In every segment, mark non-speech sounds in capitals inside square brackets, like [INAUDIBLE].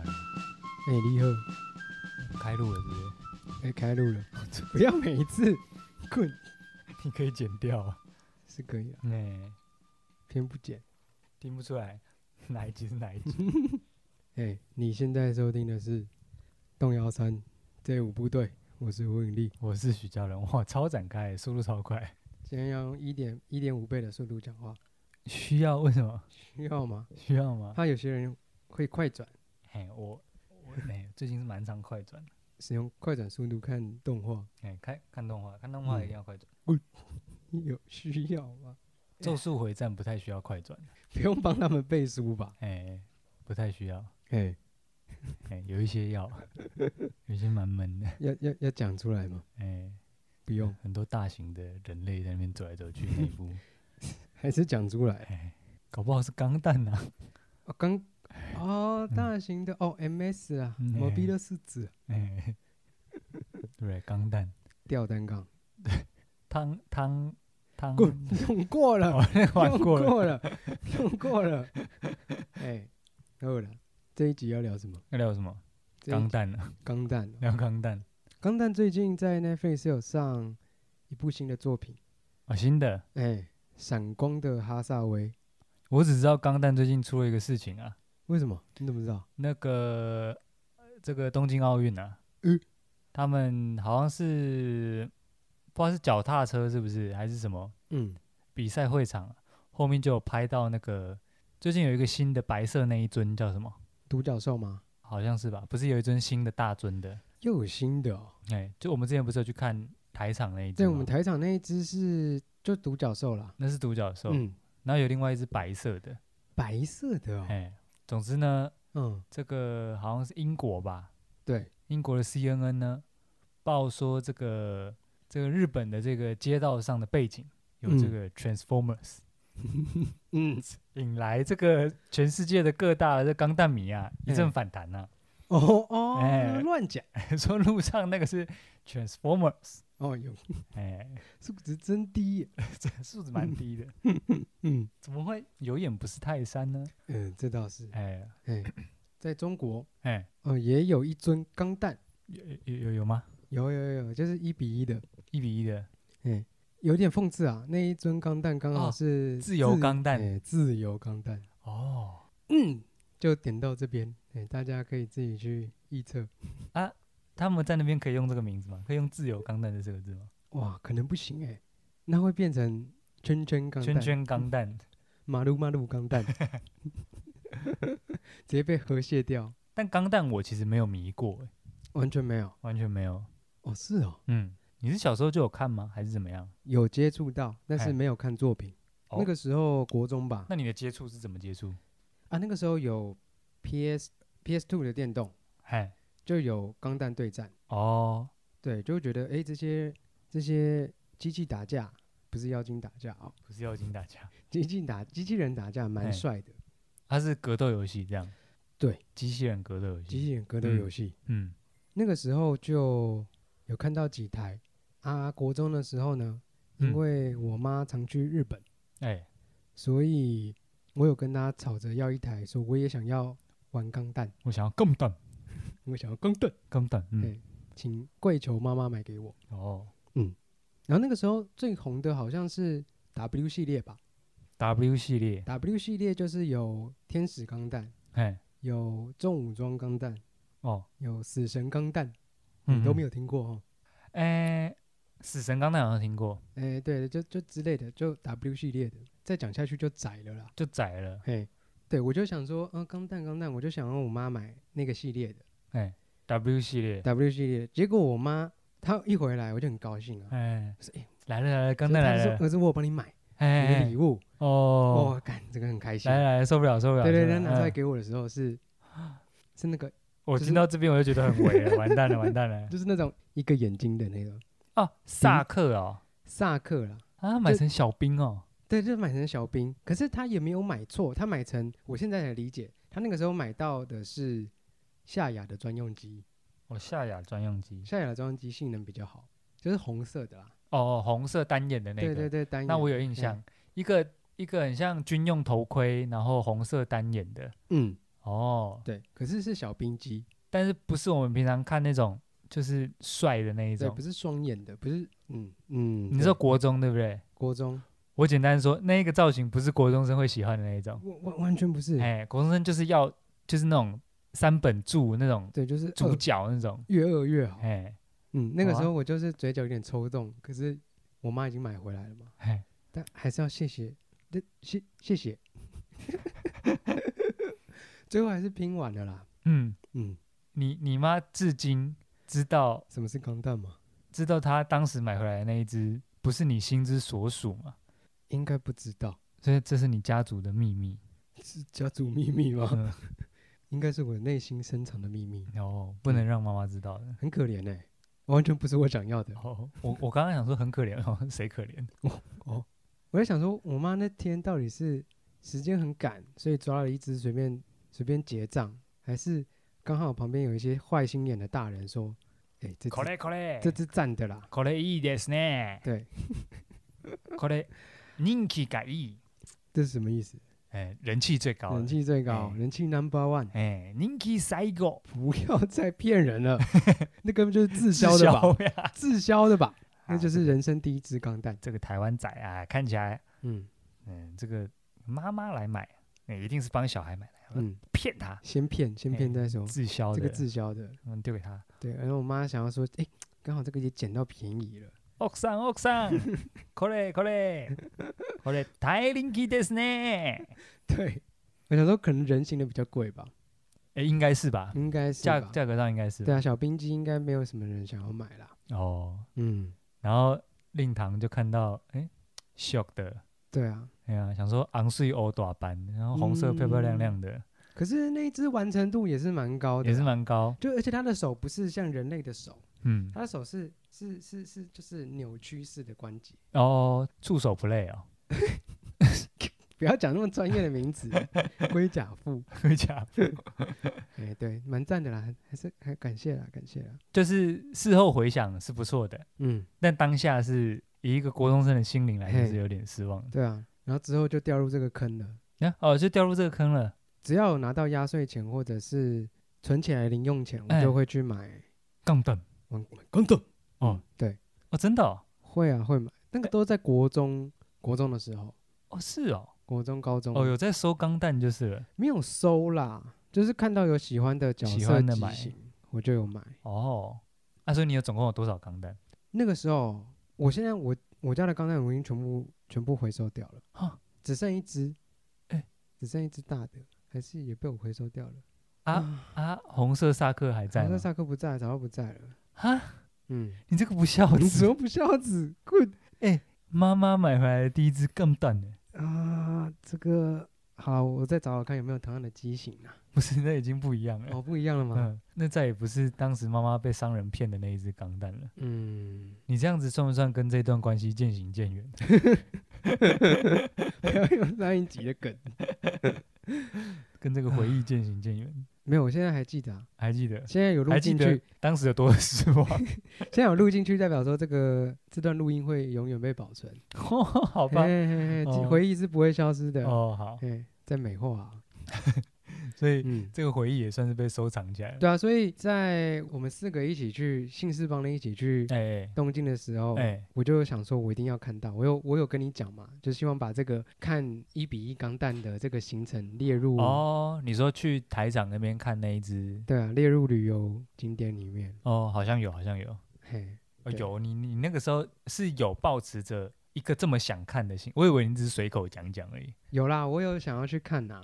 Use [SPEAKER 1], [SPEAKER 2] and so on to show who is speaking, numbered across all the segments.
[SPEAKER 1] 哎、你好，
[SPEAKER 2] 开录了是不是？
[SPEAKER 1] 哎、开录了，不要每一次滚
[SPEAKER 2] [LAUGHS] 你可以剪掉 [LAUGHS] 啊。
[SPEAKER 1] 是可以的，
[SPEAKER 2] 哎、
[SPEAKER 1] 偏不剪。
[SPEAKER 2] 听不出来 [LAUGHS] 哪一集是哪一集。
[SPEAKER 1] 哎、你现在收听的是《动摇三这五部队》，我是胡永利。
[SPEAKER 2] [LAUGHS] 我是许家人，哇，超展开，速度超快。
[SPEAKER 1] 今天要用一点一点五倍的速度讲话，
[SPEAKER 2] 需要为什么？
[SPEAKER 1] 需要吗？
[SPEAKER 2] [LAUGHS] 需要吗？
[SPEAKER 1] 怕有些人会快转，
[SPEAKER 2] 哎、我我哎、最近是蛮常快 [LAUGHS] 转的。
[SPEAKER 1] 使用快转速度看动画，
[SPEAKER 2] 哎、看看动画，看动画一定要快转。
[SPEAKER 1] 有需要吗？
[SPEAKER 2] [LAUGHS]
[SPEAKER 1] [LAUGHS]
[SPEAKER 2] 咒术回战不太需要快转，
[SPEAKER 1] 不用帮他们背书吧？
[SPEAKER 2] 哎、不太需要。
[SPEAKER 1] 哎、
[SPEAKER 2] 哎、有一些 [LAUGHS] 要，有一些蛮闷的。
[SPEAKER 1] 要要要讲出来吗？
[SPEAKER 2] 哎、
[SPEAKER 1] 不用，
[SPEAKER 2] 很多大型的人类在那边走来走 [LAUGHS] 去，内部，
[SPEAKER 1] 还是讲出来。
[SPEAKER 2] [LAUGHS] 哎、搞不好是钢弹啊呐。
[SPEAKER 1] 哦，刚哦，大型的哦，MS 啊，
[SPEAKER 2] 嗯
[SPEAKER 1] 摩比勒是指
[SPEAKER 2] 哎、 [LAUGHS] 对，钢弹。
[SPEAKER 1] 吊单杠。
[SPEAKER 2] 汤汤汤，
[SPEAKER 1] 滚用哦过了， [LAUGHS]
[SPEAKER 2] 哦， [LAUGHS] 那个玩
[SPEAKER 1] 用
[SPEAKER 2] 过了。
[SPEAKER 1] 了， [LAUGHS] 用过了。 [LAUGHS] 哎，够了。这一集要聊什么？
[SPEAKER 2] 要聊什么？
[SPEAKER 1] 这一
[SPEAKER 2] 钢弹啊，
[SPEAKER 1] 钢弹哦。
[SPEAKER 2] 聊钢弹
[SPEAKER 1] 钢弹最近在 Netflix 有上一部新的作品，
[SPEAKER 2] 啊，新的。
[SPEAKER 1] 哎，闪光的哈萨维。
[SPEAKER 2] 我只知道钢弹最近出了一个事情啊，
[SPEAKER 1] 为什么？你怎么知道？
[SPEAKER 2] 那个这个东京奥运啊，
[SPEAKER 1] 嗯
[SPEAKER 2] 他们好像是不知道是脚踏车是不是还是什么
[SPEAKER 1] 嗯，
[SPEAKER 2] 比赛会场啊后面就有拍到那个最近有一个新的白色那一尊叫什么？
[SPEAKER 1] 独角兽吗？
[SPEAKER 2] 好像是吧？不是有一尊新的大尊的？
[SPEAKER 1] 又有新的哦。
[SPEAKER 2] 哎，就我们之前不是有去看台场那一
[SPEAKER 1] 在
[SPEAKER 2] 尊
[SPEAKER 1] 我
[SPEAKER 2] 吗？
[SPEAKER 1] 们台场那一只是就独角兽啦。
[SPEAKER 2] 那是独角兽，
[SPEAKER 1] 嗯，
[SPEAKER 2] 然后有另外一只白色的，
[SPEAKER 1] 白色的哦。
[SPEAKER 2] 哎，总之呢，
[SPEAKER 1] 嗯，
[SPEAKER 2] 这个好像是英国吧，
[SPEAKER 1] 对，
[SPEAKER 2] 英国的 CNN 呢报说这个这个日本的这个街道上的背景有这
[SPEAKER 1] 嗯
[SPEAKER 2] 个 Transformers，、
[SPEAKER 1] 嗯，
[SPEAKER 2] 引来这个全世界的各大的这钢弹迷啊 [LAUGHS] 一
[SPEAKER 1] 哎
[SPEAKER 2] 阵反弹呐、
[SPEAKER 1] 哦哦
[SPEAKER 2] 哎，
[SPEAKER 1] 乱讲
[SPEAKER 2] 说路上那个是 Transformers，
[SPEAKER 1] 哦，有
[SPEAKER 2] 哎， [LAUGHS]
[SPEAKER 1] 素质真低耶。
[SPEAKER 2] 这素质蛮低
[SPEAKER 1] [LAUGHS]
[SPEAKER 2] 的，
[SPEAKER 1] 嗯。
[SPEAKER 2] 怎么会有眼不识泰山呢？
[SPEAKER 1] 嗯，这倒是。
[SPEAKER 2] 哎 [CLEARS THROAT]
[SPEAKER 1] 哎，在中国，
[SPEAKER 2] 哎，
[SPEAKER 1] 呃，也有一尊钢弹，
[SPEAKER 2] 有有有有吗？
[SPEAKER 1] 有有有，就是一比一的，
[SPEAKER 2] 一比一的
[SPEAKER 1] 有点讽刺啊。那一尊钢弹刚好
[SPEAKER 2] 哦
[SPEAKER 1] 是
[SPEAKER 2] 自由钢弹
[SPEAKER 1] 哎，自由钢弹，
[SPEAKER 2] 哦。
[SPEAKER 1] 就点到这边，哎，大家可以自己去臆测。
[SPEAKER 2] 他们在那边可以用这个名字吗？可以用“自由钢弹”的这个字吗？
[SPEAKER 1] 哇，可能不行哎，那会变成圈圈钢
[SPEAKER 2] 圈
[SPEAKER 1] 弹、
[SPEAKER 2] 圈钢弹，
[SPEAKER 1] 马路马
[SPEAKER 2] [LAUGHS]
[SPEAKER 1] 路钢弹，直接被和谐掉，
[SPEAKER 2] 但钢弹我其实没有迷过、欸，
[SPEAKER 1] 完全没有。
[SPEAKER 2] 完全没有。
[SPEAKER 1] 哦，是哦，
[SPEAKER 2] 嗯，你是小时候就有看吗？还是怎么样？
[SPEAKER 1] 有接触到，但是
[SPEAKER 2] 哎
[SPEAKER 1] 没有看作品。
[SPEAKER 2] 哦
[SPEAKER 1] 那个时候国中吧，
[SPEAKER 2] 那你的接触是怎么接触？
[SPEAKER 1] 啊，那个时候有 PS PS Two 的电动，
[SPEAKER 2] 哎，
[SPEAKER 1] 就有钢弹对战，
[SPEAKER 2] 哦，
[SPEAKER 1] 对，就会觉得诶，这些这些机器打架不是妖精打架哦，
[SPEAKER 2] 不是妖精打架，
[SPEAKER 1] 机器打机器人打架蛮
[SPEAKER 2] 嘿
[SPEAKER 1] 帅的，
[SPEAKER 2] 它是格斗游戏这样。
[SPEAKER 1] 对，
[SPEAKER 2] 机器人格斗游
[SPEAKER 1] 机
[SPEAKER 2] 戏。
[SPEAKER 1] 器人格斗游戏。
[SPEAKER 2] 嗯，
[SPEAKER 1] 那个时候就有看到几台啊，国中的时候呢，因
[SPEAKER 2] 嗯
[SPEAKER 1] 为我妈常去日本，
[SPEAKER 2] 哎，
[SPEAKER 1] 所以我有跟她吵着要一台，说我也想要玩钢弹，
[SPEAKER 2] 我想要更蛋，
[SPEAKER 1] 我想要钢弹，
[SPEAKER 2] 更蛋。嗯
[SPEAKER 1] 哎，请跪求妈妈买给我。
[SPEAKER 2] 哦
[SPEAKER 1] 然后那个时候最红的好像是 W 系列吧
[SPEAKER 2] ，W 系列，
[SPEAKER 1] ，W 系列就是有天使钢弹，
[SPEAKER 2] 哎，
[SPEAKER 1] 有重武装钢弹，
[SPEAKER 2] 哦，
[SPEAKER 1] 有死神钢弹，
[SPEAKER 2] 嗯
[SPEAKER 1] 你都没
[SPEAKER 2] 有。
[SPEAKER 1] 有听过哦。
[SPEAKER 2] 哎，死神钢弹好像听过，
[SPEAKER 1] 哎，对，就就之类的，就 W 系列的，再讲下去就窄了啦。
[SPEAKER 2] 就宰了。
[SPEAKER 1] 嘿，对我就想说，嗯、钢弹钢弹，我就想让我妈买那个系列的
[SPEAKER 2] 哎，W 系列，
[SPEAKER 1] W 系列的，结果我妈她一回来我就很高兴啊，
[SPEAKER 2] 哎
[SPEAKER 1] 是哎，
[SPEAKER 2] 来了来了，钢
[SPEAKER 1] 所以
[SPEAKER 2] 弹
[SPEAKER 1] 她
[SPEAKER 2] 来
[SPEAKER 1] 就
[SPEAKER 2] 了
[SPEAKER 1] 说，儿子我有帮你买你
[SPEAKER 2] 哎，
[SPEAKER 1] 的礼物，
[SPEAKER 2] 哦，
[SPEAKER 1] 哦，感这个很开心。
[SPEAKER 2] 来来来，受不了受不了，
[SPEAKER 1] 对对，
[SPEAKER 2] 受不
[SPEAKER 1] 她
[SPEAKER 2] 了
[SPEAKER 1] 拿出来
[SPEAKER 2] 嗯
[SPEAKER 1] 给我的时候是是那个
[SPEAKER 2] 我
[SPEAKER 1] 就是
[SPEAKER 2] 听到这边我就觉得很违了，完蛋了完蛋
[SPEAKER 1] [LAUGHS]
[SPEAKER 2] 了
[SPEAKER 1] 就是那种一个眼睛的那种
[SPEAKER 2] 哦，萨克哦，
[SPEAKER 1] 萨克啦，
[SPEAKER 2] 啊买成小兵哦，
[SPEAKER 1] 对，就是买成小兵，可是他也没有买错，他买成我现在才理解，他那个时候买到的是夏亚的专用机，
[SPEAKER 2] 我夏雅专用机
[SPEAKER 1] 夏亚的专用机性能比较好，就是红色的啦，
[SPEAKER 2] 哦，红色单眼的那
[SPEAKER 1] 对对
[SPEAKER 2] 个，
[SPEAKER 1] 对，单眼
[SPEAKER 2] 那我有印象，一个一个很像军用头盔，然后红色单眼的
[SPEAKER 1] 嗯
[SPEAKER 2] 哦，
[SPEAKER 1] 对，可是是小兵机，
[SPEAKER 2] 但是不是我们平常看那种就是帅的那一
[SPEAKER 1] 对，
[SPEAKER 2] 种
[SPEAKER 1] 不？是双眼的，不是，嗯嗯，
[SPEAKER 2] 你
[SPEAKER 1] 对
[SPEAKER 2] 说国中对不对？
[SPEAKER 1] 国中，
[SPEAKER 2] 我简单说，那一个造型不是国中生会喜欢的那一种。
[SPEAKER 1] 完完完全不是，
[SPEAKER 2] 哎，国中生就是要就是那种三本柱那种
[SPEAKER 1] 对，就是
[SPEAKER 2] 主
[SPEAKER 1] 恶
[SPEAKER 2] 角那种，
[SPEAKER 1] 越饿越好。
[SPEAKER 2] 哎
[SPEAKER 1] 嗯，那个
[SPEAKER 2] 好啊
[SPEAKER 1] 时候我就是嘴角有点抽动，可是我妈已经买回来了嘛，
[SPEAKER 2] 哎，
[SPEAKER 1] 但还是要谢谢，对谢谢谢， [LAUGHS] 最后还是拼完了啦。
[SPEAKER 2] 嗯，
[SPEAKER 1] 嗯，
[SPEAKER 2] 你你妈至今知道
[SPEAKER 1] 什么是钢弹吗？
[SPEAKER 2] 知道她当时买回来的那一只不是你心之所属嘛？
[SPEAKER 1] 应该不知道，
[SPEAKER 2] 所以这是你家族的秘密。
[SPEAKER 1] 是家族秘密吗？ [LAUGHS]
[SPEAKER 2] 嗯
[SPEAKER 1] 应该是我内心深藏的秘密，
[SPEAKER 2] 哦，不
[SPEAKER 1] 嗯
[SPEAKER 2] 能让妈妈知道的。
[SPEAKER 1] 很可怜哎、完全不是我想要的。
[SPEAKER 2] 哦，我我刚刚想说很可怜哦，谁可
[SPEAKER 1] [LAUGHS]
[SPEAKER 2] 怜？
[SPEAKER 1] 我在想说，我妈那天到底是时间很赶，所以抓了一只随便随便结账，还是刚好旁边有一些坏心眼的大人说：“哎、这
[SPEAKER 2] こ
[SPEAKER 1] 只
[SPEAKER 2] れこれ
[SPEAKER 1] 这只占的啦。
[SPEAKER 2] これいいですね”。
[SPEAKER 1] 对，
[SPEAKER 2] [LAUGHS] これ人気がいい，
[SPEAKER 1] 这是什么意思？
[SPEAKER 2] 哎，人气最高的，
[SPEAKER 1] 人气最高，
[SPEAKER 2] 哎
[SPEAKER 1] 人气 number one，
[SPEAKER 2] 哎，人气最高，
[SPEAKER 1] 不要再骗
[SPEAKER 2] [LAUGHS]
[SPEAKER 1] 人了，那根本就是自
[SPEAKER 2] 滞
[SPEAKER 1] 销的吧？
[SPEAKER 2] 呀。
[SPEAKER 1] 自
[SPEAKER 2] [LAUGHS]
[SPEAKER 1] 销的吧？那
[SPEAKER 2] 啊
[SPEAKER 1] 就
[SPEAKER 2] 这
[SPEAKER 1] 是
[SPEAKER 2] 个
[SPEAKER 1] 人生第一支钢弹。
[SPEAKER 2] [LAUGHS] 这个台湾仔啊，看起来，
[SPEAKER 1] 嗯
[SPEAKER 2] 嗯，这个妈妈来买，那一定是帮小孩买的，
[SPEAKER 1] 嗯，
[SPEAKER 2] 骗他
[SPEAKER 1] 先骗，先
[SPEAKER 2] 哎
[SPEAKER 1] 骗再说。
[SPEAKER 2] 滞销的，
[SPEAKER 1] 这个滞销的，
[SPEAKER 2] 嗯，丢给他。
[SPEAKER 1] 对。然后我妈想要说，哎，刚好这个也捡到便宜了。 [LAUGHS]
[SPEAKER 2] 奥桑奥桑，これこれこれ大人気ですね。
[SPEAKER 1] 对，我想说可能人形的比较贵吧，
[SPEAKER 2] 哎，应该是吧？
[SPEAKER 1] 应嗯该是
[SPEAKER 2] 价
[SPEAKER 1] 吧
[SPEAKER 2] 价格上应该是
[SPEAKER 1] 对啊，小冰机应该没有什么人想要买啦。
[SPEAKER 2] 哦。
[SPEAKER 1] 嗯，
[SPEAKER 2] 然后令堂就看到，哎，shock 的，
[SPEAKER 1] 对啊。
[SPEAKER 2] 哎呀，想说昂睡欧大班，然后红色
[SPEAKER 1] 嗯
[SPEAKER 2] 漂漂亮亮的，
[SPEAKER 1] 可是那一只完成度也是蛮高的
[SPEAKER 2] 也是
[SPEAKER 1] 啦，
[SPEAKER 2] 蛮高，
[SPEAKER 1] 就而且它的手不是像人类的手，
[SPEAKER 2] 嗯，
[SPEAKER 1] 他的手是是是是就是扭曲式的关节，
[SPEAKER 2] 哦，触手 play 哦， [LAUGHS]
[SPEAKER 1] 不要讲那么专业的名词，龟甲腹，
[SPEAKER 2] 会讲，
[SPEAKER 1] 哎、对，蛮赞的啦，还是还感谢啦，感谢啦，
[SPEAKER 2] 就是事后回想是不错的，
[SPEAKER 1] 嗯，
[SPEAKER 2] 但当下是以一个国中生的心灵来说
[SPEAKER 1] 嘿
[SPEAKER 2] 是有点失望的。
[SPEAKER 1] 对啊，然后之后就掉入这个坑了，
[SPEAKER 2] 你看，哦，就掉入这个坑了，
[SPEAKER 1] 只要有拿到压岁钱或者是存起来的零用钱，我
[SPEAKER 2] 哎
[SPEAKER 1] 就会去买
[SPEAKER 2] 杠等
[SPEAKER 1] 玩钢弹，
[SPEAKER 2] 哦，
[SPEAKER 1] 对，
[SPEAKER 2] 哦，真的哦，
[SPEAKER 1] 会啊会买，那个都在国中国中的时候，
[SPEAKER 2] 哦是哦，
[SPEAKER 1] 国中高中
[SPEAKER 2] 哦有在收钢弹就是了，
[SPEAKER 1] 没有收啦，就是看到有喜欢的角
[SPEAKER 2] 喜
[SPEAKER 1] 色
[SPEAKER 2] 欢的
[SPEAKER 1] 机
[SPEAKER 2] 买
[SPEAKER 1] 型，我就有买。
[SPEAKER 2] 哦，啊，所以你有总共有多少钢弹？
[SPEAKER 1] 那个时候，我现在我我家的钢弹我已经全部全部回收掉了，
[SPEAKER 2] 哈
[SPEAKER 1] 只剩一只，
[SPEAKER 2] 哎
[SPEAKER 1] 只剩一只大的，还是也被我回收掉了
[SPEAKER 2] 啊啊，红色萨克还在
[SPEAKER 1] 早
[SPEAKER 2] 吗
[SPEAKER 1] 知？萨克不在，早就不在了。
[SPEAKER 2] 啊，
[SPEAKER 1] 嗯，
[SPEAKER 2] 你这个不孝
[SPEAKER 1] 你
[SPEAKER 2] 子
[SPEAKER 1] 怎！么不孝子？Good
[SPEAKER 2] 妈妈买回来的第一只钢弹呢？
[SPEAKER 1] 啊，这个好，我再找找看有没有同样的机型啊。
[SPEAKER 2] 不是，那已经不一样了。
[SPEAKER 1] 哦，不一样了吗？
[SPEAKER 2] 嗯，那再也不是当时妈妈被商人骗的那一只钢弹了。
[SPEAKER 1] 嗯，
[SPEAKER 2] 你这样子算不算跟这段关系渐行渐远？
[SPEAKER 1] [LAUGHS] 不要用上一集的梗。
[SPEAKER 2] 跟这个回忆渐行渐远？
[SPEAKER 1] 没有，我现在还记得啊，
[SPEAKER 2] 还记得？
[SPEAKER 1] 现在有录
[SPEAKER 2] 还记
[SPEAKER 1] 进去，
[SPEAKER 2] 得 [LAUGHS] 当时有多失
[SPEAKER 1] [LAUGHS]
[SPEAKER 2] 望？ [LAUGHS]
[SPEAKER 1] 现在有录进去，代表说这个这段录音会永远被保存。
[SPEAKER 2] 哦好吧，
[SPEAKER 1] 嘿嘿嘿，记
[SPEAKER 2] 哦
[SPEAKER 1] 回忆是不会消失的。
[SPEAKER 2] 哦好，
[SPEAKER 1] 哎，在美化啊，
[SPEAKER 2] 所以
[SPEAKER 1] 嗯，
[SPEAKER 2] 这个回忆也算是被收藏起来了。
[SPEAKER 1] 对啊，所以在我们四个一起去信氏帮的一起去
[SPEAKER 2] 哎
[SPEAKER 1] 东京的时候，
[SPEAKER 2] 哎
[SPEAKER 1] 我就想说，我一定要看到，我有我有跟你讲嘛，就希望把这个看一比一钢弹的这个行程列入，
[SPEAKER 2] 哦，你说去台长那边看那一只？
[SPEAKER 1] 对啊，列入旅游景点里面，
[SPEAKER 2] 哦，好像有，好像有。
[SPEAKER 1] 嘿，
[SPEAKER 2] 哦、
[SPEAKER 1] 对
[SPEAKER 2] 有你，你那个时候是有抱持着一个这么想看的心，我以为你只是随口讲讲而已，
[SPEAKER 1] 有啦，我有想要去看呐、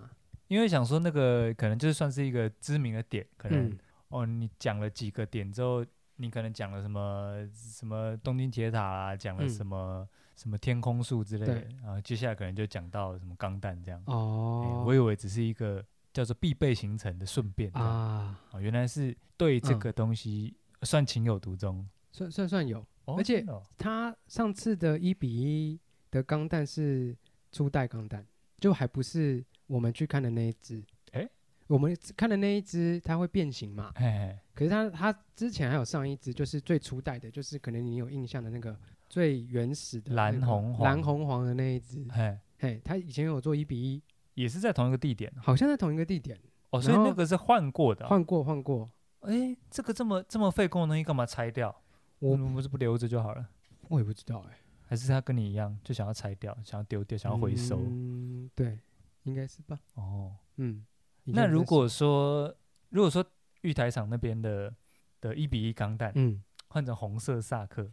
[SPEAKER 2] 因为想说那个可能就是算是一个知名的点，可能、
[SPEAKER 1] 嗯
[SPEAKER 2] 哦，你讲了几个点之后，你可能讲了什么什么东京铁塔啊，讲了
[SPEAKER 1] 嗯
[SPEAKER 2] 什么、什么天空树之类的
[SPEAKER 1] 对，
[SPEAKER 2] 然后接下来可能就讲到什么钢弹这样、哎
[SPEAKER 1] 哦，
[SPEAKER 2] 我以为只是一个叫做必备行程的顺便啊、
[SPEAKER 1] 啊，
[SPEAKER 2] 哦，原来是对这
[SPEAKER 1] 嗯
[SPEAKER 2] 个东西算情有独钟，
[SPEAKER 1] 算算算有，
[SPEAKER 2] 哦
[SPEAKER 1] 而且
[SPEAKER 2] 真的哦
[SPEAKER 1] 他上次的一比一的钢弹是初代钢弹，就还不是我们去看的那一只。
[SPEAKER 2] 诶
[SPEAKER 1] 我们看的那一只它会变形嘛？
[SPEAKER 2] 哎、哎
[SPEAKER 1] 可是它它之前还有上一只，就是最初代的，就是可能你有印象的那个最原始的那个、
[SPEAKER 2] 蓝红黄
[SPEAKER 1] 蓝红黄的那一只。
[SPEAKER 2] 哎
[SPEAKER 1] 嘿，它以前有做一比一，
[SPEAKER 2] 也是在同一个地点哦
[SPEAKER 1] 好像在同一个地点
[SPEAKER 2] 哦，所以
[SPEAKER 1] 然
[SPEAKER 2] 那
[SPEAKER 1] 后
[SPEAKER 2] 个是换过的哦、
[SPEAKER 1] 换过换过。
[SPEAKER 2] 哎，这个这么这么费工的东西干嘛拆掉？
[SPEAKER 1] 我
[SPEAKER 2] 我们不是不留着就好了？
[SPEAKER 1] 我也不知道哎、
[SPEAKER 2] 还是他跟你一样，就想要拆掉，想要丢掉，想要回收？
[SPEAKER 1] 嗯，对，应该是吧。
[SPEAKER 2] 哦，
[SPEAKER 1] 嗯，以前
[SPEAKER 2] 那
[SPEAKER 1] 我
[SPEAKER 2] 如
[SPEAKER 1] 在
[SPEAKER 2] 果说如果说玉台厂那边的的一比一钢弹
[SPEAKER 1] 嗯，
[SPEAKER 2] 换成红色萨克，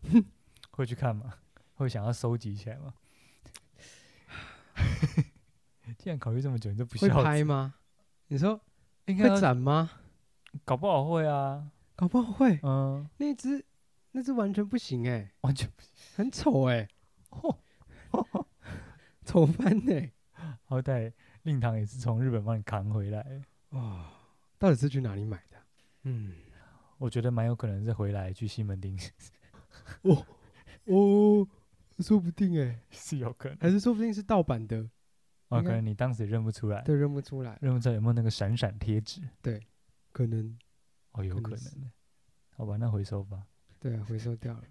[SPEAKER 1] [LAUGHS]
[SPEAKER 2] 会去看吗？会想要收集起来吗？ [LAUGHS] 既然考虑这么久，你都不
[SPEAKER 1] 会
[SPEAKER 2] 孝
[SPEAKER 1] 拍
[SPEAKER 2] 子，
[SPEAKER 1] 吗？你说
[SPEAKER 2] 应该
[SPEAKER 1] 会
[SPEAKER 2] 要
[SPEAKER 1] 展吗？
[SPEAKER 2] 搞不好会啊，
[SPEAKER 1] 搞不好会，
[SPEAKER 2] 嗯，
[SPEAKER 1] 那只那只完全不行哎、
[SPEAKER 2] 完全不
[SPEAKER 1] 很丑哎、
[SPEAKER 2] 哦，
[SPEAKER 1] 丑翻哎、
[SPEAKER 2] 好歹令堂也是从日本帮你扛回来，
[SPEAKER 1] 哦，到底是去哪里买的？嗯，
[SPEAKER 2] 我觉得蛮有可能是回来去西门町 [LAUGHS]
[SPEAKER 1] 哦，说不定哎、
[SPEAKER 2] 是有可能，
[SPEAKER 1] 还是说不定是盗版的，
[SPEAKER 2] 啊，
[SPEAKER 1] 应
[SPEAKER 2] 可
[SPEAKER 1] 该
[SPEAKER 2] 能你当时认不出来，
[SPEAKER 1] 对，认不出来，
[SPEAKER 2] 认不出来有没有那个闪闪贴纸，
[SPEAKER 1] 可能
[SPEAKER 2] 哦，有
[SPEAKER 1] 可
[SPEAKER 2] 可
[SPEAKER 1] 能
[SPEAKER 2] 能
[SPEAKER 1] 是
[SPEAKER 2] 欸，好吧，那回收吧，
[SPEAKER 1] 对啊，回收掉了，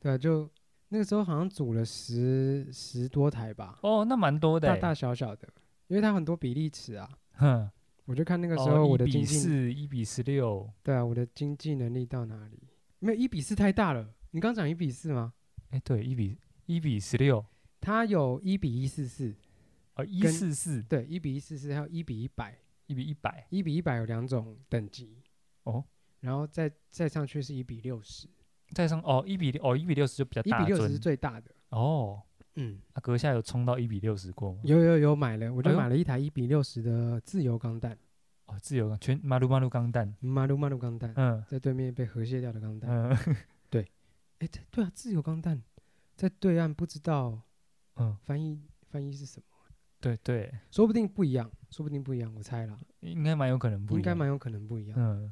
[SPEAKER 1] 对啊，就那个时候好像组了十十多台吧，
[SPEAKER 2] 哦，那蛮多的
[SPEAKER 1] 大
[SPEAKER 2] 欸，
[SPEAKER 1] 大小小的，因为它很多比例尺啊，
[SPEAKER 2] 哼，
[SPEAKER 1] 我就看那个时
[SPEAKER 2] 哦
[SPEAKER 1] 候我的
[SPEAKER 2] 一
[SPEAKER 1] 经
[SPEAKER 2] 比
[SPEAKER 1] 济，
[SPEAKER 2] 四、一比十六，
[SPEAKER 1] 对啊，我的经济能力到哪里？没有一比四太大了，你刚讲一比四吗？
[SPEAKER 2] 哎，对，一比一比十六，
[SPEAKER 1] 它有一比一四四，
[SPEAKER 2] 哦，一
[SPEAKER 1] 跟
[SPEAKER 2] 四四，
[SPEAKER 1] 对，一比一四四，还有一比一百，
[SPEAKER 2] 一比一百，
[SPEAKER 1] 一比一百有两种等级
[SPEAKER 2] 哦，
[SPEAKER 1] 然后再再上去是一比六十，
[SPEAKER 2] 再上哦，一比哦一比六十就比较
[SPEAKER 1] 一比
[SPEAKER 2] 大
[SPEAKER 1] 六十
[SPEAKER 2] 尊
[SPEAKER 1] 是最大的，
[SPEAKER 2] 哦，
[SPEAKER 1] 嗯，
[SPEAKER 2] 啊，阁下有冲到一比六十过吗？
[SPEAKER 1] 有有有买了，我就
[SPEAKER 2] 哎呦
[SPEAKER 1] 买了一台一比六十的自由钢弹，
[SPEAKER 2] 哦，自由钢全马路马路钢弹，
[SPEAKER 1] 马路马路钢弹，
[SPEAKER 2] 嗯
[SPEAKER 1] 在对面被河蟹掉的钢弹，
[SPEAKER 2] 嗯
[SPEAKER 1] 哎、对对啊，自由钢弹在对岸不知道
[SPEAKER 2] 嗯，
[SPEAKER 1] 翻译翻译是什么，
[SPEAKER 2] 对对，
[SPEAKER 1] 说不定不一样，说不定不一样，我猜啦，
[SPEAKER 2] 应该蛮有可能不
[SPEAKER 1] 应
[SPEAKER 2] 一
[SPEAKER 1] 该
[SPEAKER 2] 样，
[SPEAKER 1] 蛮有可能不一样。
[SPEAKER 2] 嗯，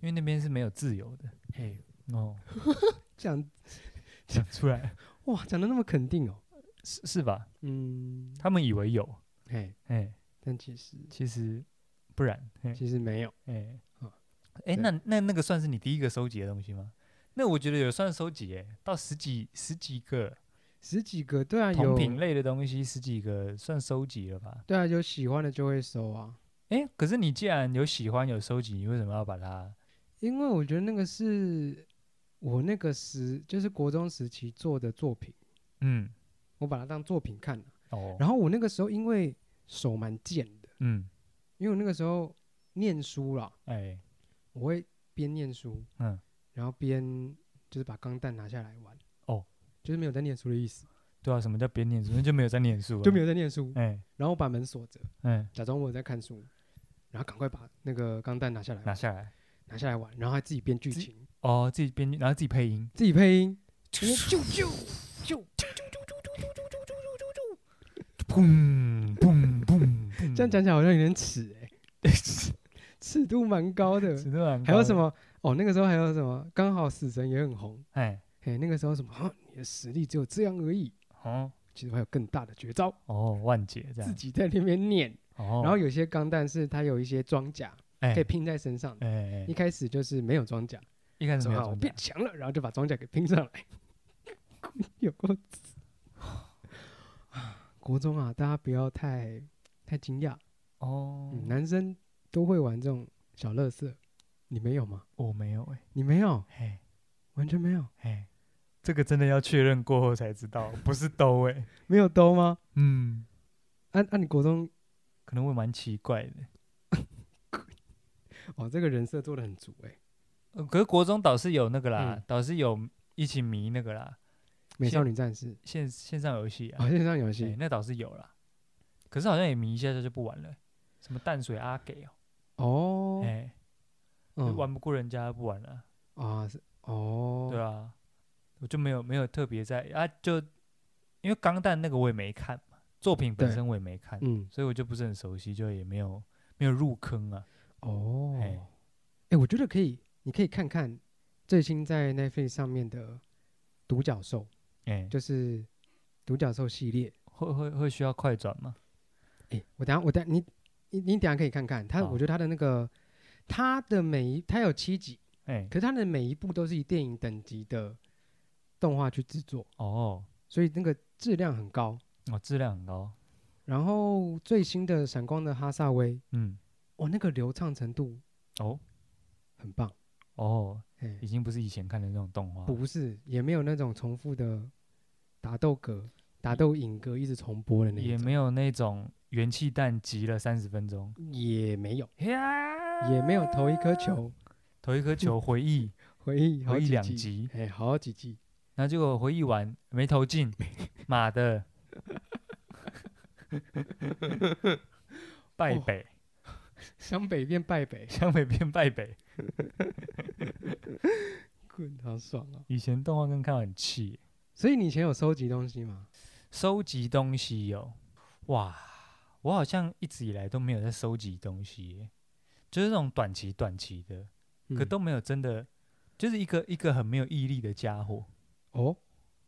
[SPEAKER 2] 因为那边是没有自由的
[SPEAKER 1] 嘿，
[SPEAKER 2] 哦，
[SPEAKER 1] 讲
[SPEAKER 2] 讲出来 [LAUGHS]
[SPEAKER 1] 哇，讲的那么肯定哦，
[SPEAKER 2] 是是吧？
[SPEAKER 1] 嗯，
[SPEAKER 2] 他们以为有，
[SPEAKER 1] 嘿，
[SPEAKER 2] 哎，
[SPEAKER 1] 但其实
[SPEAKER 2] 其实不然，哎
[SPEAKER 1] 其实没有，
[SPEAKER 2] 哎
[SPEAKER 1] 哦
[SPEAKER 2] 哎，
[SPEAKER 1] 对
[SPEAKER 2] 那那那个算是你第一个收集的东西吗？那我觉得有算收集耶，到十几十几个
[SPEAKER 1] 十几个，对啊，
[SPEAKER 2] 同
[SPEAKER 1] 有
[SPEAKER 2] 品类的东西，十几个算收集了吧？
[SPEAKER 1] 对啊，有喜欢的就会收啊，
[SPEAKER 2] 哎，可是你既然有喜欢有收集，你为什么要把它？
[SPEAKER 1] 因为我觉得那个是我那个时就是国中时期做的作品，
[SPEAKER 2] 嗯，
[SPEAKER 1] 我把它当作品看了。
[SPEAKER 2] 哦，
[SPEAKER 1] 然后我那个时候因为手蛮贱的，
[SPEAKER 2] 嗯，
[SPEAKER 1] 因为我那个时候念书啦，
[SPEAKER 2] 哎，
[SPEAKER 1] 我会边念书，
[SPEAKER 2] 嗯，
[SPEAKER 1] 然后边就是把钢弹拿下来玩。
[SPEAKER 2] 哦，
[SPEAKER 1] 就是没有在念书的意思，
[SPEAKER 2] 对啊，什么叫别念书？那就没有在念书，
[SPEAKER 1] 就没有，在念书。
[SPEAKER 2] 哎
[SPEAKER 1] 然后我把门锁着，
[SPEAKER 2] 哎，
[SPEAKER 1] 假装我有在看书，然后赶快把那个钢弹拿下来
[SPEAKER 2] 拿
[SPEAKER 1] 玩，
[SPEAKER 2] 下来，
[SPEAKER 1] 拿下来玩，然后还自己编剧
[SPEAKER 2] 自己
[SPEAKER 1] 情，
[SPEAKER 2] 哦，自己编剧，然后自己配音，
[SPEAKER 1] 自己配音，
[SPEAKER 2] 啾
[SPEAKER 1] 啾啾啾，
[SPEAKER 2] 砰砰砰，
[SPEAKER 1] 这样讲起来好像有点耻哎、 [LAUGHS] 尺度蛮高的。
[SPEAKER 2] 真的
[SPEAKER 1] 还有什？么？哦，那个时候还有什么？刚好死神也很红，
[SPEAKER 2] 哎，
[SPEAKER 1] 嘿，那个时候什么？ [GASPS] 啊你的实力只有这样而已，
[SPEAKER 2] 哦
[SPEAKER 1] 其实还有更大的绝招，
[SPEAKER 2] 哦，万劫这
[SPEAKER 1] 自
[SPEAKER 2] 样，
[SPEAKER 1] 己在那边念。
[SPEAKER 2] 哦，
[SPEAKER 1] 然后有些钢弹是它有一些装甲
[SPEAKER 2] 哎
[SPEAKER 1] 可以拼在身上的，
[SPEAKER 2] 哎哎
[SPEAKER 1] 一，开始就是没有装甲，
[SPEAKER 2] 一开始
[SPEAKER 1] 说
[SPEAKER 2] 没
[SPEAKER 1] 啊
[SPEAKER 2] 有
[SPEAKER 1] 我
[SPEAKER 2] 中
[SPEAKER 1] 变强了，然后就把装甲给拼上来。 [LAUGHS] 有够刺啊 [SIGHS] 国中啊，大家不要太太惊讶，
[SPEAKER 2] 哦
[SPEAKER 1] 嗯，男生都会玩这种小乐色，你没有吗？
[SPEAKER 2] 我没有哎，
[SPEAKER 1] 你没有，
[SPEAKER 2] 嘿
[SPEAKER 1] 完全没有，
[SPEAKER 2] 嘿，这个真的要确认过后才知
[SPEAKER 1] [LAUGHS]
[SPEAKER 2] 道，不是兜哎，
[SPEAKER 1] 没有兜吗？
[SPEAKER 2] 嗯，
[SPEAKER 1] 按、按、啊你国中
[SPEAKER 2] 可能会蛮奇怪的。
[SPEAKER 1] 哦，这个人设做的很足哎、
[SPEAKER 2] 呃可是国中导师有那个啦
[SPEAKER 1] 嗯，
[SPEAKER 2] 导师有一起迷那个啦，
[SPEAKER 1] 美少女战士
[SPEAKER 2] 线线上游戏啊
[SPEAKER 1] 啊，，线上游
[SPEAKER 2] 对，
[SPEAKER 1] 戏
[SPEAKER 2] 那倒是有啦，可是好像也迷一下下就不玩了欸，什么淡水阿给哦，
[SPEAKER 1] 哦，
[SPEAKER 2] 哎，就
[SPEAKER 1] 嗯
[SPEAKER 2] 玩不过人家不玩了，
[SPEAKER 1] 啊是哦，
[SPEAKER 2] 对啊，我就没有没有特别在啊，就因为钢弹那个我也没看嘛，作品本
[SPEAKER 1] 对
[SPEAKER 2] 身我也没看，
[SPEAKER 1] 嗯
[SPEAKER 2] 所以我就不是很熟悉，就也没有没有入坑啊，
[SPEAKER 1] 哦，
[SPEAKER 2] 哎
[SPEAKER 1] 哎、我觉得可以，你可以看看最新在 Netflix 上面的《独角兽》，
[SPEAKER 2] 哎，
[SPEAKER 1] 就是《独角兽》系列。
[SPEAKER 2] 会会会需要快转吗？
[SPEAKER 1] 哎、我等下我等下你你你等下可以看看它，
[SPEAKER 2] 好
[SPEAKER 1] 我觉得它的那个它的每一它有七集，
[SPEAKER 2] 哎
[SPEAKER 1] 可，是它的每一部都是以电影等级的动画去制作，
[SPEAKER 2] 哦
[SPEAKER 1] 所以那个质量很高。
[SPEAKER 2] 哦，质量很高，
[SPEAKER 1] 然后最新的《闪光的哈萨威》，
[SPEAKER 2] 嗯，
[SPEAKER 1] 哇，那个流畅程度
[SPEAKER 2] 哦
[SPEAKER 1] 很棒，
[SPEAKER 2] 哦，
[SPEAKER 1] 哎
[SPEAKER 2] 已，经不是以前看的那种动画了，
[SPEAKER 1] 不是，也没有那种重复的打斗格、打斗影格一直重播的那一
[SPEAKER 2] 也
[SPEAKER 1] 种，
[SPEAKER 2] 没有那种元气弹急了三十分钟，
[SPEAKER 1] 也没有，
[SPEAKER 2] 呀
[SPEAKER 1] 也没有投一颗，球
[SPEAKER 2] 投一颗球回
[SPEAKER 1] [LAUGHS]
[SPEAKER 2] 忆，
[SPEAKER 1] 回忆好
[SPEAKER 2] 回忆
[SPEAKER 1] 几
[SPEAKER 2] 两
[SPEAKER 1] 季，
[SPEAKER 2] 集，
[SPEAKER 1] 哎，好几季，
[SPEAKER 2] 然后结果回忆完没投进，妈的，
[SPEAKER 1] [LAUGHS]
[SPEAKER 2] 败
[SPEAKER 1] 哦
[SPEAKER 2] 北，
[SPEAKER 1] 湘北变败北， [LAUGHS]
[SPEAKER 2] 湘北变败北。
[SPEAKER 1] 滚，好爽哦！
[SPEAKER 2] 以前动画跟看到很气耶，
[SPEAKER 1] 所以你以前有收集东西吗？
[SPEAKER 2] 收集东西有、哇，我好像一直以来都没有在收集东西耶，就是这种短期短期的，可
[SPEAKER 1] 嗯
[SPEAKER 2] 都没有真的，就是一个一个很没有毅力的家伙。
[SPEAKER 1] 哦，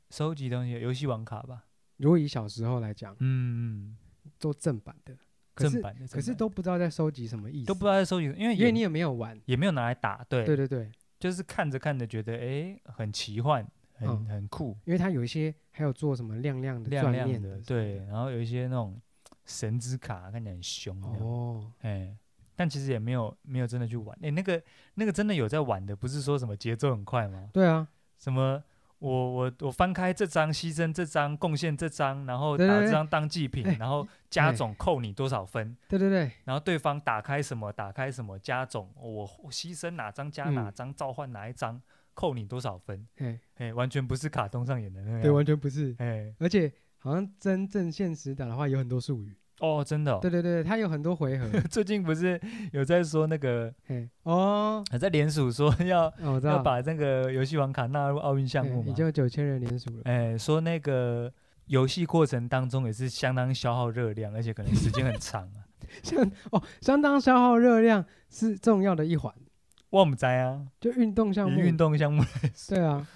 [SPEAKER 2] 收集东西，游戏王卡吧，
[SPEAKER 1] 如果以小时候来讲，
[SPEAKER 2] 嗯，
[SPEAKER 1] 都正版的，可
[SPEAKER 2] 正
[SPEAKER 1] 是
[SPEAKER 2] 版的，正
[SPEAKER 1] 嗯可是
[SPEAKER 2] 版
[SPEAKER 1] 都不知道在收集什么意思，
[SPEAKER 2] 都不知道在收集，因为
[SPEAKER 1] 因为
[SPEAKER 2] 也
[SPEAKER 1] 你也没有玩，
[SPEAKER 2] 也没有拿来打，对，
[SPEAKER 1] 对对对，
[SPEAKER 2] 就是看着看着觉得诶很奇幻，很、
[SPEAKER 1] 嗯
[SPEAKER 2] 很酷，
[SPEAKER 1] 因为它有一些还有做什么亮亮的、
[SPEAKER 2] 亮
[SPEAKER 1] 篆
[SPEAKER 2] 亮
[SPEAKER 1] 面
[SPEAKER 2] 的，
[SPEAKER 1] 什么
[SPEAKER 2] 对，然后有一些那种神之卡看起来很凶，
[SPEAKER 1] 的，
[SPEAKER 2] 这样
[SPEAKER 1] 哦，
[SPEAKER 2] 哎，但其实也没有没有真的去玩。哎，那个那个真的有在玩的，不是说什么节奏很快吗？
[SPEAKER 1] 对啊，
[SPEAKER 2] 什么我我我翻开这张牺牲这张贡献这张，然后打
[SPEAKER 1] 对对
[SPEAKER 2] 这
[SPEAKER 1] 对
[SPEAKER 2] 张当祭品，
[SPEAKER 1] 哎
[SPEAKER 2] 然后加
[SPEAKER 1] 哎
[SPEAKER 2] 总扣你多少分，
[SPEAKER 1] 对对哎对，
[SPEAKER 2] 然后对方打开什么打开什么加总，我我牺牲哪张加哪
[SPEAKER 1] 嗯
[SPEAKER 2] 张，召唤哪一张，扣你多少分。
[SPEAKER 1] 哎，
[SPEAKER 2] 哎，完全不是卡通上演的那样。
[SPEAKER 1] 对，完全不是，
[SPEAKER 2] 哎，
[SPEAKER 1] 而且好像真正现实打的话，有很多术语，
[SPEAKER 2] 哦，真的、哦。
[SPEAKER 1] 对对对，它有很多回合，
[SPEAKER 2] [LAUGHS] 最近不是有在说那个，
[SPEAKER 1] 哎，哦，
[SPEAKER 2] 呃在联署说要
[SPEAKER 1] 哦我知
[SPEAKER 2] 要
[SPEAKER 1] 道，
[SPEAKER 2] 把那个游戏王卡纳入奥运项
[SPEAKER 1] 哎
[SPEAKER 2] 目
[SPEAKER 1] 已
[SPEAKER 2] 嘛？
[SPEAKER 1] 经有九千人联署了，
[SPEAKER 2] 哎、说那个游戏过程当中也是相当消耗热量，而且可能时间很长
[SPEAKER 1] [LAUGHS]
[SPEAKER 2] 啊。
[SPEAKER 1] 相哦，相当消耗热量是重要的一环，
[SPEAKER 2] 我们在啊，
[SPEAKER 1] 就运动项
[SPEAKER 2] 以
[SPEAKER 1] 目，
[SPEAKER 2] 运动项目
[SPEAKER 1] 对啊，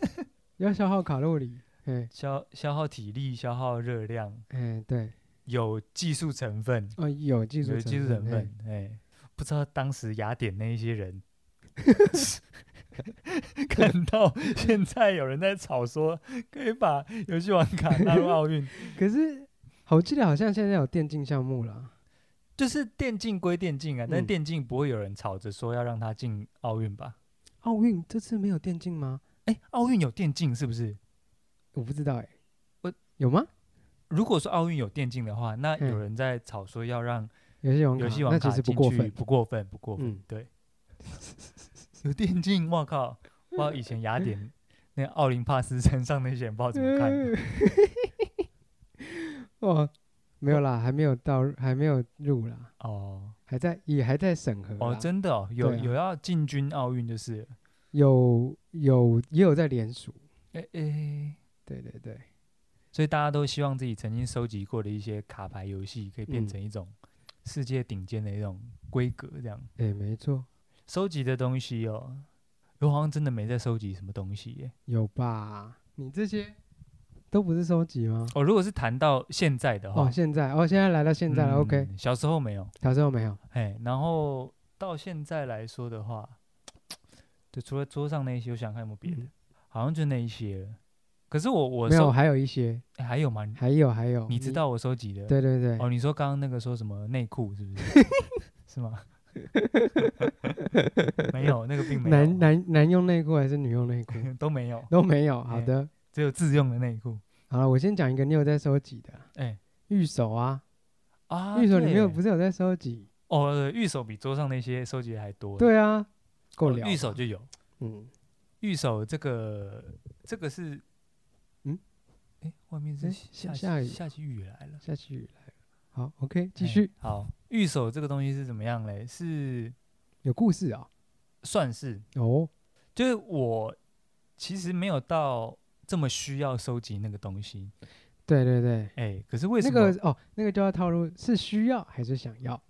[SPEAKER 1] [LAUGHS] 要消耗卡路里，哎
[SPEAKER 2] 消消耗体力、消耗热量，
[SPEAKER 1] 哎，对，
[SPEAKER 2] 有技术成分，
[SPEAKER 1] 哦，有技术
[SPEAKER 2] 有技术成
[SPEAKER 1] 分，哎
[SPEAKER 2] 分。哎、不知道当时雅典那一些
[SPEAKER 1] [LAUGHS]
[SPEAKER 2] 人。看到现在有人在吵说可以把游戏王卡纳入奥运，
[SPEAKER 1] 可是我记得好像现在有电竞项目了。
[SPEAKER 2] 就是电竞归电竞啊，但是
[SPEAKER 1] 嗯
[SPEAKER 2] 电竞不会有人吵着说要让它进奥运吧？
[SPEAKER 1] 奥运这次没有电竞吗？
[SPEAKER 2] 哎，奥运有电竞是不是？
[SPEAKER 1] 我不知道哎、
[SPEAKER 2] 我
[SPEAKER 1] 有吗？
[SPEAKER 2] 如果说奥运有电竞的话，那
[SPEAKER 1] 嗯
[SPEAKER 2] 有人在吵说要让
[SPEAKER 1] 游戏王卡，
[SPEAKER 2] 游戏王
[SPEAKER 1] 那
[SPEAKER 2] 卡
[SPEAKER 1] 其实
[SPEAKER 2] 进去，
[SPEAKER 1] 不过分。
[SPEAKER 2] 不过分，不过分。
[SPEAKER 1] 嗯，
[SPEAKER 2] 对，有电竞，我靠！不知道以前雅典那个奥林帕斯山上那些人不知道怎么看。
[SPEAKER 1] 哦，没有啦，还没有到，还没有入啦，
[SPEAKER 2] 哦
[SPEAKER 1] 还在也还在审核啦。
[SPEAKER 2] 哦，真的哦，有
[SPEAKER 1] 对啊
[SPEAKER 2] 有要进军奥运就是了，
[SPEAKER 1] 有有也有在联署，
[SPEAKER 2] 哎哎，
[SPEAKER 1] 对对对，
[SPEAKER 2] 所以大家都希望自己曾经收集过的一些卡牌游戏可以变
[SPEAKER 1] 嗯
[SPEAKER 2] 成一种世界顶尖的一种规格，这样。
[SPEAKER 1] 哎、没错，
[SPEAKER 2] 收集的东西哦，我好像真的没在收集什么东西耶。
[SPEAKER 1] 有吧？你这些都不是收集吗？
[SPEAKER 2] 哦，如果是谈到现在的话，
[SPEAKER 1] 哦，现在哦，现在来到现在了、
[SPEAKER 2] 啊嗯
[SPEAKER 1] o k
[SPEAKER 2] 小时候没有，
[SPEAKER 1] 小时候没有，
[SPEAKER 2] 哎，然后到现在来说的话，就除了桌上那一些，我想看有没有别的，
[SPEAKER 1] 嗯
[SPEAKER 2] 好像就那一些了。可是我我
[SPEAKER 1] 没有，
[SPEAKER 2] 收
[SPEAKER 1] 还有一些，
[SPEAKER 2] 哎还有吗？
[SPEAKER 1] 还有还有，
[SPEAKER 2] 你知？道我收集的？
[SPEAKER 1] 对对对，
[SPEAKER 2] 哦，你说刚刚那个说什么内裤是不
[SPEAKER 1] [LAUGHS]
[SPEAKER 2] 是？是吗？ [LAUGHS] 没有，那个并没有，
[SPEAKER 1] 男男男用内裤还是女用内裤
[SPEAKER 2] [LAUGHS] 都没有，
[SPEAKER 1] 都没有。好
[SPEAKER 2] 哎
[SPEAKER 1] 的，
[SPEAKER 2] 只有自用的内裤。
[SPEAKER 1] 好了，我先讲一个你有在收集的啊
[SPEAKER 2] 哎
[SPEAKER 1] 玉手啊，
[SPEAKER 2] 啊，
[SPEAKER 1] 玉手你没有
[SPEAKER 2] 对
[SPEAKER 1] 不是有在收集？
[SPEAKER 2] 哦，对玉手比桌上那些收集的还多。
[SPEAKER 1] 对啊，够
[SPEAKER 2] 哦，
[SPEAKER 1] 聊吧。
[SPEAKER 2] 玉手就有。
[SPEAKER 1] 嗯，
[SPEAKER 2] 玉手这个这个是，
[SPEAKER 1] 嗯，
[SPEAKER 2] 哎，外面
[SPEAKER 1] 诶
[SPEAKER 2] 是下
[SPEAKER 1] 下
[SPEAKER 2] 起
[SPEAKER 1] 下雨
[SPEAKER 2] 下起雨来了，
[SPEAKER 1] 下起雨来了。好，OK，继
[SPEAKER 2] 哎
[SPEAKER 1] 续。
[SPEAKER 2] 好，玉手这个东西是怎么样嘞？是
[SPEAKER 1] 有故事啊？
[SPEAKER 2] 算是，
[SPEAKER 1] 哦，
[SPEAKER 2] 就是我其实没有到这么需要收集那个东西，
[SPEAKER 1] 对对对，
[SPEAKER 2] 哎，可是为什
[SPEAKER 1] 那
[SPEAKER 2] 么？
[SPEAKER 1] 个哦，那个就要套路是需要还是想要？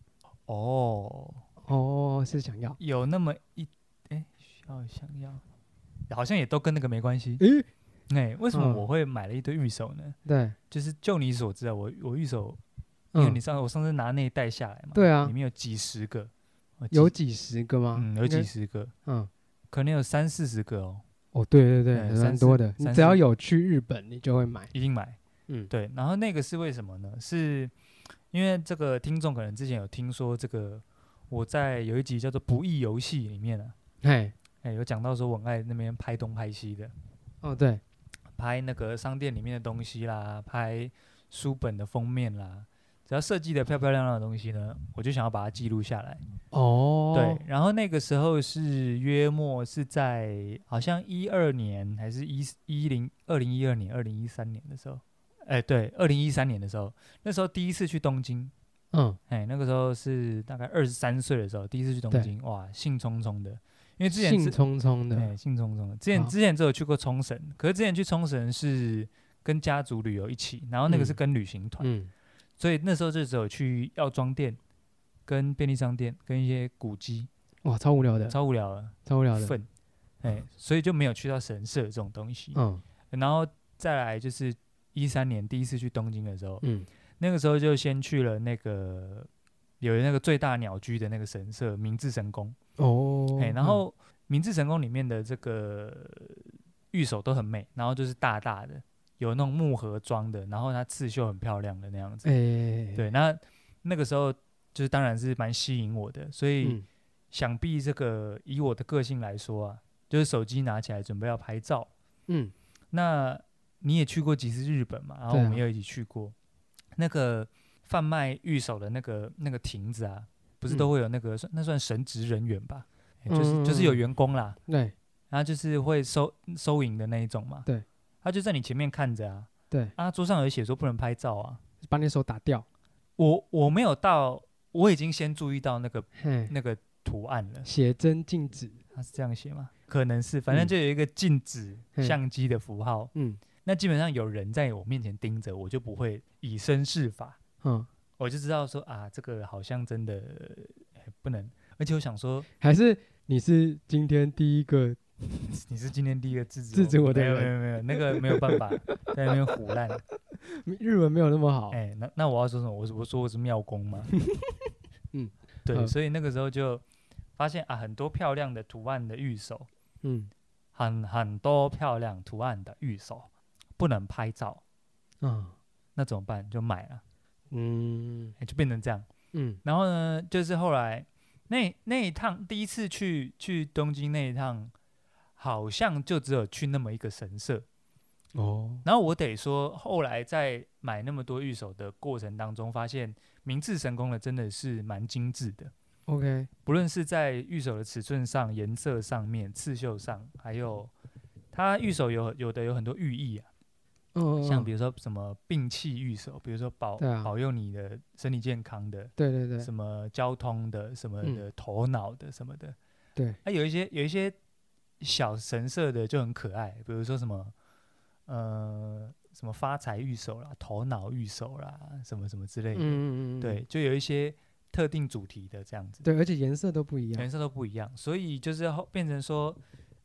[SPEAKER 2] 哦，
[SPEAKER 1] 哦，是想要。
[SPEAKER 2] 有那么一哎，需要想要，好像也都跟那个没关系。
[SPEAKER 1] 诶，
[SPEAKER 2] 哎，为什么
[SPEAKER 1] 嗯
[SPEAKER 2] 我会买了一堆玉手呢？
[SPEAKER 1] 对，就是
[SPEAKER 2] 就是就你所知啊，我我玉手因为
[SPEAKER 1] 嗯
[SPEAKER 2] 你，上我上次拿那一袋下来嘛，
[SPEAKER 1] 对啊
[SPEAKER 2] 里面有几十个，呃
[SPEAKER 1] 有
[SPEAKER 2] 几
[SPEAKER 1] 几十个吗？
[SPEAKER 2] 嗯有
[SPEAKER 1] 应该
[SPEAKER 2] 几十个，
[SPEAKER 1] 嗯。
[SPEAKER 2] 可能有三四十个哦，
[SPEAKER 1] 哦，对对
[SPEAKER 2] 哎
[SPEAKER 1] 对，
[SPEAKER 2] 三
[SPEAKER 1] 蛮
[SPEAKER 2] 四
[SPEAKER 1] 多的。你
[SPEAKER 2] 三
[SPEAKER 1] 只要
[SPEAKER 2] 四
[SPEAKER 1] 有去日本，你就会买。
[SPEAKER 2] 一定买。
[SPEAKER 1] 嗯，
[SPEAKER 2] 对，然后那个是为什么呢？是因为这个听众可能之前有听说这个，我在有一集叫做《不义游戏》里面啊，
[SPEAKER 1] 哎，
[SPEAKER 2] 哎、有讲到说文爱那边拍东拍西的，
[SPEAKER 1] 哦，对，
[SPEAKER 2] 拍那个商店里面的东西啦，拍书本的封面啦，只要设计的漂漂亮亮的东西呢，我就想要把它记录下来。
[SPEAKER 1] 哦，
[SPEAKER 2] 对，，然后那个时候是约莫是在好像一二年还是一一零二零一二年二零一三年的时候，哎，对，二零一三年的时候，那时候第一次去东京，
[SPEAKER 1] 嗯，
[SPEAKER 2] 哎，那个时候是大概二十三岁的时候，第一次去东
[SPEAKER 1] 对
[SPEAKER 2] 京，哇，兴冲冲的，因为之前
[SPEAKER 1] 兴
[SPEAKER 2] 是哎
[SPEAKER 1] 冲冲的，
[SPEAKER 2] 对兴冲冲的，之前
[SPEAKER 1] 好
[SPEAKER 2] 之前只有去过冲绳，可是之前去冲绳是跟家族旅游一起，然后那个是
[SPEAKER 1] 嗯
[SPEAKER 2] 跟旅行团，
[SPEAKER 1] 嗯，
[SPEAKER 2] 所以那时候就只有去药妆店、跟便利商店、跟一些古迹，
[SPEAKER 1] 哇，超无聊的，
[SPEAKER 2] 超无聊了，
[SPEAKER 1] 超无聊的，
[SPEAKER 2] 粪，哎，所以就没有去到神社这种东西。
[SPEAKER 1] 嗯
[SPEAKER 2] 然后再来就是一三年第一次去东京的时候，
[SPEAKER 1] 嗯，
[SPEAKER 2] 那个时候就先去了那个有那个最大鸟居的那个神社明治神宫，
[SPEAKER 1] 哦，
[SPEAKER 2] 哎、然
[SPEAKER 1] 嗯
[SPEAKER 2] 后明治神宫里面的这个御守都很美，然后就是大大的，有那种木盒装的，然后它刺绣很漂亮的那样子。
[SPEAKER 1] 哎，
[SPEAKER 2] 对，那那个时候就是当然是蛮吸引我的，所以
[SPEAKER 1] 嗯，
[SPEAKER 2] 想必这个以我的个性来说啊，就是手机拿起来准备要拍照，
[SPEAKER 1] 嗯
[SPEAKER 2] 那你也去过几次日本嘛？然后
[SPEAKER 1] 对
[SPEAKER 2] 我
[SPEAKER 1] 啊
[SPEAKER 2] 们也有一起去过。那个贩卖御守的那个那个亭子啊，不是
[SPEAKER 1] 嗯
[SPEAKER 2] 都会有那个、算那算神职人员吧？欸就是、就是有
[SPEAKER 1] 嗯嗯嗯
[SPEAKER 2] 员工啦，
[SPEAKER 1] 对
[SPEAKER 2] 然后就是会收收银的那一种嘛。
[SPEAKER 1] 对，
[SPEAKER 2] 他就在你前面看着啊。
[SPEAKER 1] 对，
[SPEAKER 2] 啊，桌上有写说不能拍照啊。
[SPEAKER 1] 把你手打掉，
[SPEAKER 2] 我我没有到，我已经先注意到那个
[SPEAKER 1] 嘿，
[SPEAKER 2] 那个图案了。
[SPEAKER 1] 写真禁止，
[SPEAKER 2] 他是这样写吗？可能是，反正
[SPEAKER 1] 嗯
[SPEAKER 2] 就有一个禁止
[SPEAKER 1] 嘿
[SPEAKER 2] 相机的符号。
[SPEAKER 1] 嗯
[SPEAKER 2] 那基本上有人在我面前盯着，我就不会以身试法，
[SPEAKER 1] 嗯，
[SPEAKER 2] 我就知道说啊，这个好像真的、呃不能。而且我想说，
[SPEAKER 1] 还是你是今天第一个，
[SPEAKER 2] 你是今天第一个制止
[SPEAKER 1] 制止我的
[SPEAKER 2] 没有
[SPEAKER 1] 人
[SPEAKER 2] 没有没有，那个没有办法在那边胡
[SPEAKER 1] [LAUGHS]
[SPEAKER 2] 乱。
[SPEAKER 1] 日文没有那么好，
[SPEAKER 2] 哎、那那我要说什么？我是我说我是妙公吗？
[SPEAKER 1] [LAUGHS] 嗯，
[SPEAKER 2] 对，
[SPEAKER 1] 嗯
[SPEAKER 2] 所以那个时候就发现啊，很多漂亮的图案的玉手，
[SPEAKER 1] 嗯
[SPEAKER 2] 很很多漂亮图案的玉手不能拍照，
[SPEAKER 1] 啊
[SPEAKER 2] 那怎么办？就买了，
[SPEAKER 1] 嗯
[SPEAKER 2] 哎、就变成这样。
[SPEAKER 1] 嗯
[SPEAKER 2] 然后呢，就是后来那那一趟第一次去去东京那一趟，好像就只有去那么一个神社。
[SPEAKER 1] 哦，
[SPEAKER 2] 然后我得说，后来在买那么多玉手的过程当中，发现明治神宫的真的是蛮精致的，
[SPEAKER 1] OK，嗯
[SPEAKER 2] 不论是在玉手的尺寸上、颜色上面、刺绣上，还有它玉手有有的有很多寓意啊，
[SPEAKER 1] 嗯，
[SPEAKER 2] 像
[SPEAKER 1] 嗯
[SPEAKER 2] 比如说什么病气玉手，比如说保、
[SPEAKER 1] 对啊
[SPEAKER 2] 保佑你的身体健康的，
[SPEAKER 1] 对对对，嗯
[SPEAKER 2] 什么交通的、什么的、头脑的、什么的。
[SPEAKER 1] 对，
[SPEAKER 2] 啊，有一些有一些小神社的就很可爱，比如说什么呃什么发财御守啦、头脑御守啦，什么什么之类的。
[SPEAKER 1] 嗯嗯嗯，嗯
[SPEAKER 2] 对，就有一些特定主题的这样子，
[SPEAKER 1] 对，而且颜色都不一样，
[SPEAKER 2] 颜色都不一样，所以就是后变成说。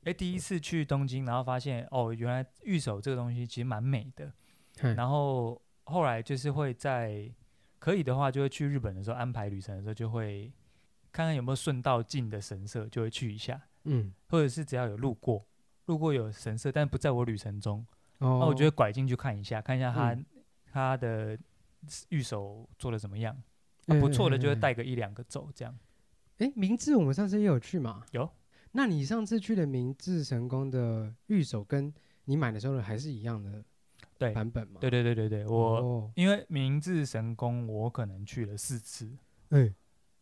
[SPEAKER 2] 哎，第一次去东京，然后发现哦，原来御守这个东西其实蛮美的。
[SPEAKER 1] 嘿
[SPEAKER 2] 然后后来就是会在可以的话，就会去日本的时候安排旅程的时候，就会看看有没有顺道近的神社，就会去一下，
[SPEAKER 1] 嗯
[SPEAKER 2] 或者是只要有路过，路过有神社，但不在我旅程中，那、
[SPEAKER 1] 哦，
[SPEAKER 2] 我就会拐进去看一下，看一下他、
[SPEAKER 1] 嗯
[SPEAKER 2] 他的御守做的怎么样，啊
[SPEAKER 1] 哎
[SPEAKER 2] 不错的就会。
[SPEAKER 1] 哎哎哎
[SPEAKER 2] 带个一两个走，这样
[SPEAKER 1] 哎，明治我们上次也有去嘛？
[SPEAKER 2] 有。
[SPEAKER 1] 那你上次去的明治神宫的御守跟你买的时候还是一样的
[SPEAKER 2] 对
[SPEAKER 1] 版本吗？
[SPEAKER 2] 对对对对对，我、
[SPEAKER 1] 哦，
[SPEAKER 2] 因为明治神宫我可能去了四次，
[SPEAKER 1] 哎，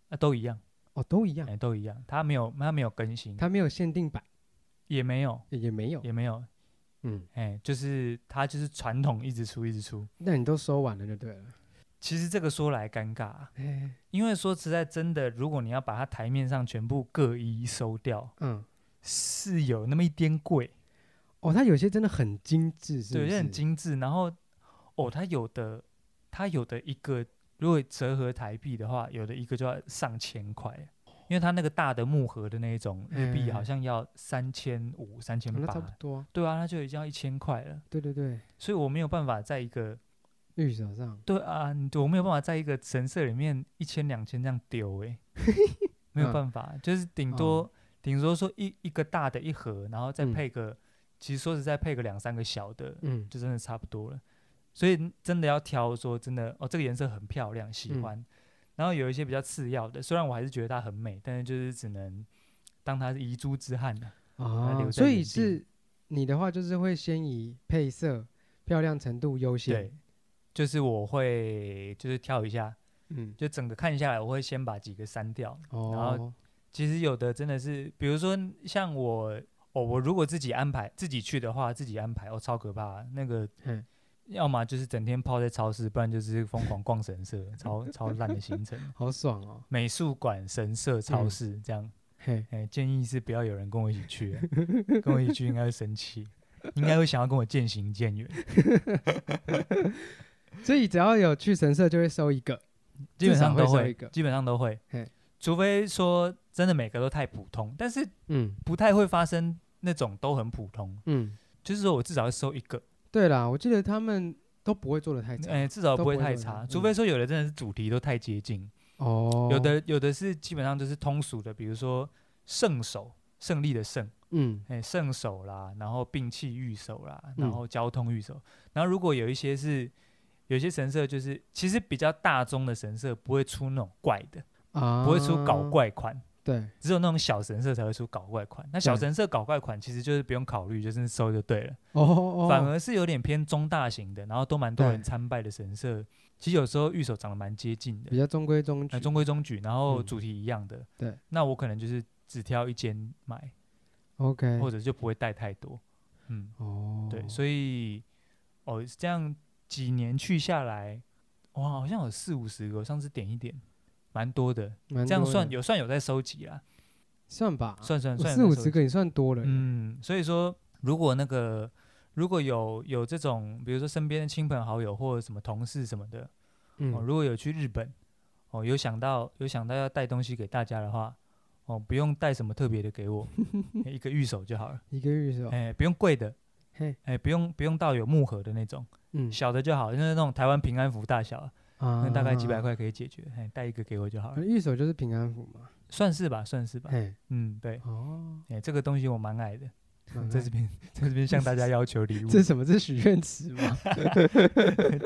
[SPEAKER 2] 啊都一样，
[SPEAKER 1] 哦，都一样
[SPEAKER 2] 哎、，都一样，他没有他没有更新，
[SPEAKER 1] 它没有限定版，
[SPEAKER 2] 也没有
[SPEAKER 1] 也也没有。
[SPEAKER 2] 也没有，
[SPEAKER 1] 嗯，
[SPEAKER 2] 哎，就是它就是传统一直出一直出。
[SPEAKER 1] 那你都收完了就对了。
[SPEAKER 2] 其实这个说来尴尬啊，
[SPEAKER 1] 哎，
[SPEAKER 2] 因为说实在真的，如果你要把它台面上全部各一收掉，
[SPEAKER 1] 嗯，
[SPEAKER 2] 是有那么一点贵，
[SPEAKER 1] 哦，它有些真的很精致，是不
[SPEAKER 2] 对，
[SPEAKER 1] 是
[SPEAKER 2] 也很。精致。然后哦，它有的它有的一个如果折合台币的话，有的一个就要上千块，因为它那个大的木盒的那一种日币
[SPEAKER 1] 嗯
[SPEAKER 2] 好像要三千五、三千
[SPEAKER 1] 哦那差不
[SPEAKER 2] 八，
[SPEAKER 1] 多，
[SPEAKER 2] 对啊，那就已经要一千块了，
[SPEAKER 1] 对对对，
[SPEAKER 2] 所以我没有办法在一个。
[SPEAKER 1] 御守上，
[SPEAKER 2] 对啊，你我没有办法在一个神社里面一千两千这样丢哎、
[SPEAKER 1] [LAUGHS]
[SPEAKER 2] 没有
[SPEAKER 1] 嗯
[SPEAKER 2] 办法，就是顶
[SPEAKER 1] 嗯
[SPEAKER 2] 多顶多说一一个大的一盒，然后再
[SPEAKER 1] 嗯
[SPEAKER 2] 配个，其实说实在配个两三个小的，
[SPEAKER 1] 嗯，
[SPEAKER 2] 就真的差不多了。所以真的要挑说真的哦，这个颜色很漂亮，喜
[SPEAKER 1] 嗯
[SPEAKER 2] 欢。然后有一些比较次要的，虽然我还是觉得它很美，但是就是只能当它是遗珠之憾了、留
[SPEAKER 1] 啊，
[SPEAKER 2] 在
[SPEAKER 1] 所以
[SPEAKER 2] 原地
[SPEAKER 1] 是你的话就是会先以配色、漂亮程度优先
[SPEAKER 2] 对。，就是我会就是挑一下，
[SPEAKER 1] 嗯，
[SPEAKER 2] 就整个看下来，我会先把几个删掉。
[SPEAKER 1] 哦，
[SPEAKER 2] 其实有的真的是，比如说像我哦，我如果自己安排自己去的话，自己安排哦，超可怕。那个
[SPEAKER 1] 嗯，
[SPEAKER 2] 要么就是整天泡在超市，不然就是疯狂逛神社， [LAUGHS] 超超烂的行
[SPEAKER 1] [LAUGHS]
[SPEAKER 2] 程。
[SPEAKER 1] 好爽哦，
[SPEAKER 2] 美术馆、神社、超
[SPEAKER 1] 嗯
[SPEAKER 2] 市这样，
[SPEAKER 1] 嘿，
[SPEAKER 2] 哎、建议是不要有人跟我一起去啊， [LAUGHS] 跟我一起去应该会生气，应该会想要跟我渐行渐
[SPEAKER 1] [LAUGHS]
[SPEAKER 2] 远。
[SPEAKER 1] 所以只要有去神社就会收一个，
[SPEAKER 2] 基本
[SPEAKER 1] 至少
[SPEAKER 2] 上
[SPEAKER 1] 会
[SPEAKER 2] 都
[SPEAKER 1] 收一个
[SPEAKER 2] 基本上都会
[SPEAKER 1] 嘿，
[SPEAKER 2] 除非说真的每个都太普通，但是
[SPEAKER 1] 嗯
[SPEAKER 2] 不太会发生那种都很普通，
[SPEAKER 1] 嗯，
[SPEAKER 2] 就是说我至少会收一个，
[SPEAKER 1] 对啦，我记得他们都不会做的太早
[SPEAKER 2] 哎、至少
[SPEAKER 1] 都
[SPEAKER 2] 不会
[SPEAKER 1] 不会
[SPEAKER 2] 太
[SPEAKER 1] 太
[SPEAKER 2] 差，
[SPEAKER 1] 差
[SPEAKER 2] 除
[SPEAKER 1] 嗯
[SPEAKER 2] 非说有的真的是主题都太接近，
[SPEAKER 1] 哦，
[SPEAKER 2] 有的有的是基本上就是通俗的，比如说圣手。胜利的胜，
[SPEAKER 1] 嗯
[SPEAKER 2] 哎、圣手啦，然后兵器御手啦，然
[SPEAKER 1] 嗯
[SPEAKER 2] 后交通御手，然后如果有一些是，有些神社就是其实比较大宗的神社不会出那种怪的，
[SPEAKER 1] 啊，
[SPEAKER 2] 不会出搞，怪款，
[SPEAKER 1] 对，
[SPEAKER 2] 只有那种小神社才会出搞怪款。那小
[SPEAKER 1] 对
[SPEAKER 2] 神社搞怪款其实就是不用考虑，就是收就对了。
[SPEAKER 1] 哦哦，
[SPEAKER 2] 反而是有点偏中大型的，然后都蛮多人
[SPEAKER 1] 对
[SPEAKER 2] 参拜的神社，其实有时候御守长得蛮接近
[SPEAKER 1] 比
[SPEAKER 2] 的，
[SPEAKER 1] 较中规中矩
[SPEAKER 2] 呃，，中规中矩，然后
[SPEAKER 1] 嗯
[SPEAKER 2] 主题一样的。
[SPEAKER 1] 对，
[SPEAKER 2] 那我可能就是只挑一间买，
[SPEAKER 1] OK，
[SPEAKER 2] 或者就不会带太多。嗯，
[SPEAKER 1] 哦，
[SPEAKER 2] 对，所以哦，这样几年去下来，哇，好像有四五十个，我上次点一点，蛮多的。
[SPEAKER 1] 以
[SPEAKER 2] 这样算有算有在收集啦，
[SPEAKER 1] 算吧，
[SPEAKER 2] 算算算有
[SPEAKER 1] 啊哦
[SPEAKER 2] 在
[SPEAKER 1] 四五
[SPEAKER 2] 收
[SPEAKER 1] 十
[SPEAKER 2] 集
[SPEAKER 1] 个也算多了，
[SPEAKER 2] 嗯，所以说，如果那个如果有有这种，比如说身边的亲朋好友或者什么同事什么的，哦，
[SPEAKER 1] 嗯，
[SPEAKER 2] 如果有去日本，哦，有想到有想到要带东西给大家的话，哦，不用带什么特别的给
[SPEAKER 1] [LAUGHS]
[SPEAKER 2] 我，一个玉手就好了，
[SPEAKER 1] 一个月是吧？
[SPEAKER 2] 哎、不用贵的，
[SPEAKER 1] 嘿，
[SPEAKER 2] 哎、不用不用到有木盒的那种，
[SPEAKER 1] 嗯，
[SPEAKER 2] 小的就好，就是那种台湾平安符大小啊，
[SPEAKER 1] 啊
[SPEAKER 2] 那大概几百，块可以解决，哎、带一个给我就好
[SPEAKER 1] 啊
[SPEAKER 2] 了，
[SPEAKER 1] 御守就是平安符嘛，
[SPEAKER 2] 算是吧，算是吧，
[SPEAKER 1] 嘿，
[SPEAKER 2] 嗯，对， [LAUGHS]
[SPEAKER 1] 哦，
[SPEAKER 2] 哎、这个东西我蛮爱的，
[SPEAKER 1] 蛮
[SPEAKER 2] 在
[SPEAKER 1] [LAUGHS] 爱
[SPEAKER 2] 这边在这边向大家要求礼物，
[SPEAKER 1] [LAUGHS] 这是什么？这是许愿池
[SPEAKER 2] [LAUGHS]
[SPEAKER 1] 吗？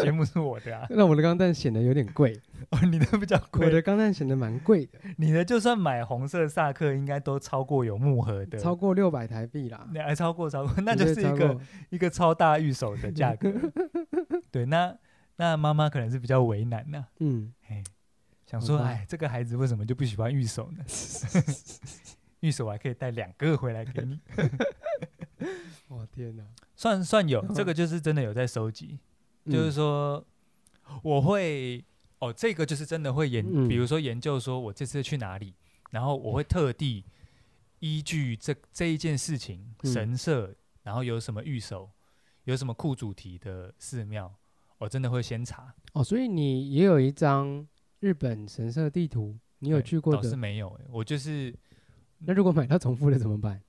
[SPEAKER 2] 节目是我的啊， [LAUGHS]
[SPEAKER 1] 那我的钢弹显得有点贵，
[SPEAKER 2] 哦，你的比较
[SPEAKER 1] 我
[SPEAKER 2] 贵，
[SPEAKER 1] 的钢弹显得蛮贵的，
[SPEAKER 2] 你的就算买红色萨克，应该都超过有木盒的，
[SPEAKER 1] 超过六百台币啦，
[SPEAKER 2] 那啊还超过超过，那
[SPEAKER 1] 绝
[SPEAKER 2] 就
[SPEAKER 1] 对
[SPEAKER 2] 是
[SPEAKER 1] 超
[SPEAKER 2] 一个
[SPEAKER 1] 过
[SPEAKER 2] 一个超大预手的价
[SPEAKER 1] [LAUGHS]
[SPEAKER 2] 格。对，那那妈妈可能是比较为难呐、
[SPEAKER 1] 嗯，
[SPEAKER 2] 哎，想
[SPEAKER 1] 好
[SPEAKER 2] 说，
[SPEAKER 1] 吧
[SPEAKER 2] 哎，这个孩子为什么就不喜欢预手
[SPEAKER 1] [LAUGHS]
[SPEAKER 2] 呢？预手还可以带两个回来给你，
[SPEAKER 1] 我天哪，
[SPEAKER 2] 算算有，这个就是真的有在收集，就是
[SPEAKER 1] 嗯
[SPEAKER 2] 说我会哦，这个就是真的会研，
[SPEAKER 1] 嗯
[SPEAKER 2] 比如说研究说我这次去哪里，然后我会特地依据这这一件事情，
[SPEAKER 1] 嗯
[SPEAKER 2] 神社，然后有什么御守，有什么酷主题的寺庙，我真的会先查。
[SPEAKER 1] 哦，所以你也有一张日本神社地图，你有
[SPEAKER 2] 对
[SPEAKER 1] 去过
[SPEAKER 2] 倒是
[SPEAKER 1] 的？
[SPEAKER 2] 没有、欸，我就是
[SPEAKER 1] 那如果买到重复的怎么办？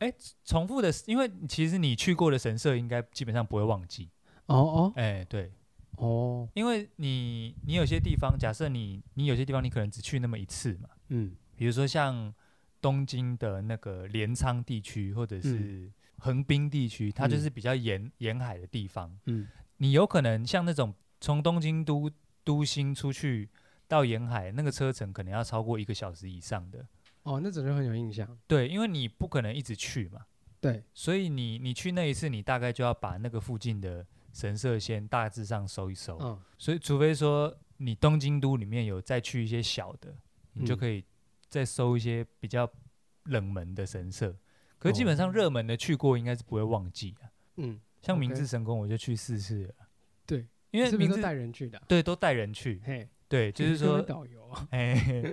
[SPEAKER 2] [LAUGHS] 重复的，因为其实你去过的神社应该基本上不会忘记。
[SPEAKER 1] 哦哦
[SPEAKER 2] 哎、对，
[SPEAKER 1] 哦，
[SPEAKER 2] 因为你你有些地方，假设你你有些地方你可能只去那么一次嘛。
[SPEAKER 1] 嗯
[SPEAKER 2] 比如说像东京的那个镰仓地区，或者是横滨地区，它就
[SPEAKER 1] 嗯
[SPEAKER 2] 是比较沿沿海的地方。
[SPEAKER 1] 嗯
[SPEAKER 2] 你有可能像那种从东京都都心出去到沿海，那个车程可能要超过一个小时以上的。
[SPEAKER 1] 哦，那种就很有印象，
[SPEAKER 2] 对，因为你不可能一直去嘛，
[SPEAKER 1] 对，
[SPEAKER 2] 所以你你去那一次，你大概就要把那个附近的神社先大致上搜一搜。
[SPEAKER 1] 嗯
[SPEAKER 2] 所以，除非说你东京都里面有再去一些小的，你就
[SPEAKER 1] 嗯
[SPEAKER 2] 可以再搜一些比较冷门的神社。可是基本上
[SPEAKER 1] 哦
[SPEAKER 2] 热门的去过，应该是不会忘记啊。
[SPEAKER 1] 嗯，
[SPEAKER 2] 像明
[SPEAKER 1] OK
[SPEAKER 2] 治神宫，我就去四次了。
[SPEAKER 1] 对，
[SPEAKER 2] 因为
[SPEAKER 1] 是不
[SPEAKER 2] 明
[SPEAKER 1] 是都
[SPEAKER 2] 治
[SPEAKER 1] 带人去的啊？
[SPEAKER 2] 对都带人去，
[SPEAKER 1] 嘿，
[SPEAKER 2] 对，
[SPEAKER 1] [LAUGHS]
[SPEAKER 2] 就是
[SPEAKER 1] 你
[SPEAKER 2] [LAUGHS]
[SPEAKER 1] 会
[SPEAKER 2] 说，
[SPEAKER 1] 导游啊，
[SPEAKER 2] 哎，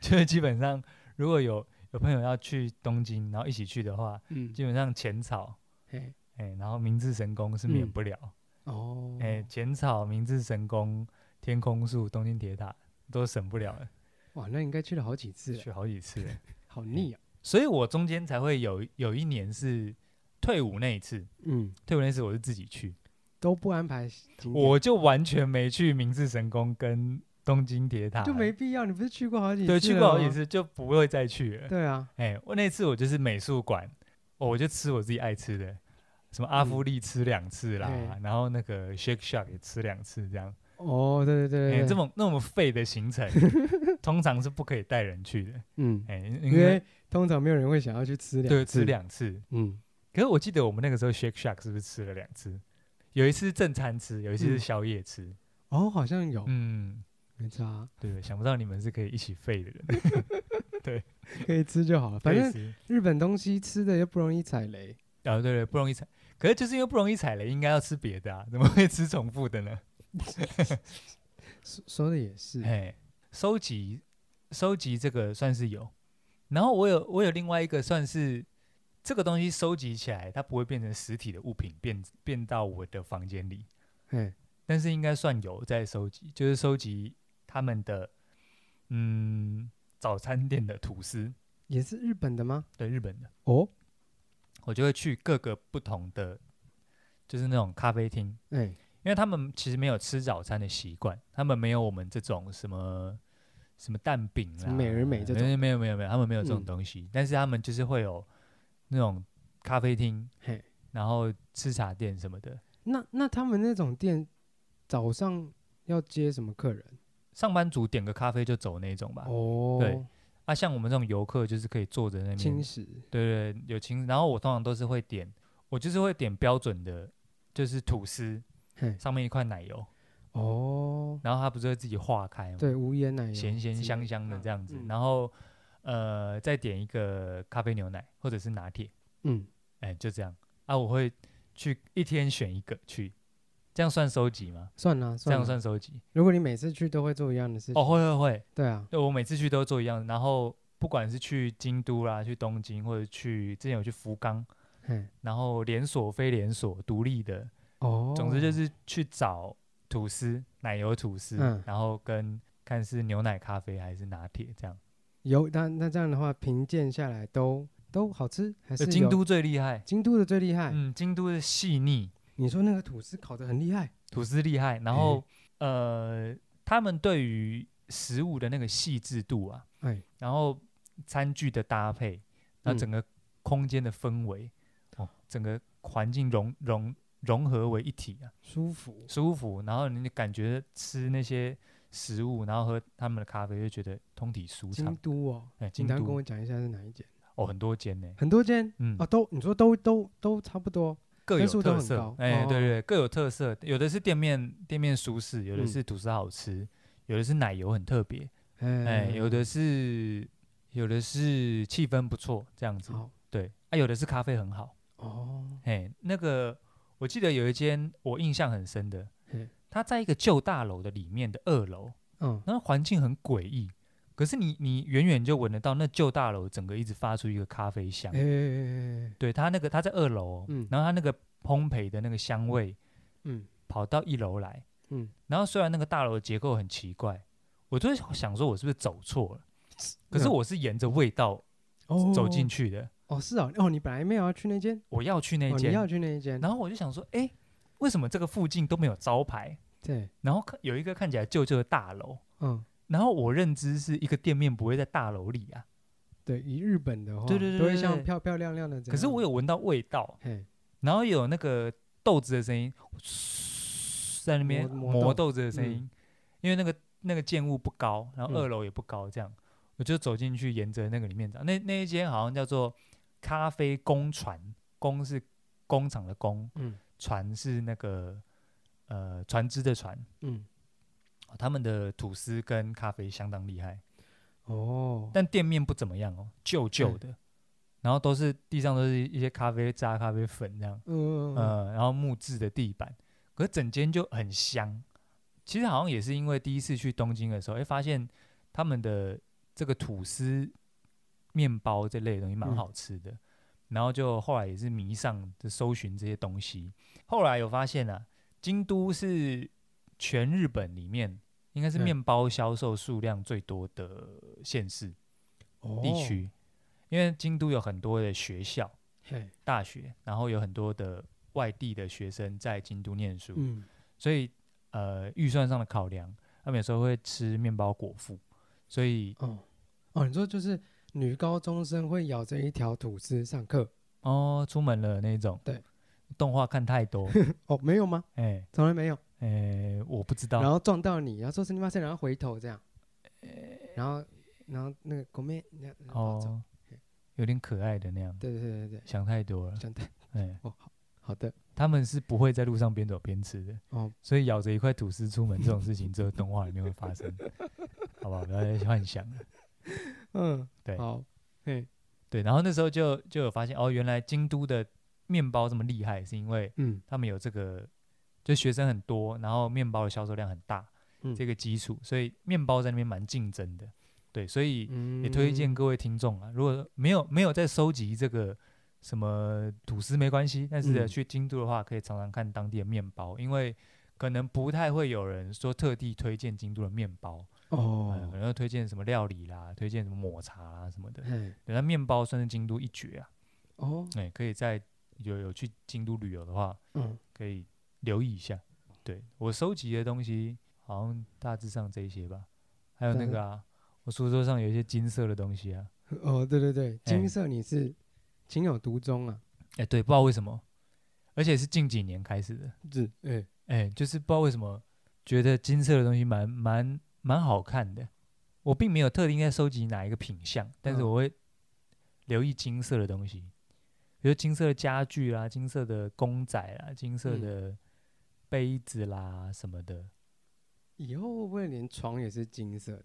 [SPEAKER 2] 就是基本上如果有有朋友要去东京，然后一起去的话，
[SPEAKER 1] 嗯
[SPEAKER 2] 基本上浅草，
[SPEAKER 1] [LAUGHS] 嘿，
[SPEAKER 2] 哎，然后明治神宫是免
[SPEAKER 1] 嗯
[SPEAKER 2] 不了。
[SPEAKER 1] 哦，
[SPEAKER 2] 哎、浅草、明治神宫、天空树、东京铁塔都省不了了，
[SPEAKER 1] 哇，那应该去了好几次了，
[SPEAKER 2] 去好几次了。
[SPEAKER 1] 好腻啊，
[SPEAKER 2] [LAUGHS] 所以我中间才会有有一年是退伍那一次，
[SPEAKER 1] 嗯，
[SPEAKER 2] 退伍那次我是自己去，
[SPEAKER 1] 都不安排景点，
[SPEAKER 2] 我就完全没去明治神宫跟东京铁塔，
[SPEAKER 1] 就没必要，你不是去过好几次？哦
[SPEAKER 2] 对去过好几，次，就不会再去了。
[SPEAKER 1] 对啊，
[SPEAKER 2] 哎、我那次我就是美术馆、哦，我就吃我自己爱吃的，什么阿
[SPEAKER 1] 嗯
[SPEAKER 2] 芙丽吃两次啦，
[SPEAKER 1] 对
[SPEAKER 2] 然后那个 Shake Shack 也吃两次这样。
[SPEAKER 1] 哦，对对对
[SPEAKER 2] 哎、
[SPEAKER 1] 对，
[SPEAKER 2] 这么那么废的行
[SPEAKER 1] [LAUGHS]
[SPEAKER 2] 程，通常是不可以带人去的。
[SPEAKER 1] 嗯，
[SPEAKER 2] 哎、
[SPEAKER 1] 因为通常没有人会想要去吃两
[SPEAKER 2] 对
[SPEAKER 1] 次
[SPEAKER 2] 吃，两次，
[SPEAKER 1] 嗯
[SPEAKER 2] 可是我记得我们那个时候 Shake Shack 是不是吃了两次？有一次正餐吃，有一次是
[SPEAKER 1] 嗯
[SPEAKER 2] 宵夜吃。
[SPEAKER 1] 哦，好像有，
[SPEAKER 2] 嗯，
[SPEAKER 1] 没
[SPEAKER 2] [LAUGHS]
[SPEAKER 1] 差，
[SPEAKER 2] 对，想不到你们是可以一起废的人。
[SPEAKER 1] 可以吃就好 [LAUGHS] 了。反
[SPEAKER 2] 可以 [LAUGHS]
[SPEAKER 1] 正
[SPEAKER 2] 吃
[SPEAKER 1] 日本东西吃的又不容易踩雷，
[SPEAKER 2] 啊，对对，不容易踩，可是就是因为不容易踩雷，应该要吃别的啊， [LAUGHS] 怎么会吃重复的呢？
[SPEAKER 1] 说说的也是，
[SPEAKER 2] 哎，收集收集这个算是有，然后我有我有另外一个算是这个东西收集起来，它不会变成实体的物品，变变到我的房间里，
[SPEAKER 1] 哎，
[SPEAKER 2] 但是应该算有在收集，就是收集他们的嗯早餐店的吐司，
[SPEAKER 1] 也是日本的吗？
[SPEAKER 2] 对日本的，
[SPEAKER 1] 哦，
[SPEAKER 2] 我就会去各个不同的，就是那种咖啡厅，
[SPEAKER 1] 哎，
[SPEAKER 2] 因为他们其实没有吃早餐的习惯，他们没有我们这种什么什么蛋饼
[SPEAKER 1] 什
[SPEAKER 2] 啦、
[SPEAKER 1] 么美而美这种
[SPEAKER 2] 没有没有没有没有，他们没有这种
[SPEAKER 1] 嗯
[SPEAKER 2] 东西，但是他们就是会有那种咖啡厅，
[SPEAKER 1] 嘿，
[SPEAKER 2] 然后吃茶店什么的。
[SPEAKER 1] 那那他们那种店早上要接什么客人？
[SPEAKER 2] 上班族点个咖啡就走那种吧。
[SPEAKER 1] 哦，
[SPEAKER 2] 对，啊，像我们这种游客就是可以坐着那
[SPEAKER 1] 轻
[SPEAKER 2] 边，
[SPEAKER 1] 食，
[SPEAKER 2] 对对，有轻。然后我通常都是会点，我就是会点标准的，就是吐司
[SPEAKER 1] 嘿，
[SPEAKER 2] 上面一块奶油，
[SPEAKER 1] 哦，
[SPEAKER 2] 然后它不是会自己化开吗？
[SPEAKER 1] 对，嗯无盐奶油，
[SPEAKER 2] 咸咸香香的这样子，然后呃再点一个咖啡牛奶或者是拿铁，
[SPEAKER 1] 嗯，
[SPEAKER 2] 哎、就这样啊，我会去一天选一个去，这样算收集吗？
[SPEAKER 1] 算了
[SPEAKER 2] 这
[SPEAKER 1] 算
[SPEAKER 2] 样
[SPEAKER 1] 了，
[SPEAKER 2] 算收集？
[SPEAKER 1] 如果你每次去都会做一样的事
[SPEAKER 2] 哦，
[SPEAKER 1] 情，
[SPEAKER 2] 会会会，
[SPEAKER 1] 对啊，
[SPEAKER 2] 对我每次去都做一样，然后不管是去京都啦，去东京或者去之前有去福冈，
[SPEAKER 1] 嘿，
[SPEAKER 2] 然后连锁非连锁独立的，
[SPEAKER 1] 哦，
[SPEAKER 2] 总之就是去找吐司奶油吐司，
[SPEAKER 1] 嗯
[SPEAKER 2] 然后跟看是牛奶咖啡还是拿铁这样。
[SPEAKER 1] 有那那这样的话，评鉴下来都都好吃，还是
[SPEAKER 2] 呃京
[SPEAKER 1] 有
[SPEAKER 2] 都最厉害，
[SPEAKER 1] 京都的最厉害。
[SPEAKER 2] 嗯，京都的细腻，
[SPEAKER 1] 你说那个吐司烤的很厉害，
[SPEAKER 2] 吐司厉害，然
[SPEAKER 1] 诶
[SPEAKER 2] 后、呃，他们对于食物的那个细致度啊，
[SPEAKER 1] 哎，
[SPEAKER 2] 然后餐具的搭配，然后整
[SPEAKER 1] 嗯
[SPEAKER 2] 个空间的氛围，哦，整个环境融融融合为一体啊，
[SPEAKER 1] 舒服，
[SPEAKER 2] 舒服，然后你就感觉吃那些食物，然后喝他们的咖啡，就觉得通体舒
[SPEAKER 1] 京
[SPEAKER 2] 畅。
[SPEAKER 1] 都哦，
[SPEAKER 2] 哎，京
[SPEAKER 1] 你单跟
[SPEAKER 2] 都
[SPEAKER 1] 我讲一下是哪一间？
[SPEAKER 2] 哦，很多间呢，
[SPEAKER 1] 很多间
[SPEAKER 2] 嗯
[SPEAKER 1] 啊，，都你说都都都差不多，
[SPEAKER 2] 各
[SPEAKER 1] 分
[SPEAKER 2] 有
[SPEAKER 1] 数都
[SPEAKER 2] 特
[SPEAKER 1] 很
[SPEAKER 2] 色
[SPEAKER 1] 高，
[SPEAKER 2] 哎，对
[SPEAKER 1] 哦
[SPEAKER 2] 对，各有特色。有的是店面店面舒适，有的
[SPEAKER 1] 嗯
[SPEAKER 2] 是吐司好吃，有的是奶油很特别，哎，
[SPEAKER 1] 哎，
[SPEAKER 2] 有的是有的是气氛不错这样子，
[SPEAKER 1] 好
[SPEAKER 2] 对，啊，有的是咖啡很好，
[SPEAKER 1] 哦，
[SPEAKER 2] 哎，那个我记得有一间我印象很深的
[SPEAKER 1] 嘿，
[SPEAKER 2] 它在一个旧大楼的里面的二楼，
[SPEAKER 1] 嗯，
[SPEAKER 2] 那环境很诡异，可是你你远远就闻得到那旧大楼整个一直发出一个咖啡香
[SPEAKER 1] 哎，哎哎，哎
[SPEAKER 2] 对，它那个它在二楼哦，
[SPEAKER 1] 嗯
[SPEAKER 2] 然后它那个烘焙的那个香味。
[SPEAKER 1] 嗯
[SPEAKER 2] 跑到一楼来，
[SPEAKER 1] 嗯，
[SPEAKER 2] 然后虽然那个大楼的结构很奇怪，我就会想说我是不是走错了？可是
[SPEAKER 1] 嗯
[SPEAKER 2] 我是沿着味道
[SPEAKER 1] 哦，
[SPEAKER 2] 走进去的，
[SPEAKER 1] 哦，是啊，哦，你本来没有要去那间，
[SPEAKER 2] 我要去那
[SPEAKER 1] 哦，你
[SPEAKER 2] 间，
[SPEAKER 1] 要去那一间，
[SPEAKER 2] 然后我就想说，哎，为什么这个附近都没有招牌？
[SPEAKER 1] 对，
[SPEAKER 2] 然后看有一个看起来旧旧的大楼，
[SPEAKER 1] 嗯，
[SPEAKER 2] 然后我认知是一个店面不会在大楼里啊，
[SPEAKER 1] 对，以日本的话，
[SPEAKER 2] 对对对
[SPEAKER 1] 都会
[SPEAKER 2] 对
[SPEAKER 1] 像
[SPEAKER 2] 对
[SPEAKER 1] 漂漂亮亮的这
[SPEAKER 2] 可
[SPEAKER 1] 样，
[SPEAKER 2] 是我有闻到味道，
[SPEAKER 1] 嘿，
[SPEAKER 2] 然后有那个豆子的声音，在那边
[SPEAKER 1] 磨
[SPEAKER 2] 磨
[SPEAKER 1] 磨
[SPEAKER 2] 豆子的声
[SPEAKER 1] 嗯
[SPEAKER 2] 音，因为那个那个建物不高，然后
[SPEAKER 1] 嗯
[SPEAKER 2] 二楼也不高，这样、我就走进去，沿着那个里面找。那那一间好像叫做咖啡工船，工是工厂的工，
[SPEAKER 1] 嗯
[SPEAKER 2] 船是那个呃船只的船、
[SPEAKER 1] 嗯，
[SPEAKER 2] 哦他们的吐司跟咖啡相当厉害，
[SPEAKER 1] 哦，
[SPEAKER 2] 但店面不怎么样哦，旧旧的，然后都是地上都是一些咖啡渣、咖啡粉这样。
[SPEAKER 1] 嗯嗯嗯
[SPEAKER 2] 嗯，然后木质的地板，可是整间就很香。其实好像也是因为第一次去东京的时候，哎，发现他们的这个吐司、面包这类的东西蛮
[SPEAKER 1] 嗯
[SPEAKER 2] 好吃的，然后就后来也是迷上就搜寻这些东西。后来有发现啊，京都是全日本里面应该是
[SPEAKER 1] 嗯
[SPEAKER 2] 面包销售数量最多的县市、
[SPEAKER 1] 哦
[SPEAKER 2] 地，区，因为京都有很多的学校。
[SPEAKER 1] 嘿，
[SPEAKER 2] 大学，然后有很多的外地的学生在京都念书，
[SPEAKER 1] 嗯，
[SPEAKER 2] 所以呃预算上的考量，他们有时候会吃面包果腹，所以
[SPEAKER 1] 哦，哦，你说就是女高中生会咬着一条吐司上课？
[SPEAKER 2] 哦出门了那种，
[SPEAKER 1] 对，
[SPEAKER 2] 动画看太多，
[SPEAKER 1] [LAUGHS] 哦，没有吗？
[SPEAKER 2] 哎
[SPEAKER 1] 从来没有，
[SPEAKER 2] 诶，我不知道。
[SPEAKER 1] 然后撞到你，然后说是你妈生，然后回头这样，然后然后那个狗妹，那跑走
[SPEAKER 2] 呃哦，有点可爱的那样，
[SPEAKER 1] 对对对对对，
[SPEAKER 2] 想太多了。
[SPEAKER 1] 想太
[SPEAKER 2] 哎，
[SPEAKER 1] 哦好好的
[SPEAKER 2] 他们是不会在路上边走边吃的，
[SPEAKER 1] 哦，
[SPEAKER 2] 所以咬着一块吐司出门这种事情，只有动画里面会发生，好不好？不要再幻想了。
[SPEAKER 1] 嗯，
[SPEAKER 2] 对
[SPEAKER 1] 好，嘿，
[SPEAKER 2] 对，然后那时候就就有发现，哦，原来京都的面包这么厉害，是因为
[SPEAKER 1] 嗯
[SPEAKER 2] 他们有这个，就学生很多，然后面包的销售量很大，
[SPEAKER 1] 嗯
[SPEAKER 2] 这个基础，所以面包在那边蛮竞争的。对，所以
[SPEAKER 1] 嗯
[SPEAKER 2] 也推荐各位听众啊，如果没有没有在收集这个什么吐司没关系，但是呢
[SPEAKER 1] 嗯
[SPEAKER 2] 去京都的话，可以常常看当地的面包，因为可能不太会有人说特地推荐京都的面包，呃可
[SPEAKER 1] 哦，
[SPEAKER 2] 能会推荐什么料理啦，推荐什么抹茶啦什么的。
[SPEAKER 1] 嘿
[SPEAKER 2] 对，那面包算是京都一绝啊，
[SPEAKER 1] 哦，
[SPEAKER 2] 哎、可以在有有去京都旅游的话，
[SPEAKER 1] 嗯
[SPEAKER 2] 可以留意一下。对我收集的东西，好像大致上这一些吧，还有那
[SPEAKER 1] 但是
[SPEAKER 2] 个啊，我书桌上有一些金色的东西啊。
[SPEAKER 1] 哦，对对对，金
[SPEAKER 2] 哎
[SPEAKER 1] 色你是情有独钟啊，
[SPEAKER 2] 哎、对，不知道为什么，而且是近几年开始的。
[SPEAKER 1] 是，哎，
[SPEAKER 2] 哎、就是不知道为什么，觉得金色的东西蛮蛮蛮好看的。我并没有特定在收集哪一个品相，但是
[SPEAKER 1] 嗯
[SPEAKER 2] 我会留意金色的东西，比如金色的家具啦、金色的公仔啦、金色
[SPEAKER 1] 嗯
[SPEAKER 2] 的杯子啦什么的，
[SPEAKER 1] 以后会不会连床也是金色的？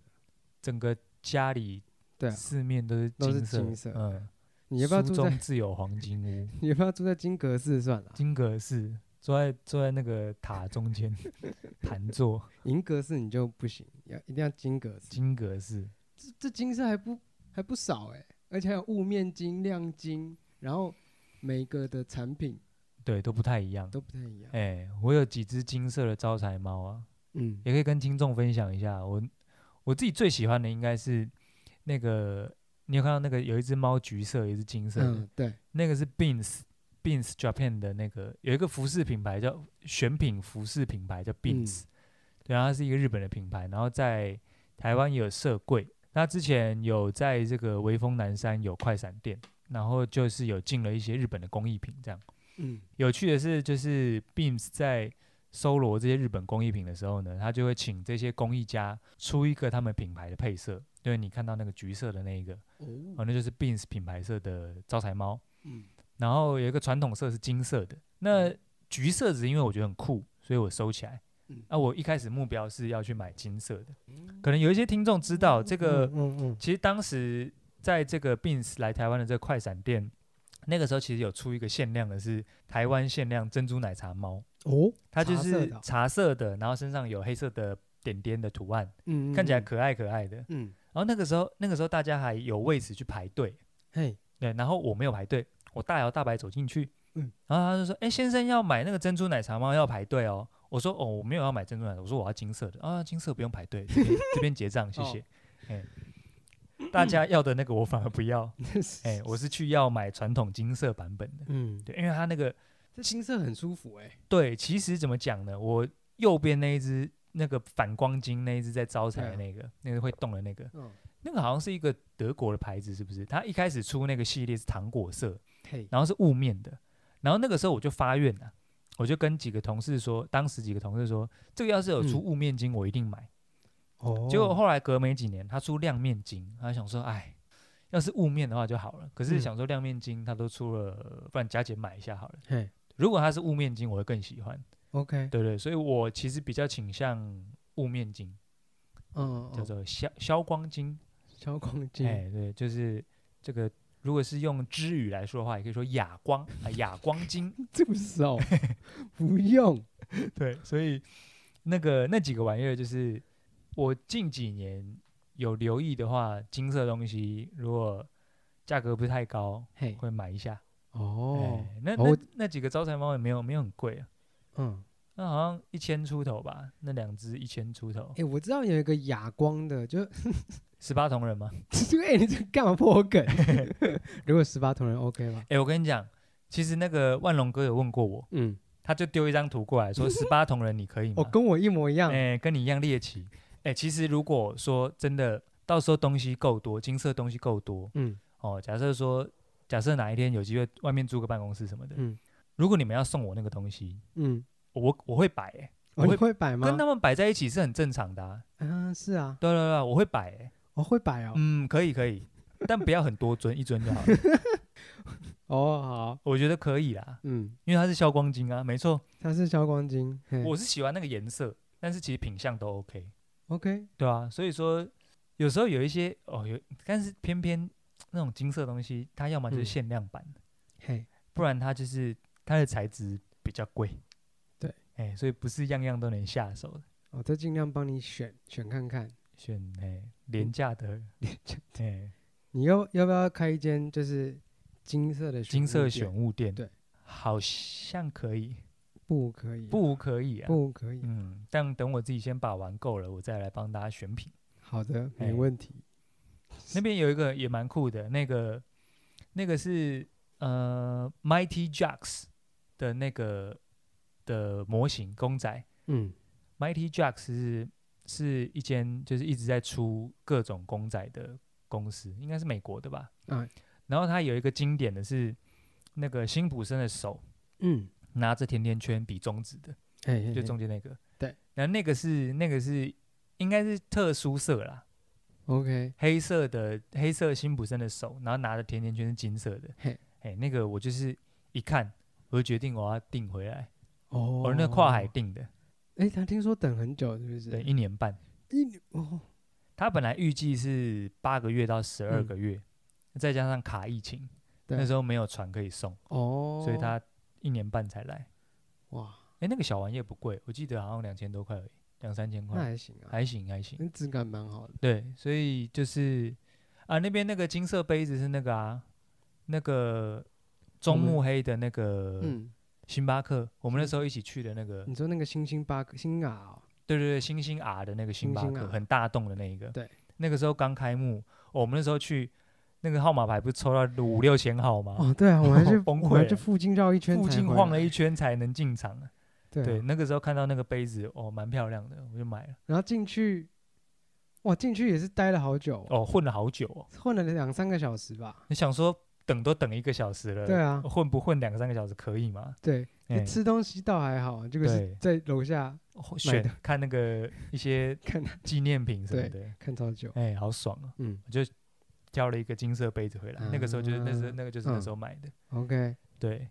[SPEAKER 2] 整个家里
[SPEAKER 1] 对啊，
[SPEAKER 2] 四面都是
[SPEAKER 1] 都是
[SPEAKER 2] 金色，
[SPEAKER 1] 金色
[SPEAKER 2] 嗯，
[SPEAKER 1] 你要不要
[SPEAKER 2] 书
[SPEAKER 1] 住
[SPEAKER 2] 中
[SPEAKER 1] 在
[SPEAKER 2] 自有黄金
[SPEAKER 1] [LAUGHS]
[SPEAKER 2] 屋，
[SPEAKER 1] 你要不要住在金阁寺算了？
[SPEAKER 2] 金阁寺坐在坐在那个塔中间 [LAUGHS] 盘坐，
[SPEAKER 1] 银阁寺你就不行，要一定要金阁寺。
[SPEAKER 2] 金阁寺。
[SPEAKER 1] 这这金色还不还不少哎、而且还有雾面金、亮金，然后每个的产品
[SPEAKER 2] 对，都不太一样。
[SPEAKER 1] 都不太一样。
[SPEAKER 2] 哎、我有几只金色的招财猫啊，
[SPEAKER 1] 嗯，
[SPEAKER 2] 也可以跟听众分享一下。我我自己最喜欢的应该是那个，你有看到那个有一只猫橘色，有一只金色的，
[SPEAKER 1] 嗯，对，
[SPEAKER 2] 那个是 Beans Beans Japan 的那个有一个服饰品牌叫选品服饰品牌叫 Beans，、对，啊然后它是一个日本的品牌，然后在台湾也有设柜。那之前有在这个微风南山有快闪店，然后就是有进了一些日本的工艺品这样。
[SPEAKER 1] 嗯
[SPEAKER 2] 有趣的是，就是 Beams 在搜罗这些日本工艺品的时候呢，他就会请这些工艺家出一个他们品牌的配色，就是你看到那个橘色的那一个，哦，
[SPEAKER 1] 哦，
[SPEAKER 2] 那就是 Beams 品牌色的招财猫。
[SPEAKER 1] 嗯
[SPEAKER 2] 然后有一个传统色是金色的，那橘色只是因为我觉得很酷，所以我收起来
[SPEAKER 1] 嗯。
[SPEAKER 2] 啊，我一开始目标是要去买金色的，可能有一些听众知道这个
[SPEAKER 1] 嗯嗯
[SPEAKER 2] 其实当时在这个 Beans 来台湾的这个快闪店，那个时候其实有出一个限量的是台湾限量珍珠奶茶猫，
[SPEAKER 1] 哦，
[SPEAKER 2] 它就
[SPEAKER 1] 茶色
[SPEAKER 2] 是
[SPEAKER 1] 的哦
[SPEAKER 2] 茶色的，然后身上有黑色的点点的图案，
[SPEAKER 1] 嗯
[SPEAKER 2] 看起来可爱可爱的。
[SPEAKER 1] 嗯
[SPEAKER 2] 然后那个时候，那个时候大家还有为此去排队，
[SPEAKER 1] 嘿
[SPEAKER 2] 对，然后我没有排队，我大摇大摆走进去，
[SPEAKER 1] 嗯
[SPEAKER 2] 然后他就说：“哎，先生要买那个珍珠奶茶吗？要排队哦。”我说：“哦，我没有要买珍珠奶茶，我说我要金色的啊，金色不用排队，这边这边结账，谢
[SPEAKER 1] 哦
[SPEAKER 2] 谢。哎，大家要的那个我反而不
[SPEAKER 1] [LAUGHS]
[SPEAKER 2] 要，哎，我是去要买传统金色版本的，
[SPEAKER 1] 嗯，
[SPEAKER 2] 对，因为它那个
[SPEAKER 1] 这金色很舒服哎、
[SPEAKER 2] 对，其实怎么讲呢？我右边那一只那个反光金那一只在招财的
[SPEAKER 1] 对啊
[SPEAKER 2] 那个，那个会动的那个，
[SPEAKER 1] 嗯
[SPEAKER 2] 那个好像是一个德国的牌子，是不是？它一开始出那个系列是糖果色，
[SPEAKER 1] 嘿，
[SPEAKER 2] 然后是雾面的。然后那个时候我就发愿了、我就跟几个同事说，当时几个同事说，这个要是有出
[SPEAKER 1] 嗯
[SPEAKER 2] 雾面巾，我一定买。
[SPEAKER 1] 哦
[SPEAKER 2] 结果后来隔没几年，他出亮面巾，他想说，哎，要是雾面的话就好了。可是
[SPEAKER 1] 嗯
[SPEAKER 2] 想说亮面巾他都出了，不然加减买一下好了。
[SPEAKER 1] 嘿
[SPEAKER 2] 如果它是雾面巾，我会更喜欢。
[SPEAKER 1] ，OK，
[SPEAKER 2] 对对，所以我其实比较倾向雾面巾，
[SPEAKER 1] 嗯，
[SPEAKER 2] 叫
[SPEAKER 1] 嗯
[SPEAKER 2] 做消消光巾。
[SPEAKER 1] 消光金，
[SPEAKER 2] 哎，对，就是这个。如果是用知语来说的话，也可以说哑光啊，哑光巾。
[SPEAKER 1] 这么少， [LAUGHS] 不用，
[SPEAKER 2] 对，所以那个那几个玩意儿，就是我近几年有留意的话，金色的东西如果价格不太高，
[SPEAKER 1] 嘿，
[SPEAKER 2] 会买一下。
[SPEAKER 1] 哦，
[SPEAKER 2] 哎那
[SPEAKER 1] 哦
[SPEAKER 2] 那
[SPEAKER 1] 我
[SPEAKER 2] 那几个招财猫也没有没有很贵啊，
[SPEAKER 1] 嗯。
[SPEAKER 2] 那好像一千出头吧，那两只一千出头
[SPEAKER 1] 哎、，我知道有一个哑光的，就 [LAUGHS]
[SPEAKER 2] 十八铜人吗？
[SPEAKER 1] 就哎、你这干嘛破梗？ [LAUGHS] 如果十八铜人 OK 吧？
[SPEAKER 2] 哎，我跟你讲，其实那个万隆哥有问过我，
[SPEAKER 1] 嗯，
[SPEAKER 2] 他就丢一张图过来说十八铜人你可以
[SPEAKER 1] 哦，
[SPEAKER 2] 吗？
[SPEAKER 1] 跟我一模一样。
[SPEAKER 2] 哎、跟你一样猎奇。哎、其实如果说真的，到时候东西够多，金色东西够多，
[SPEAKER 1] 嗯
[SPEAKER 2] 哦，假设说，假设哪一天有机会外面租个办公室什么的，
[SPEAKER 1] 嗯
[SPEAKER 2] 如果你们要送我那个东西，
[SPEAKER 1] 嗯，
[SPEAKER 2] 我我会摆、欸，我
[SPEAKER 1] 哦，你
[SPEAKER 2] 会
[SPEAKER 1] 会摆吗？
[SPEAKER 2] 跟他们摆在一起是很正常的、啊。
[SPEAKER 1] 嗯，是啊，
[SPEAKER 2] 对对对，我会摆、欸，
[SPEAKER 1] 我会摆哦。
[SPEAKER 2] 嗯，可以可以，但不要很多尊，一尊就好了， [LAUGHS]
[SPEAKER 1] 哦，好，
[SPEAKER 2] 我觉得可以啦，
[SPEAKER 1] 嗯，
[SPEAKER 2] 因为它是消光晶啊，没错，
[SPEAKER 1] 它是消光晶。嘿
[SPEAKER 2] 我是喜欢那个颜色，但是其实品相都 OK，
[SPEAKER 1] OK，
[SPEAKER 2] 对啊，所以说有时候有一些哦有，但是偏偏那种金色的东西，它要么就是
[SPEAKER 1] 嗯
[SPEAKER 2] 限量版的，
[SPEAKER 1] 嘿，
[SPEAKER 2] 不然它就是它的材质比较贵，
[SPEAKER 1] 对，
[SPEAKER 2] 哎、所以不是样样都能下手的，
[SPEAKER 1] 我再尽量帮你选选看看。
[SPEAKER 2] 选哎、廉价的，哎、
[SPEAKER 1] 你要要不要开一间就是金色的
[SPEAKER 2] 金色
[SPEAKER 1] 选
[SPEAKER 2] 选物店，
[SPEAKER 1] 对，
[SPEAKER 2] 好像可以，
[SPEAKER 1] 不可以啊？
[SPEAKER 2] 不可以啊，
[SPEAKER 1] 不可以。
[SPEAKER 2] 嗯，但等我自己先把玩够了，我再来帮大家选 [LAUGHS] 品。
[SPEAKER 1] 好的，
[SPEAKER 2] 哎
[SPEAKER 1] 没问题。
[SPEAKER 2] 那边有一个也蛮酷的，那个那个是呃 Mighty Jacks 的那个的模型公仔
[SPEAKER 1] 嗯，
[SPEAKER 2] ，Mighty Jacks 是是一间就是一直在出各种公仔的公司，应该是美国的吧。
[SPEAKER 1] 啊，
[SPEAKER 2] 然后它有一个经典的是那个辛普森的手
[SPEAKER 1] 嗯，
[SPEAKER 2] 拿着甜甜圈比中指的，
[SPEAKER 1] 哎，嘿
[SPEAKER 2] 就
[SPEAKER 1] 嘿
[SPEAKER 2] 中间那个。
[SPEAKER 1] 对，
[SPEAKER 2] 然后那个是那个是应该是特殊色啦，
[SPEAKER 1] OK，
[SPEAKER 2] 黑色的黑色辛普森的手，然后拿着甜甜圈是金色的，
[SPEAKER 1] 嘿
[SPEAKER 2] 嘿，那个我就是一看我就决定我要订回来，
[SPEAKER 1] 哦，
[SPEAKER 2] 我、那跨海，订的，
[SPEAKER 1] 哎，他听说等很久，是不是？
[SPEAKER 2] 对，，一年半，
[SPEAKER 1] 一年哦，
[SPEAKER 2] 他本来预计是八个月到十二
[SPEAKER 1] 嗯
[SPEAKER 2] 个月，再加上卡疫情，
[SPEAKER 1] 对
[SPEAKER 2] 那时候没有船可以送，
[SPEAKER 1] 哦，
[SPEAKER 2] 所以他一年半才来。
[SPEAKER 1] 哇，
[SPEAKER 2] 哎，那个小玩意儿不贵，我记得好像两千多块而已，两三千
[SPEAKER 1] 那
[SPEAKER 2] 块，
[SPEAKER 1] 还行啊，
[SPEAKER 2] 还行还行。
[SPEAKER 1] 那质感蛮好的。
[SPEAKER 2] 对，所以就是啊，那边那个金色杯子是那个啊，那个中
[SPEAKER 1] 们
[SPEAKER 2] 目黑的那个
[SPEAKER 1] 嗯，
[SPEAKER 2] 星巴克，我们那
[SPEAKER 1] 星
[SPEAKER 2] 时候一起去的那个，
[SPEAKER 1] 你说那个星星巴克星雅哦，
[SPEAKER 2] 对对对，星星 R 的那个星
[SPEAKER 1] 星
[SPEAKER 2] 巴
[SPEAKER 1] 星
[SPEAKER 2] 克，
[SPEAKER 1] R
[SPEAKER 2] 很大栋的那一个。
[SPEAKER 1] 对，
[SPEAKER 2] 那个时候刚开幕，哦我们那时候去，那个号码牌不是抽到五六千号吗？
[SPEAKER 1] 哦，对啊，我还去
[SPEAKER 2] [LAUGHS] 崩
[SPEAKER 1] 我还
[SPEAKER 2] 溃
[SPEAKER 1] 去
[SPEAKER 2] 了
[SPEAKER 1] 附近绕一圈，
[SPEAKER 2] 附近晃了一，圈才能进场啊。
[SPEAKER 1] 对
[SPEAKER 2] 对，
[SPEAKER 1] 啊，
[SPEAKER 2] 那个时候看到那个杯子，哦，蛮漂亮的，我就买了。
[SPEAKER 1] 然后进去，哇，进去也是待了好久，
[SPEAKER 2] 哦，混了好久哦，
[SPEAKER 1] 混了两三个小时吧。
[SPEAKER 2] 你想说等都等一个小时了，
[SPEAKER 1] 对啊
[SPEAKER 2] 混不混两三个小时可以吗？
[SPEAKER 1] 对，
[SPEAKER 2] 呃哦哎
[SPEAKER 1] 吃东西倒还好，啊这个是在楼下
[SPEAKER 2] 或
[SPEAKER 1] 买
[SPEAKER 2] 选
[SPEAKER 1] 的
[SPEAKER 2] 看那个一些
[SPEAKER 1] 看
[SPEAKER 2] 纪念品什么
[SPEAKER 1] 对
[SPEAKER 2] 的，
[SPEAKER 1] 看超
[SPEAKER 2] [LAUGHS]
[SPEAKER 1] 久。
[SPEAKER 2] 哎、好爽啊！
[SPEAKER 1] 嗯
[SPEAKER 2] 我就挑了一个金色杯子回来，那个时候就是那时候
[SPEAKER 1] 啊
[SPEAKER 2] 那个就是那
[SPEAKER 1] 嗯
[SPEAKER 2] 时候买的，
[SPEAKER 1] ，OK，
[SPEAKER 2] 对，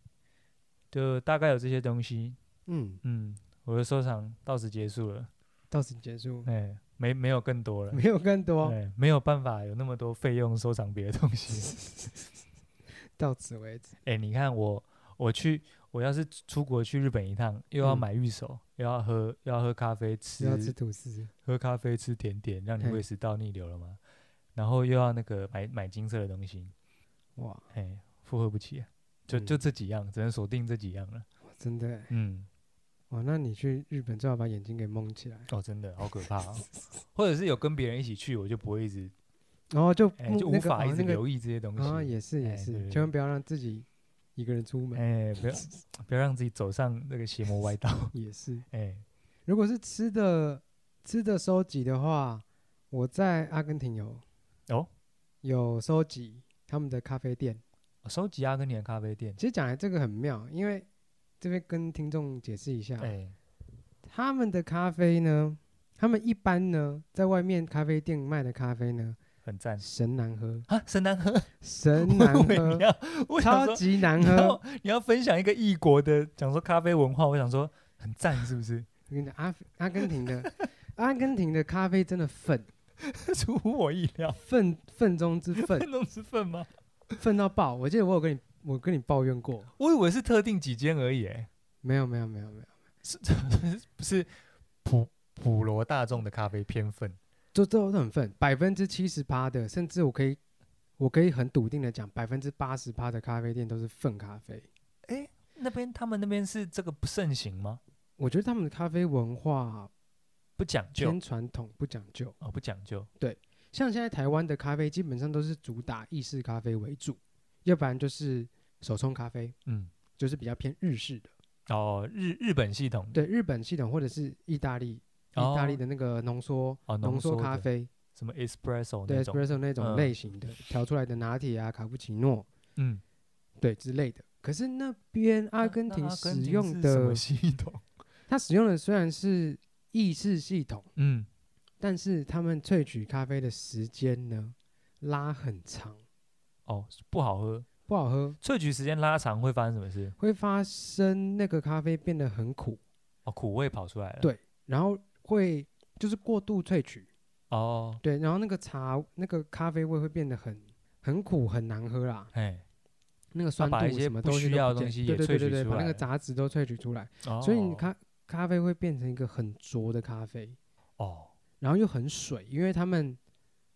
[SPEAKER 2] 就大概有这些东西，
[SPEAKER 1] 嗯，
[SPEAKER 2] 嗯，我的收藏到此结束了，
[SPEAKER 1] 到此结束，
[SPEAKER 2] 哎、没没有更多了。
[SPEAKER 1] 没有啊更多，
[SPEAKER 2] 对，没有办法有那么多费用收藏别的东西。
[SPEAKER 1] 到此为止。
[SPEAKER 2] 哎、你看我，我去，我要是出国去日本一趟，又要
[SPEAKER 1] 嗯
[SPEAKER 2] 买玉手，又要喝，又要喝咖啡，吃
[SPEAKER 1] 只要吃吐司，
[SPEAKER 2] 喝咖啡、吃甜点，让你
[SPEAKER 1] 嘿
[SPEAKER 2] 胃食道逆流了吗？然后又要那个买买金色的东西，
[SPEAKER 1] 哇，
[SPEAKER 2] 哎，负荷不起、啊，就就
[SPEAKER 1] 嗯
[SPEAKER 2] 这几样，只能锁定这几样了。
[SPEAKER 1] 真的耶，
[SPEAKER 2] 嗯，
[SPEAKER 1] 哇，哦那你去日本最好把眼睛给蒙起来，
[SPEAKER 2] 哦，真的好可怕哦。或者是有跟别人一起去，我就不会一直，
[SPEAKER 1] 然后就
[SPEAKER 2] 哎、
[SPEAKER 1] 目
[SPEAKER 2] 就无
[SPEAKER 1] 那个
[SPEAKER 2] 法
[SPEAKER 1] 哦
[SPEAKER 2] 一直
[SPEAKER 1] 那个
[SPEAKER 2] 留意这些东西。
[SPEAKER 1] 啊，也是
[SPEAKER 2] 哎对
[SPEAKER 1] 也
[SPEAKER 2] 对
[SPEAKER 1] 是，
[SPEAKER 2] 对
[SPEAKER 1] 千万不要让自己一个人出门。
[SPEAKER 2] 哎、
[SPEAKER 1] [LAUGHS]
[SPEAKER 2] 不要不要让自己走上那个邪魔歪道。 [LAUGHS]
[SPEAKER 1] 也是，
[SPEAKER 2] 哎、
[SPEAKER 1] 如果是吃的吃的收集的话，我在阿根廷有
[SPEAKER 2] 哦，
[SPEAKER 1] 有收集他们的咖啡店。
[SPEAKER 2] 我收集阿根廷的咖啡
[SPEAKER 1] [LAUGHS]
[SPEAKER 2] 店。
[SPEAKER 1] 其实讲来这个很妙，因为这边跟听众解释一下，
[SPEAKER 2] 哎、
[SPEAKER 1] 他们的咖啡呢，他们一般呢在外面咖啡店卖的咖啡呢，
[SPEAKER 2] 很赞
[SPEAKER 1] 神难喝，
[SPEAKER 2] 啊！神难
[SPEAKER 1] [LAUGHS]
[SPEAKER 2] 喝，
[SPEAKER 1] 神难
[SPEAKER 2] [LAUGHS] 我以为
[SPEAKER 1] 喝
[SPEAKER 2] 你，要，我想
[SPEAKER 1] 超
[SPEAKER 2] 说
[SPEAKER 1] 级难
[SPEAKER 2] 你
[SPEAKER 1] 喝
[SPEAKER 2] 要。你要分享一个异国的，讲说咖啡文化，我想说很赞，是不是？ [LAUGHS]
[SPEAKER 1] 我跟你讲，阿阿根廷的阿根廷的咖啡真的粉
[SPEAKER 2] 出乎我意料，
[SPEAKER 1] 粉粉中之粉，
[SPEAKER 2] 那种之分吗？
[SPEAKER 1] 愤到爆！我记得我有跟你，我跟你抱怨过，
[SPEAKER 2] 我以为是特定几间而已，哎
[SPEAKER 1] 没有没有没有没有，
[SPEAKER 2] 是不是普普罗大众的咖啡偏分？
[SPEAKER 1] 就都都很愤，百分之七十八的，甚至我可以，我可以很笃定的讲，百分之八十八的咖啡店都是粪咖啡。
[SPEAKER 2] 那边他们那边是这个不盛行吗？
[SPEAKER 1] 我觉得他们的咖啡文化
[SPEAKER 2] 不讲究
[SPEAKER 1] 偏传统，不讲究。
[SPEAKER 2] 哦，不讲究
[SPEAKER 1] 像现在台湾的咖啡基本上都是主打意式咖啡为主，要不然就是手冲咖啡，
[SPEAKER 2] 嗯
[SPEAKER 1] 就是比较偏日式的。
[SPEAKER 2] 哦，日日本系统
[SPEAKER 1] 对，日本系统或者是意大利，
[SPEAKER 2] 哦
[SPEAKER 1] 意大利的那个浓缩
[SPEAKER 2] 哦
[SPEAKER 1] 浓缩
[SPEAKER 2] 的
[SPEAKER 1] 咖啡，
[SPEAKER 2] 什么 espresso
[SPEAKER 1] 对
[SPEAKER 2] 那种
[SPEAKER 1] espresso 那种
[SPEAKER 2] 嗯
[SPEAKER 1] 类型的调出来的拿铁啊、卡布奇诺，
[SPEAKER 2] 嗯，
[SPEAKER 1] 对之类的。可是那边阿
[SPEAKER 2] 那
[SPEAKER 1] 根
[SPEAKER 2] 那
[SPEAKER 1] 廷
[SPEAKER 2] 阿
[SPEAKER 1] 使
[SPEAKER 2] 廷
[SPEAKER 1] 用
[SPEAKER 2] 是什
[SPEAKER 1] 的
[SPEAKER 2] 么，系统？
[SPEAKER 1] 它使用的虽然是意式系统，
[SPEAKER 2] 嗯，
[SPEAKER 1] 但是他们萃取咖啡的时间呢拉很长，
[SPEAKER 2] 哦，不好喝，
[SPEAKER 1] 不好喝，
[SPEAKER 2] 萃取时间拉长会发生什么事？
[SPEAKER 1] 会发生那个咖啡变得很苦，
[SPEAKER 2] 哦，苦味跑出来了。
[SPEAKER 1] 对然后会就是过度萃取，
[SPEAKER 2] 哦，
[SPEAKER 1] 对，然后那个茶那个咖啡味会变得很很苦，很难喝啦。
[SPEAKER 2] 哎，
[SPEAKER 1] 那个酸
[SPEAKER 2] 把一
[SPEAKER 1] 度
[SPEAKER 2] 些
[SPEAKER 1] 什么
[SPEAKER 2] 不
[SPEAKER 1] 东西
[SPEAKER 2] 需
[SPEAKER 1] 都
[SPEAKER 2] 要
[SPEAKER 1] 不
[SPEAKER 2] 的
[SPEAKER 1] 见
[SPEAKER 2] 东西也
[SPEAKER 1] 对对对
[SPEAKER 2] 萃取
[SPEAKER 1] 对对，
[SPEAKER 2] 出
[SPEAKER 1] 把那个
[SPEAKER 2] 来
[SPEAKER 1] 杂质都萃取出来，
[SPEAKER 2] 哦
[SPEAKER 1] 所以你，咖咖啡会变成一个很浊的咖啡，
[SPEAKER 2] 哦，
[SPEAKER 1] 然后又很水，因为他们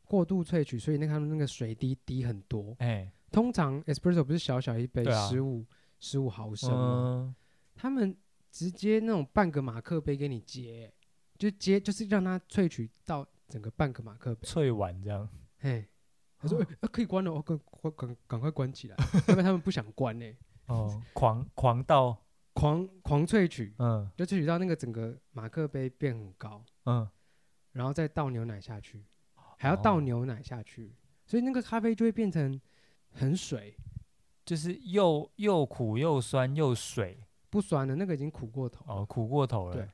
[SPEAKER 1] 过度萃取，所以那个他们那个水滴滴很多。
[SPEAKER 2] 哎，
[SPEAKER 1] 通常 espresso 不是小小一杯
[SPEAKER 2] 对啊
[SPEAKER 1] 十五十五毫升吗？
[SPEAKER 2] 嗯，
[SPEAKER 1] 他们直接那种半个马克杯给你接，就接就是让它萃取到整个半个马克杯。
[SPEAKER 2] 脆碗这样，
[SPEAKER 1] 嘿，他说
[SPEAKER 2] 哦
[SPEAKER 1] 哎、啊可以关了，哦，赶赶赶赶快关起来，要不然他们不想关呢、 [LAUGHS]
[SPEAKER 2] 哦，狂狂到，
[SPEAKER 1] 狂狂萃取。
[SPEAKER 2] 嗯
[SPEAKER 1] 就萃取到那个整个马克杯变很高，
[SPEAKER 2] 嗯，
[SPEAKER 1] 然后再倒牛奶下去，还要倒
[SPEAKER 2] 哦
[SPEAKER 1] 牛奶下去，所以那个咖啡就会变成很水，
[SPEAKER 2] 就是又又苦又酸又水，
[SPEAKER 1] 不酸的那个已经苦过头，
[SPEAKER 2] 哦，苦过头
[SPEAKER 1] 对
[SPEAKER 2] 了。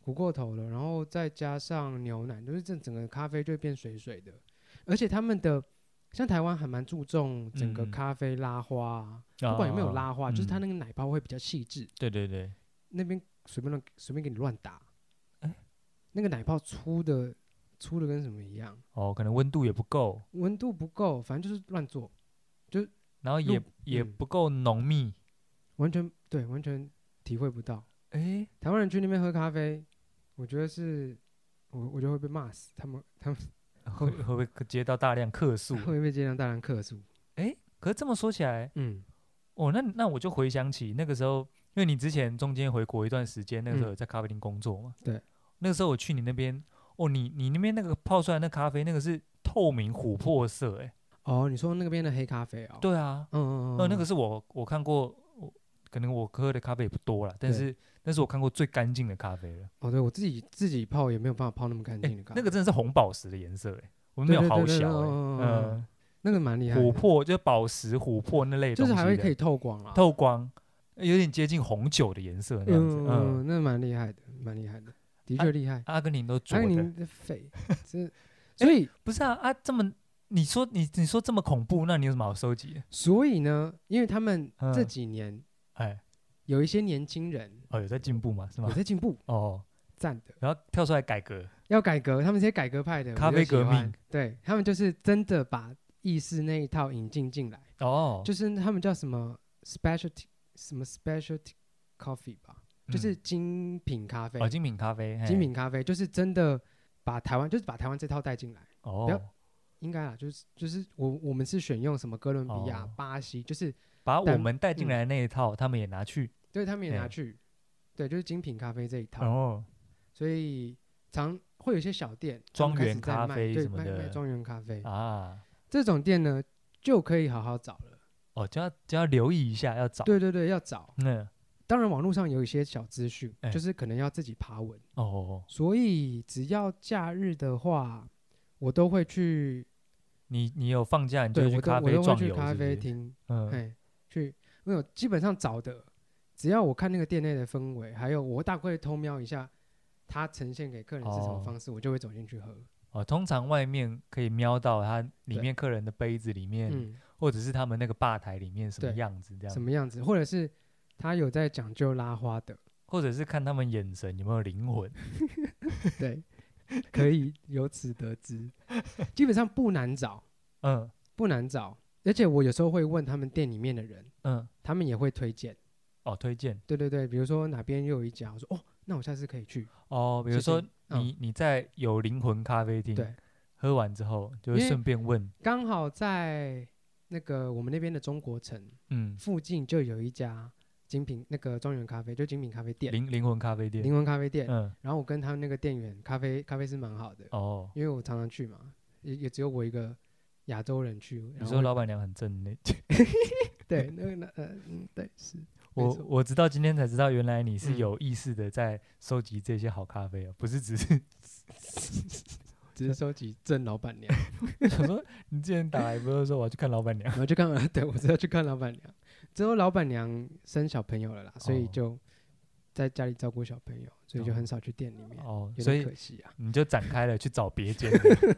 [SPEAKER 1] 苦过头了，然后再加上牛奶，就是这整个咖啡就会变水水的。而且他们的像台湾还蛮注重整个
[SPEAKER 2] 嗯
[SPEAKER 1] 咖啡拉花、啊，
[SPEAKER 2] 啊
[SPEAKER 1] 不管有没有拉花，就是它
[SPEAKER 2] 嗯
[SPEAKER 1] 那个奶泡会比较细致，
[SPEAKER 2] 对对对，
[SPEAKER 1] 那边随便乱随便给你乱打
[SPEAKER 2] 哎，
[SPEAKER 1] 那个奶泡粗的粗的跟什么一样。
[SPEAKER 2] 哦，可能温度也不够，
[SPEAKER 1] 温度不够，反正就是乱做，
[SPEAKER 2] 然后也
[SPEAKER 1] 入
[SPEAKER 2] 也
[SPEAKER 1] 嗯
[SPEAKER 2] 不够浓密。
[SPEAKER 1] 完全对，完全体会不到。
[SPEAKER 2] 哎，
[SPEAKER 1] 台湾人去那边喝咖啡，我觉得是，我我觉得会被骂死，他们他们
[SPEAKER 2] [LAUGHS] 会会不会接到大量客 [LAUGHS] 诉？
[SPEAKER 1] 会被街上大量客诉。
[SPEAKER 2] 哎，可是这么说起来，
[SPEAKER 1] 嗯，
[SPEAKER 2] 哦，那那我就回想起那个时候，因为你之前中间回国一段时间，那个时候
[SPEAKER 1] 嗯
[SPEAKER 2] 有在咖啡厅工作嘛。
[SPEAKER 1] 对。
[SPEAKER 2] 那个时候我去你那边，哦，你你那边那个泡出来那咖啡，那个是透明琥珀色、哎。
[SPEAKER 1] 哦，你说那边的黑咖啡哦？，
[SPEAKER 2] 对啊，
[SPEAKER 1] 嗯嗯嗯，
[SPEAKER 2] 那那个
[SPEAKER 1] 嗯
[SPEAKER 2] 是我我看过，我可能我喝的咖啡也不多了，但
[SPEAKER 1] 对
[SPEAKER 2] 是那是我看过最干净的咖啡了。
[SPEAKER 1] 哦，对我自己自己泡也没有办法泡那么干
[SPEAKER 2] 哎、
[SPEAKER 1] 净的咖啡，
[SPEAKER 2] 那个真的是红宝石的颜色、哎，我们没
[SPEAKER 1] 对
[SPEAKER 2] 有
[SPEAKER 1] 对对
[SPEAKER 2] 好
[SPEAKER 1] 对
[SPEAKER 2] 小、哎，
[SPEAKER 1] 嗯嗯嗯
[SPEAKER 2] 嗯，
[SPEAKER 1] 那个蛮厉害的，
[SPEAKER 2] 琥珀就是宝石、琥珀那类的
[SPEAKER 1] 就
[SPEAKER 2] 东西
[SPEAKER 1] 是
[SPEAKER 2] 的，
[SPEAKER 1] 还会可以透光啊，
[SPEAKER 2] 透光，哎有点接近红酒的颜色那样子。
[SPEAKER 1] 嗯
[SPEAKER 2] 嗯，
[SPEAKER 1] 嗯，那蛮厉害的，蛮厉害的，的
[SPEAKER 2] 啊
[SPEAKER 1] 确厉害。
[SPEAKER 2] 阿根廷都做
[SPEAKER 1] 安
[SPEAKER 2] 的，
[SPEAKER 1] 宁的肺， [LAUGHS] 这所以
[SPEAKER 2] 不是啊啊，这么你说你你说这么恐怖，那你有什么好收集的？
[SPEAKER 1] 所以呢，因为他们这
[SPEAKER 2] 嗯
[SPEAKER 1] 几年
[SPEAKER 2] 哎，
[SPEAKER 1] 有一些年轻人
[SPEAKER 2] 哦，有在进步嘛，是
[SPEAKER 1] 有
[SPEAKER 2] 吗？
[SPEAKER 1] 在进步，
[SPEAKER 2] 哦，
[SPEAKER 1] 赞的，
[SPEAKER 2] 然后跳出来改革，
[SPEAKER 1] 要改革，他们这些改革派的
[SPEAKER 2] 咖
[SPEAKER 1] 我就
[SPEAKER 2] 啡革
[SPEAKER 1] 喜欢
[SPEAKER 2] 命，
[SPEAKER 1] 对他们就是真的把意式那一套引进进来，
[SPEAKER 2] 哦，
[SPEAKER 1] 就是他们叫什么 specialty 什么 specialty coffee 吧，就是
[SPEAKER 2] 嗯
[SPEAKER 1] 精品咖啡，
[SPEAKER 2] 哦，精品咖啡，嘿
[SPEAKER 1] 精品咖啡就是真的把台湾就是把台湾这套带进来，
[SPEAKER 2] 哦，
[SPEAKER 1] 应该啦，就是就是我我们是选用什么哥伦比亚、
[SPEAKER 2] 哦
[SPEAKER 1] 巴西，就是
[SPEAKER 2] 把我
[SPEAKER 1] 但
[SPEAKER 2] 们带进
[SPEAKER 1] 嗯
[SPEAKER 2] 来的那一套，他们也拿去，
[SPEAKER 1] 对他们也拿
[SPEAKER 2] 哎
[SPEAKER 1] 去，对，就是精品咖啡这一套，
[SPEAKER 2] 哦，
[SPEAKER 1] 所以常会有一些小店
[SPEAKER 2] 庄
[SPEAKER 1] 他们开
[SPEAKER 2] 园
[SPEAKER 1] 始在
[SPEAKER 2] 咖
[SPEAKER 1] 卖
[SPEAKER 2] 啡
[SPEAKER 1] 对
[SPEAKER 2] 什么
[SPEAKER 1] 卖卖
[SPEAKER 2] 的
[SPEAKER 1] 庄园咖啡
[SPEAKER 2] 啊，
[SPEAKER 1] 这种店呢就可以好好找了。
[SPEAKER 2] 哦，就要就要留意一下，要找，嗯
[SPEAKER 1] 对对对，要找。
[SPEAKER 2] 那
[SPEAKER 1] 当然网络上有一些小资讯，
[SPEAKER 2] 哎
[SPEAKER 1] 就是可能要自己爬文，
[SPEAKER 2] 哦，
[SPEAKER 1] 所以只要假日的话，我都会去，
[SPEAKER 2] 你你有放假你就
[SPEAKER 1] 对
[SPEAKER 2] 会去
[SPEAKER 1] 我都
[SPEAKER 2] 咖
[SPEAKER 1] 我
[SPEAKER 2] 啡
[SPEAKER 1] 都会
[SPEAKER 2] 壮
[SPEAKER 1] 去
[SPEAKER 2] 游，
[SPEAKER 1] 咖
[SPEAKER 2] 是不
[SPEAKER 1] 啡
[SPEAKER 2] 是？
[SPEAKER 1] 厅，
[SPEAKER 2] 嗯，
[SPEAKER 1] 哎，去没有基本上找的，只要我看那个店内的氛围，还有我大概偷瞄一下。它呈现给客人是什么
[SPEAKER 2] 哦
[SPEAKER 1] 方式，我就会走进去喝。
[SPEAKER 2] 哦，通常外面可以瞄到它里
[SPEAKER 1] 对
[SPEAKER 2] 面客人的杯子里面，
[SPEAKER 1] 嗯，
[SPEAKER 2] 或者是他们那个吧台里面什么
[SPEAKER 1] 对
[SPEAKER 2] 样子这样
[SPEAKER 1] 什，么样子，或者是他有在讲究拉花
[SPEAKER 2] [LAUGHS]
[SPEAKER 1] 的，
[SPEAKER 2] 或者是看他们眼神有没有灵魂。
[SPEAKER 1] 对，可以由此得知，基本上不难找，
[SPEAKER 2] 嗯
[SPEAKER 1] 不难找。而且我有时候会问他们店里面的人，
[SPEAKER 2] 嗯，
[SPEAKER 1] 他们也会推荐。
[SPEAKER 2] 哦，推荐
[SPEAKER 1] 对对对，比如说哪边又有一家，我说哦，那我下次可以去。
[SPEAKER 2] 哦，比如
[SPEAKER 1] 最
[SPEAKER 2] 说
[SPEAKER 1] 近嗯
[SPEAKER 2] 你你在有灵魂咖啡厅，
[SPEAKER 1] 对，
[SPEAKER 2] 喝完之后就会
[SPEAKER 1] 因为
[SPEAKER 2] 顺便问，
[SPEAKER 1] 刚好在那个我们那边的中国城
[SPEAKER 2] 嗯，
[SPEAKER 1] 附近就有一家精品那个庄园咖啡，就精品咖啡店，
[SPEAKER 2] 灵灵魂咖啡店
[SPEAKER 1] 灵，魂咖啡店。
[SPEAKER 2] 嗯，
[SPEAKER 1] 然后我跟他们那个店员，咖啡咖啡师蛮好的，
[SPEAKER 2] 哦，
[SPEAKER 1] 因为我常常去嘛，也也只有我一个亚洲人去。
[SPEAKER 2] 你
[SPEAKER 1] 然
[SPEAKER 2] 说
[SPEAKER 1] 后
[SPEAKER 2] 老板娘很正那，
[SPEAKER 1] 对那个那呃嗯对是没
[SPEAKER 2] 我
[SPEAKER 1] 错
[SPEAKER 2] 我直到今天才知道，原来你是
[SPEAKER 1] 嗯
[SPEAKER 2] 有意识的在收集这些好咖啡哦，不是只是
[SPEAKER 1] 只是收集正老板娘， [LAUGHS]
[SPEAKER 2] 想说你之前打来不是说我要去看老板
[SPEAKER 1] [LAUGHS]
[SPEAKER 2] 娘，
[SPEAKER 1] 然后就看完，对我是要去看老板娘。之后老板娘生小朋友了啦，所以
[SPEAKER 2] 哦
[SPEAKER 1] 就在家里照顾小朋友，所以就很少去店里面，
[SPEAKER 2] 哦，
[SPEAKER 1] 有
[SPEAKER 2] 所
[SPEAKER 1] 点
[SPEAKER 2] 以
[SPEAKER 1] 可惜啊， [LAUGHS]
[SPEAKER 2] 你就展开了去找别间的，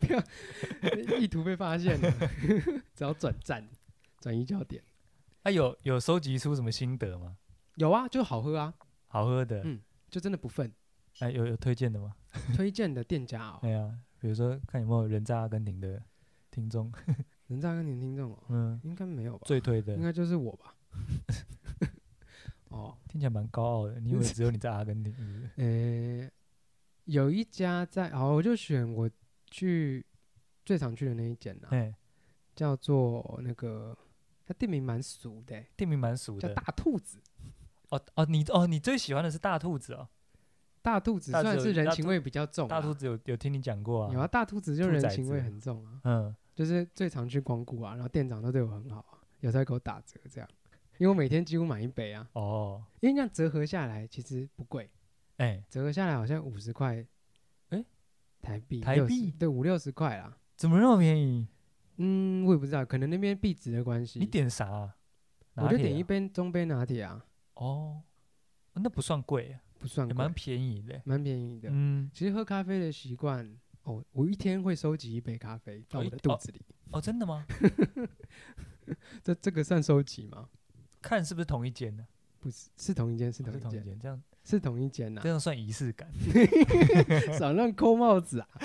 [SPEAKER 1] 不要意图被发现了， [LAUGHS] 只要转站转移焦点。
[SPEAKER 2] 啊，有有收集出什么心得吗？
[SPEAKER 1] 有啊，就好喝啊，
[SPEAKER 2] 好喝的，
[SPEAKER 1] 嗯就真的不愤。
[SPEAKER 2] 哎、有有推荐的吗？
[SPEAKER 1] 推荐的店家哦，
[SPEAKER 2] 哎呀、比如说看有没有人在阿根廷的听众，
[SPEAKER 1] 能榨跟你听众哦，
[SPEAKER 2] 嗯，
[SPEAKER 1] 应该没有吧？
[SPEAKER 2] 最推
[SPEAKER 1] 应
[SPEAKER 2] 的，
[SPEAKER 1] 该就是我吧。 [LAUGHS] 哦，
[SPEAKER 2] 听起来蛮高傲的。你以为只有你在阿根廷？
[SPEAKER 1] [LAUGHS]
[SPEAKER 2] 是不是
[SPEAKER 1] 呃，有一家在，哦，我就选我去最常去的那一间啦、
[SPEAKER 2] 哎，
[SPEAKER 1] 叫做那个，它店名蛮俗的欸、
[SPEAKER 2] 店名蛮俗
[SPEAKER 1] 叫
[SPEAKER 2] 的
[SPEAKER 1] 大。兔子。
[SPEAKER 2] 哦哦，你哦，你最喜欢的是大兔子哦，
[SPEAKER 1] 大兔子
[SPEAKER 2] 大
[SPEAKER 1] 算
[SPEAKER 2] 兔
[SPEAKER 1] 是人
[SPEAKER 2] 大
[SPEAKER 1] 情
[SPEAKER 2] 兔
[SPEAKER 1] 味比较重啦，
[SPEAKER 2] 大兔子有有听你讲过啊？
[SPEAKER 1] 有啊，，大兔子就
[SPEAKER 2] 兔
[SPEAKER 1] 人
[SPEAKER 2] 崽
[SPEAKER 1] 情
[SPEAKER 2] 子
[SPEAKER 1] 味
[SPEAKER 2] 啊
[SPEAKER 1] 很重啊，
[SPEAKER 2] 嗯，
[SPEAKER 1] 就是最常去光顾啊，然后店长都对我很好啊，有时候还给我打折这样，因为我每天几乎买一杯啊，
[SPEAKER 2] 哦，
[SPEAKER 1] 因为这样折合下来其实不贵，
[SPEAKER 2] 哎，
[SPEAKER 1] 折合下来好像五十块，
[SPEAKER 2] 诶
[SPEAKER 1] 台币，
[SPEAKER 2] 台
[SPEAKER 1] 60
[SPEAKER 2] 币
[SPEAKER 1] 对五六十块啦，
[SPEAKER 2] 怎么那么便宜？
[SPEAKER 1] 嗯，我也不知道，可能那边币值的关系
[SPEAKER 2] 你，点啥啊？
[SPEAKER 1] 我就
[SPEAKER 2] 拿铁
[SPEAKER 1] 点一
[SPEAKER 2] 啊
[SPEAKER 1] 杯中杯拿铁啊，
[SPEAKER 2] 哦，那不算贵啊，
[SPEAKER 1] 不算
[SPEAKER 2] 也
[SPEAKER 1] 贵，
[SPEAKER 2] 蛮便宜的。
[SPEAKER 1] 蛮便宜的。
[SPEAKER 2] 嗯，
[SPEAKER 1] 其实喝咖啡的习惯，哦，我一天会收集一杯咖啡到
[SPEAKER 2] 哦
[SPEAKER 1] 我
[SPEAKER 2] 一
[SPEAKER 1] 的
[SPEAKER 2] 哦
[SPEAKER 1] 肚子里，
[SPEAKER 2] 哦，真的
[SPEAKER 1] [LAUGHS]
[SPEAKER 2] 吗？
[SPEAKER 1] 这这个算收集吗？
[SPEAKER 2] 看是不是同一间呢？
[SPEAKER 1] 不是，是同一间，是
[SPEAKER 2] 哦
[SPEAKER 1] 同一
[SPEAKER 2] 同一
[SPEAKER 1] 间，
[SPEAKER 2] 间，这样
[SPEAKER 1] 是同一间啊呐、
[SPEAKER 2] 这样算仪式感。
[SPEAKER 1] [LAUGHS] 少乱扣帽子啊！ [LAUGHS]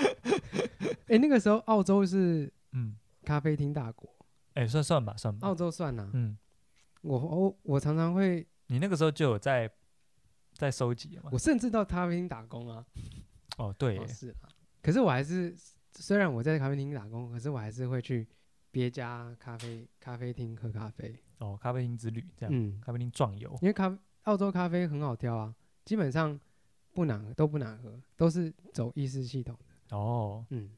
[SPEAKER 1] 哎、那个时候澳洲是
[SPEAKER 2] 嗯，
[SPEAKER 1] 咖啡厅大国，
[SPEAKER 2] 哎，算算吧，算吧
[SPEAKER 1] 澳。洲算呐、
[SPEAKER 2] 嗯，
[SPEAKER 1] 我我我常常会，
[SPEAKER 2] 你那个时候就有在在收集了吗
[SPEAKER 1] 我？甚至到咖啡厅打工啊，
[SPEAKER 2] 哦，嗯对
[SPEAKER 1] 哦
[SPEAKER 2] 耶，
[SPEAKER 1] 是啊。可是我还是，虽然我在咖啡厅打工，可是我还是会去别家咖啡咖啡厅喝咖啡。
[SPEAKER 2] 哦，咖啡厅之旅这样，
[SPEAKER 1] 嗯，
[SPEAKER 2] 咖啡厅壮游。
[SPEAKER 1] 因为咖澳洲咖啡很好挑啊，基本上不难喝，都不难喝，都是走意式系统的。
[SPEAKER 2] 哦，
[SPEAKER 1] 嗯，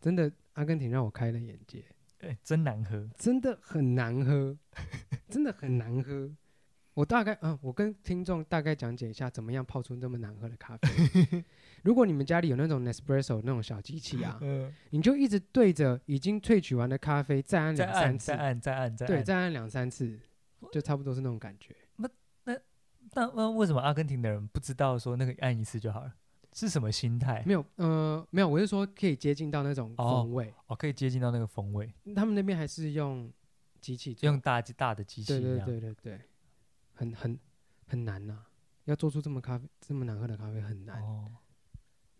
[SPEAKER 1] 真的，阿根廷让我开了眼界。
[SPEAKER 2] 哎，真难喝。
[SPEAKER 1] 真的很
[SPEAKER 2] [LAUGHS]
[SPEAKER 1] 难喝，真的很难喝。我大概啊、我跟听众大概讲解一下，怎么样泡出这么难喝的咖啡。
[SPEAKER 2] [LAUGHS]
[SPEAKER 1] 如果你们家里有那种 Nespresso 那种小机器啊，
[SPEAKER 2] 嗯，
[SPEAKER 1] 你就一直对着已经萃取完的咖啡再按
[SPEAKER 2] 再
[SPEAKER 1] 两
[SPEAKER 2] 按，
[SPEAKER 1] 三
[SPEAKER 2] 再
[SPEAKER 1] 次，
[SPEAKER 2] 按，再按，再
[SPEAKER 1] 对，
[SPEAKER 2] 按。
[SPEAKER 1] 再按两三次，就差不多是那种感觉。
[SPEAKER 2] 那那为什么阿根廷的人不知道说那个按一次就好了？是什么心态？
[SPEAKER 1] 没有，呃，没有，我是说可以接近到那种
[SPEAKER 2] 哦
[SPEAKER 1] 风味。
[SPEAKER 2] 哦，可以接近到那个风味，
[SPEAKER 1] 他们那边还是用机器做，
[SPEAKER 2] 用大机大的机器
[SPEAKER 1] 对
[SPEAKER 2] 一
[SPEAKER 1] 对
[SPEAKER 2] 样。
[SPEAKER 1] 对对对，很很很难呐、啊要做出这么咖啡这么难喝的咖啡很难。
[SPEAKER 2] 哦，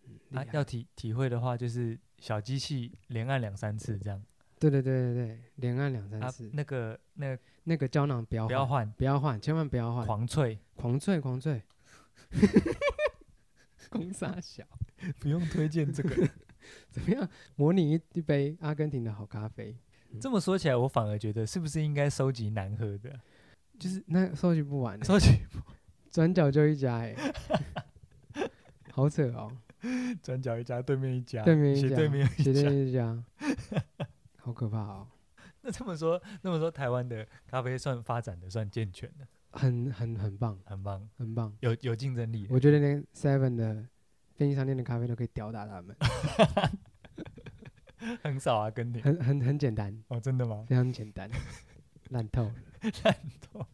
[SPEAKER 1] 厉
[SPEAKER 2] 啊
[SPEAKER 1] 害，
[SPEAKER 2] 要体体会的话，就是小机器连按两三次这样。
[SPEAKER 1] 对对对对对，连按两
[SPEAKER 2] 啊
[SPEAKER 1] 三次，，
[SPEAKER 2] 那个那个
[SPEAKER 1] 那个胶囊不要
[SPEAKER 2] 不要
[SPEAKER 1] 换，
[SPEAKER 2] 换，
[SPEAKER 1] 不要换，千万不要换，
[SPEAKER 2] 狂
[SPEAKER 1] [LAUGHS]
[SPEAKER 2] 脆， [LAUGHS]
[SPEAKER 1] 狂脆狂脆，公傻小，
[SPEAKER 2] 不用推荐这个。
[SPEAKER 1] 怎么样？模拟一一杯阿根廷的好咖啡，
[SPEAKER 2] 这么说起来，我反而觉得是不是应该收集难喝
[SPEAKER 1] [LAUGHS]
[SPEAKER 2] 的？啊嗯
[SPEAKER 1] 就是那收集不完欸、
[SPEAKER 2] 收集
[SPEAKER 1] 转角就一家哎、
[SPEAKER 2] [LAUGHS]
[SPEAKER 1] 好扯哦，
[SPEAKER 2] 转角一家，对面一家，
[SPEAKER 1] 对面一
[SPEAKER 2] 啊斜
[SPEAKER 1] 家，
[SPEAKER 2] 对面
[SPEAKER 1] 斜
[SPEAKER 2] 一
[SPEAKER 1] 对
[SPEAKER 2] 家。
[SPEAKER 1] 面一家，好可怕哦，
[SPEAKER 2] 那这么说，那么说，台湾的咖啡算发展的算健全的，
[SPEAKER 1] 很很很棒，
[SPEAKER 2] 很棒，
[SPEAKER 1] 很棒，
[SPEAKER 2] 有有竞争力的。
[SPEAKER 1] 我觉得连 Seven 的便利商店的咖啡都可以吊打他们，
[SPEAKER 2] 很少阿根廷
[SPEAKER 1] 很很很简单。
[SPEAKER 2] 哦，真的吗？
[SPEAKER 1] 非常简单，烂透了，
[SPEAKER 2] [LAUGHS] 烂透。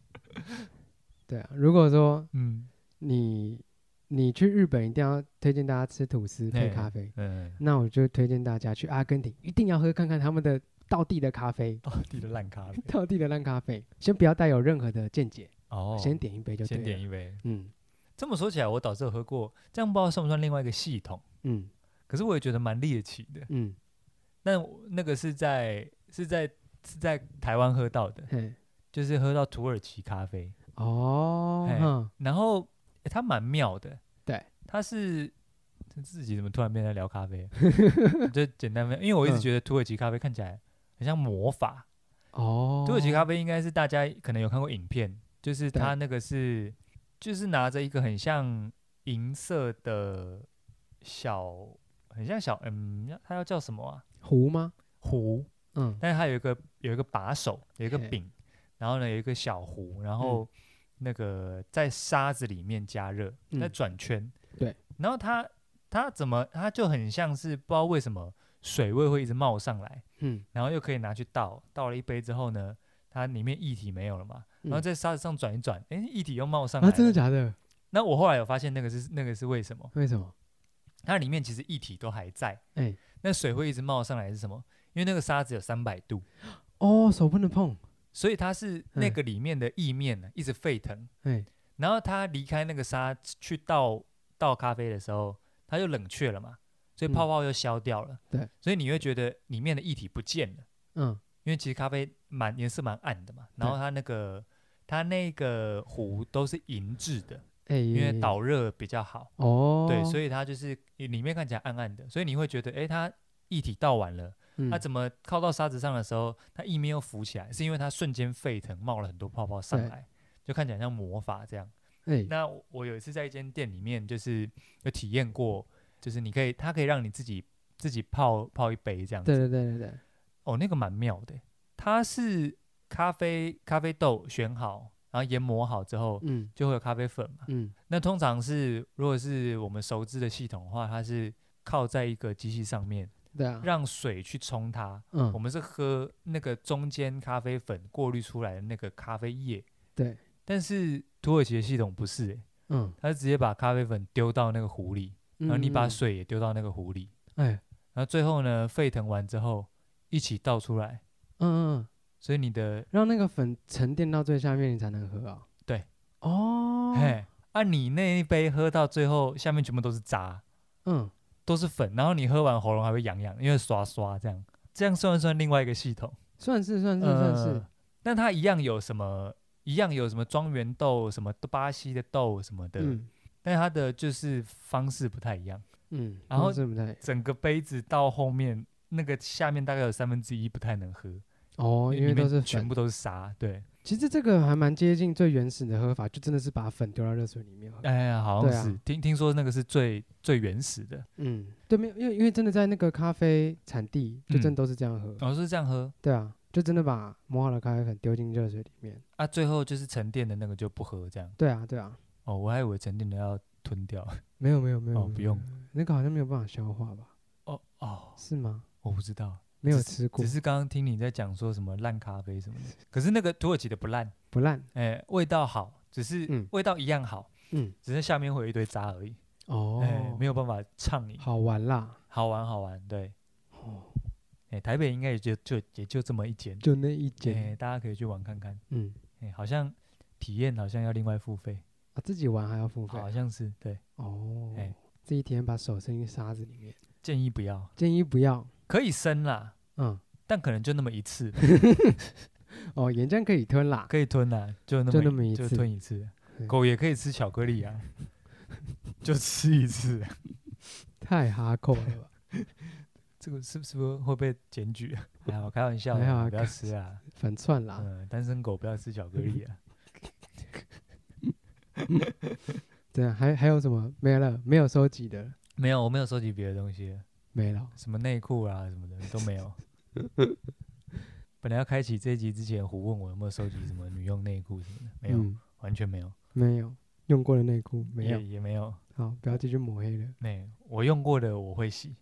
[SPEAKER 1] 对啊，如果说
[SPEAKER 2] 嗯
[SPEAKER 1] 你你去日本一定要推荐大家吃吐司配咖啡，
[SPEAKER 2] 嗯，
[SPEAKER 1] 那我就推荐大家去阿根廷一定要喝看看他们的道地的咖啡，
[SPEAKER 2] 到底哦的烂
[SPEAKER 1] [LAUGHS]
[SPEAKER 2] 咖啡
[SPEAKER 1] 道地的烂咖啡，先不要带有任何的见解，
[SPEAKER 2] 哦，
[SPEAKER 1] 先点一杯就对
[SPEAKER 2] 先
[SPEAKER 1] 了。
[SPEAKER 2] 点一杯。
[SPEAKER 1] 嗯
[SPEAKER 2] 这么说起来，我倒是有喝过，这样不知道算不算另外一个系统，
[SPEAKER 1] 嗯
[SPEAKER 2] 可是我也觉得蛮猎奇的。
[SPEAKER 1] 嗯，
[SPEAKER 2] 那我那个是在是在是在台湾喝到的，
[SPEAKER 1] 嘿，
[SPEAKER 2] 就是喝到土耳其咖啡，
[SPEAKER 1] 哦，
[SPEAKER 2] 嘿
[SPEAKER 1] 哼
[SPEAKER 2] 然后、诶它蛮妙的，
[SPEAKER 1] 对，
[SPEAKER 2] 它是这自己怎么突然变成聊咖
[SPEAKER 1] [LAUGHS]
[SPEAKER 2] 啡？啊就简单分，因为我一直
[SPEAKER 1] 嗯
[SPEAKER 2] 觉得土耳其咖啡看起来很像魔法，
[SPEAKER 1] 哦，
[SPEAKER 2] 土耳其咖啡应该是大家可能有看过影片，就是
[SPEAKER 1] 对
[SPEAKER 2] 它那个是就是拿着一个很像银色的小，很像小嗯，它要叫什么啊？
[SPEAKER 1] 壶吗？
[SPEAKER 2] 壶，
[SPEAKER 1] 嗯
[SPEAKER 2] 但是它有一个有一个把手，有一个
[SPEAKER 1] 嘿嗯
[SPEAKER 2] 柄，然后呢有一个小壶，然后那个在沙子里面加热，在
[SPEAKER 1] 嗯
[SPEAKER 2] 转圈。
[SPEAKER 1] 对，
[SPEAKER 2] 然后它它怎么它就很像是不知道为什么水位会一直冒上来，
[SPEAKER 1] 嗯，
[SPEAKER 2] 然后又可以拿去倒，倒了一杯之后呢，它里面液体没有了嘛，然后
[SPEAKER 1] 嗯
[SPEAKER 2] 在沙子上转一转，哎、液体又冒上来
[SPEAKER 1] 啊，
[SPEAKER 2] 了。
[SPEAKER 1] 真的假的？
[SPEAKER 2] 那我后来有发现那个是那个是为什么？
[SPEAKER 1] 为什么？
[SPEAKER 2] 它里面其实液体都还在，
[SPEAKER 1] 哎、
[SPEAKER 2] 那水会一直冒上来是什么？因为那个沙子有三百度，
[SPEAKER 1] 哦，手不能碰，
[SPEAKER 2] 所以它是那
[SPEAKER 1] 嗯
[SPEAKER 2] 个里面的意面呢、一直沸腾。
[SPEAKER 1] 哎、
[SPEAKER 2] 然后它离开那个沙去倒倒咖啡的时候，它就冷却了嘛，所以
[SPEAKER 1] 嗯
[SPEAKER 2] 泡泡又消掉了。
[SPEAKER 1] 对，
[SPEAKER 2] 所以你会觉得里面的液体不见了，
[SPEAKER 1] 嗯，
[SPEAKER 2] 因为其实咖啡蛮颜色蛮暗的嘛。然后
[SPEAKER 1] 对
[SPEAKER 2] 它那个它那个壶都是银质的，
[SPEAKER 1] 哎、
[SPEAKER 2] 因为导热比较好。
[SPEAKER 1] 哦，
[SPEAKER 2] 对，所
[SPEAKER 1] 以
[SPEAKER 2] 以它就是里面看起来暗暗的，所以你会觉得，诶，它液体倒完了，它
[SPEAKER 1] 嗯、
[SPEAKER 2] 怎么靠到沙子上的时候，它意面又浮起来？是因为它瞬间沸腾，冒了很多泡泡上
[SPEAKER 1] 对
[SPEAKER 2] 来，就看起来像魔法这样。
[SPEAKER 1] 哎、
[SPEAKER 2] 那我我有一次在一间店里面，就是有体验过，就是你可以，它可以让你自己自己泡泡一杯这样
[SPEAKER 1] 对
[SPEAKER 2] 子。
[SPEAKER 1] 对对对对，
[SPEAKER 2] 哦，那个蛮妙的，它是咖啡咖啡豆选好，然后研磨好之后，
[SPEAKER 1] 嗯
[SPEAKER 2] 就会有咖啡粉嘛。
[SPEAKER 1] 嗯，
[SPEAKER 2] 那通常是，如果是我们熟知的系统的话，它是靠在一个机器上面，
[SPEAKER 1] 对啊，
[SPEAKER 2] 让水去冲它。我
[SPEAKER 1] 嗯
[SPEAKER 2] 们是喝那个中间咖啡粉过滤出来的那个咖啡液。
[SPEAKER 1] 对。
[SPEAKER 2] 但是土耳其的系统不是、欸，
[SPEAKER 1] 嗯，
[SPEAKER 2] 它是直接把咖啡粉丢到那个壶里，然后你把
[SPEAKER 1] 嗯，
[SPEAKER 2] 水也丢到那个壶里，
[SPEAKER 1] 哎、
[SPEAKER 2] 然后最后呢沸腾完之后一起倒出来，
[SPEAKER 1] 嗯嗯嗯，
[SPEAKER 2] 所以你的
[SPEAKER 1] 让那个粉沉淀到最下面，你才能喝啊。
[SPEAKER 2] 对，
[SPEAKER 1] 哦，
[SPEAKER 2] 嘿，啊你那一杯喝到最后下面全部都是渣，
[SPEAKER 1] 嗯，
[SPEAKER 2] 都是粉，然后你喝完喉咙还会痒痒，因为刷刷这样，这样算不算另外一个系统？
[SPEAKER 1] 算是算是算是，
[SPEAKER 2] 呃那它一样有什么？一样有什么庄园豆、什么巴西的豆什么的，
[SPEAKER 1] 嗯
[SPEAKER 2] 但它的就是方式不太一样。
[SPEAKER 1] 嗯，
[SPEAKER 2] 然后
[SPEAKER 1] 是不太
[SPEAKER 2] 整个杯子到后面那个下面大概有三分之一不太能喝，
[SPEAKER 1] 哦，因为
[SPEAKER 2] 里面
[SPEAKER 1] 都是
[SPEAKER 2] 全
[SPEAKER 1] 粉。
[SPEAKER 2] 部都是沙。对，
[SPEAKER 1] 其实这个还蛮接近最原始的喝法，就真的是把粉丢到热水里面喝。
[SPEAKER 2] 哎呀，好
[SPEAKER 1] 对啊
[SPEAKER 2] 像是、听听说那个是最最原始的，
[SPEAKER 1] 嗯，对，没有，因为因为真的在那个咖啡产地，就
[SPEAKER 2] 嗯
[SPEAKER 1] 真的都是这样喝。
[SPEAKER 2] 然后哦是这样喝
[SPEAKER 1] 对啊，就真的把磨好的咖啡粉丢进热水里面。
[SPEAKER 2] 啊，最后就是沉淀的那个就不喝这样。
[SPEAKER 1] 对啊，对啊，
[SPEAKER 2] 哦，我还以为沉淀的要吞掉。
[SPEAKER 1] 没有没有没有，
[SPEAKER 2] 哦，不用。
[SPEAKER 1] 那个好像没有办法消化吧？
[SPEAKER 2] 哦哦，
[SPEAKER 1] 是吗？
[SPEAKER 2] 我不知道。
[SPEAKER 1] 没有吃过
[SPEAKER 2] 只，是刚刚听你在讲说什么烂咖啡什么
[SPEAKER 1] [LAUGHS]
[SPEAKER 2] 的，可是那个土耳其的不烂，
[SPEAKER 1] 不烂。
[SPEAKER 2] 哎、味道好，只是
[SPEAKER 1] 嗯
[SPEAKER 2] 味道一样好，
[SPEAKER 1] 嗯，
[SPEAKER 2] 只是下面会有一堆渣而已，哎、
[SPEAKER 1] 哦，
[SPEAKER 2] 没有办法畅饮，
[SPEAKER 1] 好玩啦。
[SPEAKER 2] 好玩好玩，对，
[SPEAKER 1] 哦，
[SPEAKER 2] 哎、台北应该也就就也就这么一间，
[SPEAKER 1] 就那一
[SPEAKER 2] 哎、
[SPEAKER 1] 间。
[SPEAKER 2] 大家可以去玩看看，
[SPEAKER 1] 嗯，
[SPEAKER 2] 哎、好像体验好像要另外付费，
[SPEAKER 1] 啊，自己玩还要付费啊。
[SPEAKER 2] 好像是对，
[SPEAKER 1] 哦
[SPEAKER 2] 哎，
[SPEAKER 1] 这一天把手伸进沙子里面，
[SPEAKER 2] 建议不要，
[SPEAKER 1] 建议不要。
[SPEAKER 2] 可以生啦，
[SPEAKER 1] 嗯，
[SPEAKER 2] 但可能就那么一次，
[SPEAKER 1] 哦，岩浆可以吞啦。
[SPEAKER 2] 可以吞啦，就那么
[SPEAKER 1] 就那么一
[SPEAKER 2] 就
[SPEAKER 1] 次
[SPEAKER 2] 吞一次
[SPEAKER 1] 对，
[SPEAKER 2] 狗也可以吃巧克力
[SPEAKER 1] [LAUGHS]
[SPEAKER 2] 啊，就吃一次。啊
[SPEAKER 1] 太哈扣了吧？
[SPEAKER 2] [LAUGHS] 这个是是不是会被检举啊？ [LAUGHS] 哎呀，我开玩笑
[SPEAKER 1] 没有啊
[SPEAKER 2] 的，不要吃啊！
[SPEAKER 1] 反串啦。
[SPEAKER 2] 嗯，单身狗不要吃巧克力
[SPEAKER 1] [LAUGHS]
[SPEAKER 2] 啊！
[SPEAKER 1] 对啊，还还有什么没了？没有收集的，
[SPEAKER 2] 没有，我没有收集别的东西，
[SPEAKER 1] 没了。
[SPEAKER 2] 什么内裤啊什么的都没有。
[SPEAKER 1] [LAUGHS]
[SPEAKER 2] 本来要开启这一集之前，胡问我有没有收集什么女用内裤什么的，没有，
[SPEAKER 1] 嗯
[SPEAKER 2] 完全没有，
[SPEAKER 1] 没有用过的内裤没有
[SPEAKER 2] 也。也没有。
[SPEAKER 1] 好，不要继续抹黑了。
[SPEAKER 2] 那、我用过的我会
[SPEAKER 1] [LAUGHS]
[SPEAKER 2] 洗，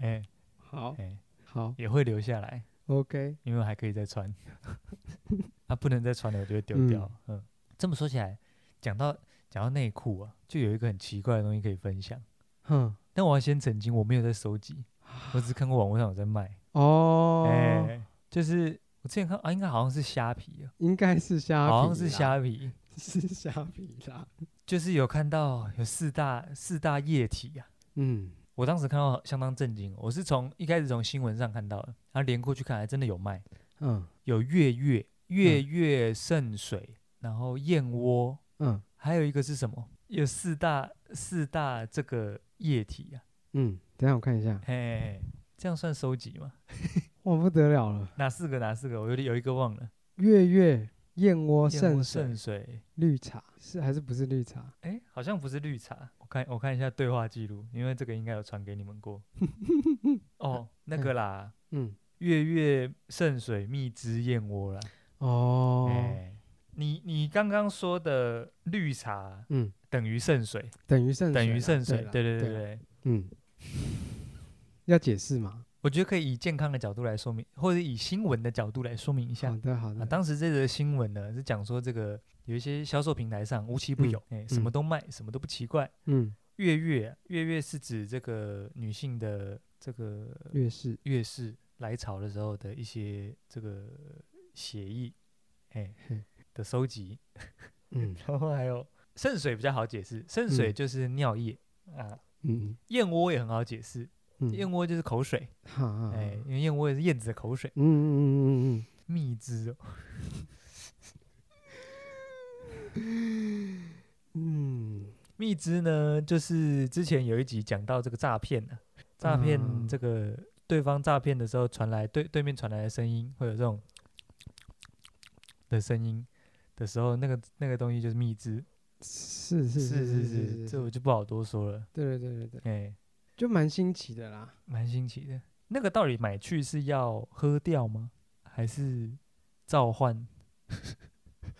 [SPEAKER 2] 哎
[SPEAKER 1] 好
[SPEAKER 2] 哎、，
[SPEAKER 1] 好
[SPEAKER 2] 也会留下来，
[SPEAKER 1] ，OK，
[SPEAKER 2] 因为还可以再
[SPEAKER 1] [LAUGHS]
[SPEAKER 2] 穿。啊，不能再穿了，我就会丢掉。嗯这么说起来，讲到讲到内裤啊，就有一个很奇怪的东西可以分享。
[SPEAKER 1] 哼，
[SPEAKER 2] 但我要先澄清，我没有在收集，我只是看过网络上有在卖。哎、
[SPEAKER 1] 啊哦，
[SPEAKER 2] 就是我之前看啊，应该好像是虾皮啊，
[SPEAKER 1] 应该是虾皮，
[SPEAKER 2] 好像是，虾皮，
[SPEAKER 1] 是虾皮啦。
[SPEAKER 2] 就是有看到有四大四大液体啊。
[SPEAKER 1] 嗯，
[SPEAKER 2] 我当时看到相当震惊，我是从一开始从新闻上看到的，然后连过去看，还真的有卖，
[SPEAKER 1] 嗯
[SPEAKER 2] 有月月月月圣水，然后燕窝，
[SPEAKER 1] 嗯
[SPEAKER 2] 还有一个是什么？有四大四大这个液体啊，
[SPEAKER 1] 嗯，等一下我看一下，
[SPEAKER 2] 嘿嘿嘿，这样算收集吗？
[SPEAKER 1] 哇，不得了了！
[SPEAKER 2] 哪四个？哪四个？我有点有一个忘了。
[SPEAKER 1] 月月燕
[SPEAKER 2] 燕
[SPEAKER 1] 窝
[SPEAKER 2] 窝
[SPEAKER 1] 哦圣水
[SPEAKER 2] 圣水，
[SPEAKER 1] 绿茶是还是不是绿茶？
[SPEAKER 2] 哎、好像不是绿茶。我看我看一下对话记录，因为这个应该有传给你们
[SPEAKER 1] [LAUGHS]
[SPEAKER 2] 过。哦，那个啦，
[SPEAKER 1] 嗯，
[SPEAKER 2] 月月圣水蜜汁燕窝啦。
[SPEAKER 1] 哦
[SPEAKER 2] 哎、，你你刚刚说的绿茶
[SPEAKER 1] 嗯，
[SPEAKER 2] 等于圣水，
[SPEAKER 1] 等于圣水啦，
[SPEAKER 2] 等于圣水，
[SPEAKER 1] 啦
[SPEAKER 2] 对对对
[SPEAKER 1] 啦
[SPEAKER 2] 对。
[SPEAKER 1] 嗯，要解释吗？
[SPEAKER 2] 我觉得可以以健康的角度来说明，或者以新闻的角度来说明一下
[SPEAKER 1] 好。的好
[SPEAKER 2] 啊，
[SPEAKER 1] 的，
[SPEAKER 2] 当时这则新闻呢是讲说，这个有一些销售平台上无奇不有，哎、什么
[SPEAKER 1] 嗯
[SPEAKER 2] 都卖，什么都不奇怪。
[SPEAKER 1] 嗯，
[SPEAKER 2] 月月月月是指这个女性的这个
[SPEAKER 1] 月事
[SPEAKER 2] 月事来潮的时候的一些这个协议，哎、
[SPEAKER 1] 嘿
[SPEAKER 2] 的收集，
[SPEAKER 1] 嗯
[SPEAKER 2] 然后还 [LAUGHS] 有肾水比较好解释，肾水
[SPEAKER 1] 嗯
[SPEAKER 2] 就是尿液、啊，
[SPEAKER 1] 嗯
[SPEAKER 2] 燕窝也很好解释，
[SPEAKER 1] 嗯，
[SPEAKER 2] 燕窝就是口水，
[SPEAKER 1] 哈
[SPEAKER 2] 哎、
[SPEAKER 1] 哈，嗯
[SPEAKER 2] 因为燕窝也是燕子的口水，
[SPEAKER 1] 嗯嗯嗯嗯
[SPEAKER 2] 蜜汁哦，
[SPEAKER 1] 嗯嗯，
[SPEAKER 2] 蜜汁呢就是之前有一集讲到这个诈骗呢、诈骗
[SPEAKER 1] 嗯
[SPEAKER 2] 这个对方诈骗的时候传来对对面传来的声音，会有这种的声音的时候，那个那个东西就是蜜汁，
[SPEAKER 1] 是是
[SPEAKER 2] 是
[SPEAKER 1] 是
[SPEAKER 2] 是，这
[SPEAKER 1] 是，
[SPEAKER 2] 我就不好多说了，
[SPEAKER 1] 对对对对对，
[SPEAKER 2] 哎、
[SPEAKER 1] 就蛮新奇的啦。
[SPEAKER 2] 蛮新奇的。那个到底买去是要喝掉吗？还是召唤？ [LAUGHS]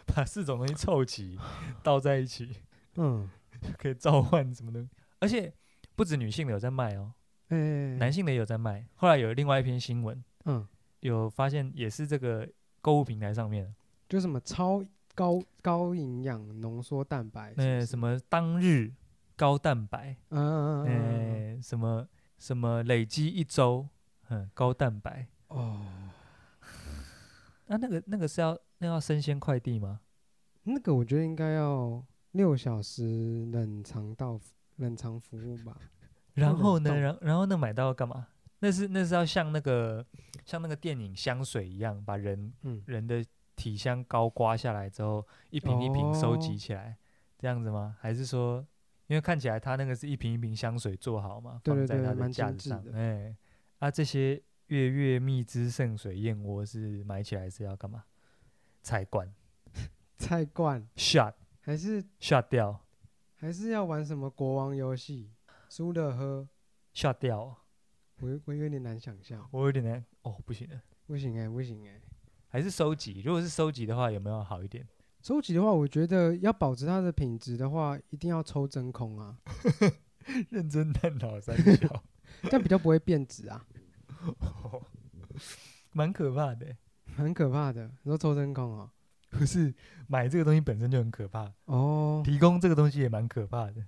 [SPEAKER 2] 把四种东西凑齐，倒在一起，
[SPEAKER 1] 嗯，
[SPEAKER 2] 可以召唤什么东西？而且不止女性的有在卖哦，
[SPEAKER 1] 哎，
[SPEAKER 2] 男性的也有在卖。后来有另外一篇新闻，
[SPEAKER 1] 嗯，
[SPEAKER 2] 有发现也是这个购物平台上面，
[SPEAKER 1] 就什么超高高营养浓缩蛋白，
[SPEAKER 2] 那呃哎什么当日高蛋白，
[SPEAKER 1] 嗯嗯
[SPEAKER 2] 呃，什么什么累积一周，嗯，高蛋白。啊
[SPEAKER 1] 哦，
[SPEAKER 2] 那、那个那个是要那要生鲜快递吗？
[SPEAKER 1] 那个我觉得应该要六小时冷藏到冷藏服务吧。
[SPEAKER 2] 然
[SPEAKER 1] 冷
[SPEAKER 2] 后呢，
[SPEAKER 1] 冻
[SPEAKER 2] 然然后那买到要干嘛？那是那是要像那个像那个电影香水一样，把人
[SPEAKER 1] 嗯，
[SPEAKER 2] 人的体香膏刮下来之后，一瓶一瓶收
[SPEAKER 1] 哦
[SPEAKER 2] 集起来，这样子吗？还是说，因为看起来它那个是一瓶一瓶香水做好嘛，
[SPEAKER 1] 对对
[SPEAKER 2] 放在
[SPEAKER 1] 对
[SPEAKER 2] 它的
[SPEAKER 1] 蛮
[SPEAKER 2] 架
[SPEAKER 1] 精
[SPEAKER 2] 子
[SPEAKER 1] 致
[SPEAKER 2] 上，
[SPEAKER 1] 的
[SPEAKER 2] 哎，啊，这些月月蜜汁圣水燕窝是买起来是要干嘛？菜罐
[SPEAKER 1] 菜罐
[SPEAKER 2] shot
[SPEAKER 1] 还是
[SPEAKER 2] shot 掉
[SPEAKER 1] 还是要玩什么国王游戏，输了喝，
[SPEAKER 2] shot 掉，
[SPEAKER 1] 我我有点难想象。
[SPEAKER 2] 我有点难哦，不行了，
[SPEAKER 1] 不行哎、不行哎、
[SPEAKER 2] 还是收集。如果是收集的话，有没有好一点？ [LAUGHS]
[SPEAKER 1] 收集的话，我觉得要保持它的品质的话，一定要抽真空啊，
[SPEAKER 2] 认真探讨三小， [LAUGHS]
[SPEAKER 1] 这样比较不会变质啊，
[SPEAKER 2] 蛮可怕的欸。
[SPEAKER 1] 很可怕的。你说抽真空哦、
[SPEAKER 2] 不是买这个东西本身就很可怕，
[SPEAKER 1] 哦，
[SPEAKER 2] 提供这个东西也蛮可怕的。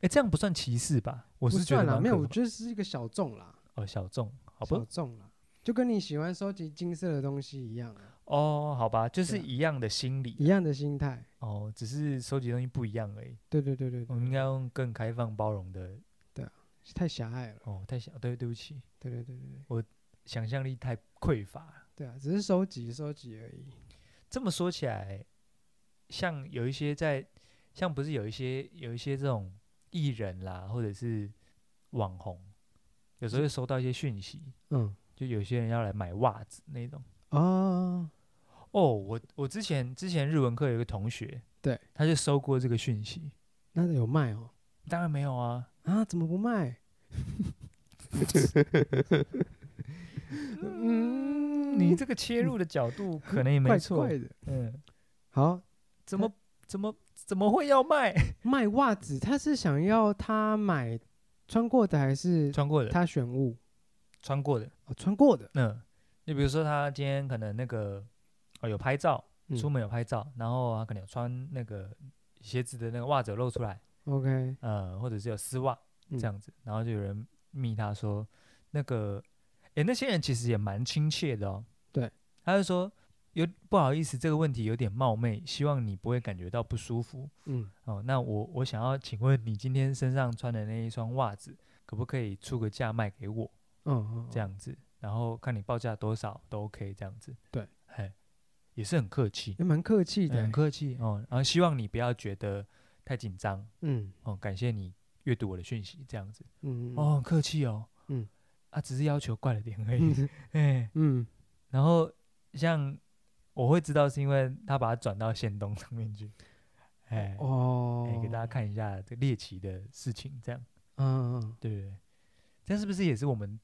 [SPEAKER 2] 哎，这样不算歧视吧？我
[SPEAKER 1] 不
[SPEAKER 2] 是觉
[SPEAKER 1] 算
[SPEAKER 2] 得
[SPEAKER 1] 啦，
[SPEAKER 2] 蛮
[SPEAKER 1] 没有，
[SPEAKER 2] 可
[SPEAKER 1] 我
[SPEAKER 2] 怕
[SPEAKER 1] 觉得是一个小众啦，
[SPEAKER 2] 哦，小众，好
[SPEAKER 1] 小
[SPEAKER 2] 吧，
[SPEAKER 1] 众啦，就跟你喜欢收集金色的东西一样、啊，
[SPEAKER 2] 哦，好吧，就是
[SPEAKER 1] 对啊
[SPEAKER 2] 一样的心
[SPEAKER 1] 一
[SPEAKER 2] 理
[SPEAKER 1] 样的心态。
[SPEAKER 2] 哦，只是收集东西不一样而已。
[SPEAKER 1] 对对对对
[SPEAKER 2] 我
[SPEAKER 1] 对，
[SPEAKER 2] 哦们应该用更开放包容的
[SPEAKER 1] 太狭隘了。
[SPEAKER 2] 哦，太小，对，对不起，
[SPEAKER 1] 对对对对对，
[SPEAKER 2] 想象力太匮乏了。
[SPEAKER 1] 对啊，只是收集收集而已。
[SPEAKER 2] 这么说起来，像有一些在，像不是有一些有一些这种艺人啦，或者是网红，有时候会收到一些讯息，
[SPEAKER 1] 嗯
[SPEAKER 2] 就有些人要来买袜子那种。
[SPEAKER 1] 啊，
[SPEAKER 2] 哦，我我之前之前日文课有一个同学，
[SPEAKER 1] 对，
[SPEAKER 2] 他就收过这个讯息，
[SPEAKER 1] 那有卖哦、
[SPEAKER 2] 当然没有啊，
[SPEAKER 1] 啊，怎么不卖？嗯，
[SPEAKER 2] 你这个切入的角度可能也没
[SPEAKER 1] 怪
[SPEAKER 2] 错，
[SPEAKER 1] 怪的。
[SPEAKER 2] 嗯，
[SPEAKER 1] 好，
[SPEAKER 2] 怎么怎么怎么会要卖
[SPEAKER 1] 卖袜子，他是想要他买穿过的还是
[SPEAKER 2] 穿过的
[SPEAKER 1] 他选物？
[SPEAKER 2] 穿过的？
[SPEAKER 1] 哦，穿过的。
[SPEAKER 2] 嗯，你比如说他今天可能那个哦有拍照，
[SPEAKER 1] 嗯
[SPEAKER 2] 出门有拍照，然后他可能有穿那个鞋子的那个袜子有露出来，
[SPEAKER 1] OK，
[SPEAKER 2] 呃，或者是有丝袜
[SPEAKER 1] 嗯
[SPEAKER 2] 这样子，然后就有人密他说，那个，诶，那些人其实也蛮亲切的哦。
[SPEAKER 1] 对，
[SPEAKER 2] 他就说有不好意思，这个问题有点冒昧，希望你不会感觉到不舒服
[SPEAKER 1] 嗯，
[SPEAKER 2] 哦。那我我想要请问你今天身上穿的那一双袜子，可不可以出个价卖给我
[SPEAKER 1] 哦，
[SPEAKER 2] 这样子，然后看你报价多少都 OK 这样子。
[SPEAKER 1] 对，
[SPEAKER 2] 哎，也是很客气，
[SPEAKER 1] 也蛮客气
[SPEAKER 2] 欸
[SPEAKER 1] 的
[SPEAKER 2] 很
[SPEAKER 1] 欸。
[SPEAKER 2] 客气哦。然后希望你不要觉得太紧张
[SPEAKER 1] 嗯
[SPEAKER 2] 哦，感谢你阅读我的讯息，这样子
[SPEAKER 1] 嗯，
[SPEAKER 2] 哦，很客气哦，
[SPEAKER 1] 嗯，
[SPEAKER 2] 啊，只是要求怪了点而已， [LAUGHS]
[SPEAKER 1] 嗯
[SPEAKER 2] 哎、
[SPEAKER 1] 嗯，
[SPEAKER 2] 然后像我会知道是因为他把它转到线东上面去，哎、
[SPEAKER 1] 哦
[SPEAKER 2] 哎、，给大家看一下这猎奇的事情，这样
[SPEAKER 1] 嗯，嗯，嗯
[SPEAKER 2] 对不对？这样是不是也是我们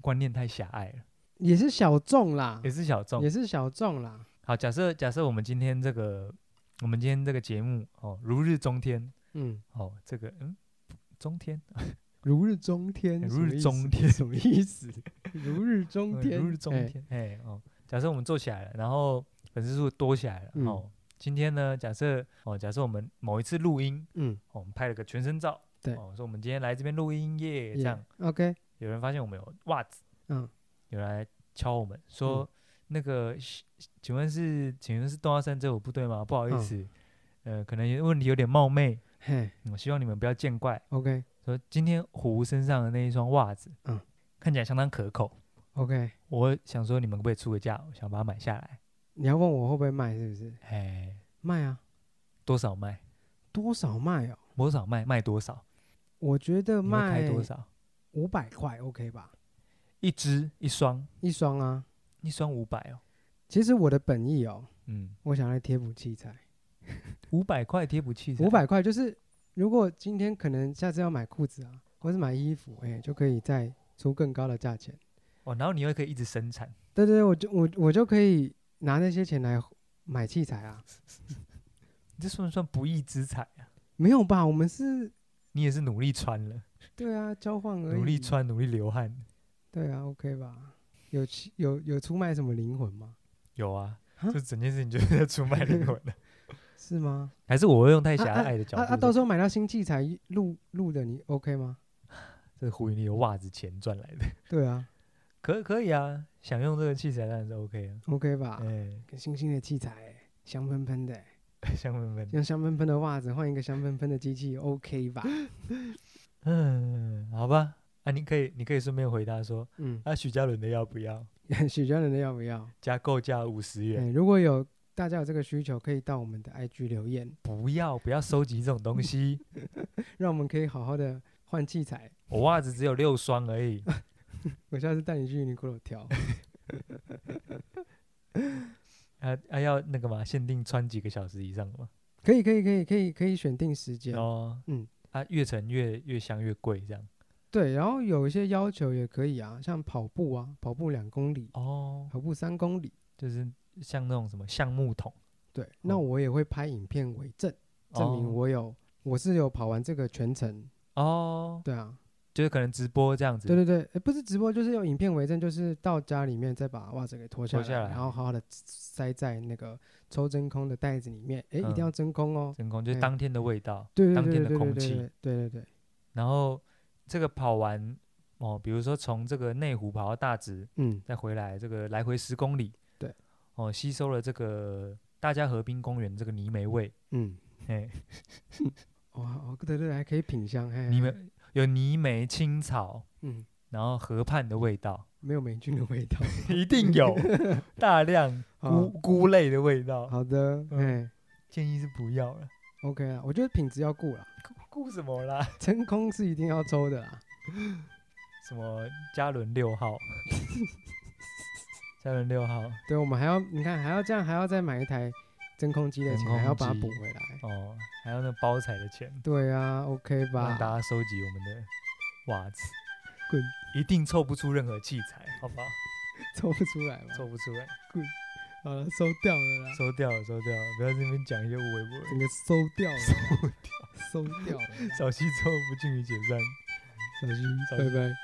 [SPEAKER 2] 观念太狭隘了，
[SPEAKER 1] 也是小众啦
[SPEAKER 2] 也，是小众
[SPEAKER 1] 也？是小众啦。
[SPEAKER 2] 好，假设假设我们今天这个我们今天这个节目哦，如日中天
[SPEAKER 1] 嗯，
[SPEAKER 2] 哦，这个嗯，中天。 [LAUGHS]
[SPEAKER 1] 如日中天，
[SPEAKER 2] 如
[SPEAKER 1] 什么
[SPEAKER 2] 日
[SPEAKER 1] 意思
[SPEAKER 2] 中天
[SPEAKER 1] 什么意思？如日中天，
[SPEAKER 2] 哎如日中
[SPEAKER 1] 哎。
[SPEAKER 2] 天。哎、哦，假设我们做起来了，然后粉丝数多起来了，
[SPEAKER 1] 嗯
[SPEAKER 2] 哦，今天呢，假设哦，假设我们某一次录音，
[SPEAKER 1] 嗯，
[SPEAKER 2] 哦、我们拍了个全身照，
[SPEAKER 1] 对
[SPEAKER 2] 哦，说我们今天来这边录音耶，这样，
[SPEAKER 1] 也 OK，
[SPEAKER 2] 有人发现我们有袜子，
[SPEAKER 1] 嗯，
[SPEAKER 2] 有人来敲我们说，那个是请问是请问是东华山这有部队吗？不好意
[SPEAKER 1] 嗯
[SPEAKER 2] 思，呃，可能有问题有点冒昧，嗯
[SPEAKER 1] 嘿
[SPEAKER 2] 我希望你们不要见怪。
[SPEAKER 1] ，OK
[SPEAKER 2] 说今天虎身上的那一双袜子，
[SPEAKER 1] 嗯，
[SPEAKER 2] 看起来相当可口。
[SPEAKER 1] OK，
[SPEAKER 2] 我想说，你们可不可以出个价？我想把它买下来。
[SPEAKER 1] 你要问我会不会卖是不是？
[SPEAKER 2] 哎，
[SPEAKER 1] 卖啊，
[SPEAKER 2] 多少卖？
[SPEAKER 1] 多少卖哦？
[SPEAKER 2] 多少卖？卖多少？
[SPEAKER 1] 我觉得
[SPEAKER 2] 你会开
[SPEAKER 1] 卖
[SPEAKER 2] 多少？
[SPEAKER 1] 五百块 OK 吧，
[SPEAKER 2] 一只一双，
[SPEAKER 1] 一双啊。
[SPEAKER 2] 一双五百哦。
[SPEAKER 1] 其实我的本意哦，
[SPEAKER 2] 嗯，
[SPEAKER 1] 我想来贴补器材，
[SPEAKER 2] 五百块贴补器材，
[SPEAKER 1] 五百块就是如果今天可能下次要买裤子啊，或是买衣服，哎、就可以再出更高的价钱。
[SPEAKER 2] 哦，然后你又可以一直生产。
[SPEAKER 1] 对对对，我就我我就可以拿那些钱来买器材啊。
[SPEAKER 2] 你这算不算不义之财啊？
[SPEAKER 1] 没有吧？我们是
[SPEAKER 2] 你也是努力穿了，
[SPEAKER 1] 对啊，交换而已。
[SPEAKER 2] 努力穿，努力流汗。
[SPEAKER 1] 对啊，OK 吧？有其有有出卖什么灵魂吗？
[SPEAKER 2] 有啊，
[SPEAKER 1] 啊
[SPEAKER 2] 这整件事情就是在出卖灵魂
[SPEAKER 1] [LAUGHS]
[SPEAKER 2] 的。
[SPEAKER 1] 是吗？
[SPEAKER 2] 还是我会用太狭隘的角
[SPEAKER 1] 啊
[SPEAKER 2] 度
[SPEAKER 1] 啊，
[SPEAKER 2] 在，
[SPEAKER 1] 到时候买到新器材录录的，你 OK 吗？
[SPEAKER 2] 这是胡云丽的袜子钱赚来的，
[SPEAKER 1] 对啊
[SPEAKER 2] 可可以啊，想用这个器材当然是 OK 啊。
[SPEAKER 1] ，OK 吧？
[SPEAKER 2] 哎， [LAUGHS]
[SPEAKER 1] 新新的器材、欸，香喷喷的欸、
[SPEAKER 2] 香喷喷的。
[SPEAKER 1] 用香喷喷的袜子换一个香喷喷的机器
[SPEAKER 2] [LAUGHS]
[SPEAKER 1] ，OK 吧？
[SPEAKER 2] 嗯，好吧，啊，你可以，你可以顺便回答说，
[SPEAKER 1] 嗯， [LAUGHS]
[SPEAKER 2] 那、许嘉伦的要不要
[SPEAKER 1] 许家人的要不要？
[SPEAKER 2] 加购价五十元？
[SPEAKER 1] 嗯，如果有大家有这个需求，可以到我们的 IG 留言，
[SPEAKER 2] 不要，不要收集这种东西。
[SPEAKER 1] 让我们可以好好的换器材。
[SPEAKER 2] 我袜子只有六双而已，
[SPEAKER 1] 我下次带你去云林骷髅挑。
[SPEAKER 2] 啊啊，要那个嘛，限定穿几个小时以上的嘛。
[SPEAKER 1] 可以可以可以可以可以选定时间，
[SPEAKER 2] 哦，
[SPEAKER 1] 嗯，
[SPEAKER 2] 啊，越沉越越香越贵这样。
[SPEAKER 1] 对，然后有一些要求也可以啊，像跑步啊，跑步两公里，
[SPEAKER 2] 哦，
[SPEAKER 1] 跑步三公里，
[SPEAKER 2] 就是像那种什么橡木桶，
[SPEAKER 1] 对，那
[SPEAKER 2] 哦
[SPEAKER 1] 我也会拍影片为证，证明我有、我是有跑完这个全程，
[SPEAKER 2] 哦哦，
[SPEAKER 1] 对啊，
[SPEAKER 2] 就是可能直播这样子。
[SPEAKER 1] 对对对，诶不是直播就是用影片为证，就是到家里面再把袜子给脱下
[SPEAKER 2] 脱下来
[SPEAKER 1] 然后好好的塞在那个抽真空的袋子里面，哎、一
[SPEAKER 2] 嗯
[SPEAKER 1] 定要真空哦，
[SPEAKER 2] 真空就是
[SPEAKER 1] 哎
[SPEAKER 2] 当天的味道，
[SPEAKER 1] 对对
[SPEAKER 2] 当
[SPEAKER 1] 对
[SPEAKER 2] 天
[SPEAKER 1] 对
[SPEAKER 2] 的
[SPEAKER 1] 对对
[SPEAKER 2] 空
[SPEAKER 1] 对
[SPEAKER 2] 气。
[SPEAKER 1] 对对对，
[SPEAKER 2] 然后这个跑完哦，比如说从这个内湖跑到大直，
[SPEAKER 1] 嗯，
[SPEAKER 2] 再回来，这个来回十公里，
[SPEAKER 1] 对，
[SPEAKER 2] 哦，吸收了这个大家河滨公园这个泥煤味，
[SPEAKER 1] 嗯，
[SPEAKER 2] 哎，
[SPEAKER 1] 哇、哦，对对，还可以品香，嘿，
[SPEAKER 2] 泥
[SPEAKER 1] 嘿
[SPEAKER 2] 煤有泥煤、青草，
[SPEAKER 1] 嗯，
[SPEAKER 2] 然后河畔的味道，
[SPEAKER 1] 没有霉菌的味道，
[SPEAKER 2] 一定有大量
[SPEAKER 1] 好
[SPEAKER 2] 菇菇类的味道，
[SPEAKER 1] 好的，
[SPEAKER 2] 嗯
[SPEAKER 1] 哎
[SPEAKER 2] 建议是不要了。
[SPEAKER 1] ，OK 啊，我觉得品质要顾啦，
[SPEAKER 2] 顾什么啦？
[SPEAKER 1] 真空是一定要抽的啦，
[SPEAKER 2] 什么嘉伦六号， [LAUGHS] 嘉伦六号
[SPEAKER 1] 对，我们还要你看还要这样，还要再买一台真空机的
[SPEAKER 2] 真
[SPEAKER 1] 钱，还要
[SPEAKER 2] 空
[SPEAKER 1] 把它
[SPEAKER 2] 机
[SPEAKER 1] 补回来，
[SPEAKER 2] 哦，还有那包彩的钱，
[SPEAKER 1] 对啊，OK
[SPEAKER 2] 让
[SPEAKER 1] 吧，
[SPEAKER 2] 大家收集我们的袜子，
[SPEAKER 1] 滚，
[SPEAKER 2] 一定凑不出任何器材，好不好？
[SPEAKER 1] 抽不出来嘛，
[SPEAKER 2] 凑不出来。
[SPEAKER 1] 好了，收掉了啦，
[SPEAKER 2] 收掉了，收掉了，不要在那边讲一些无微博， [LAUGHS]
[SPEAKER 1] 整个收掉了啦，收掉，收掉了啦，
[SPEAKER 2] 早期之后不敬于解散。
[SPEAKER 1] 小心，
[SPEAKER 2] 小
[SPEAKER 1] 拜
[SPEAKER 2] 心
[SPEAKER 1] 拜。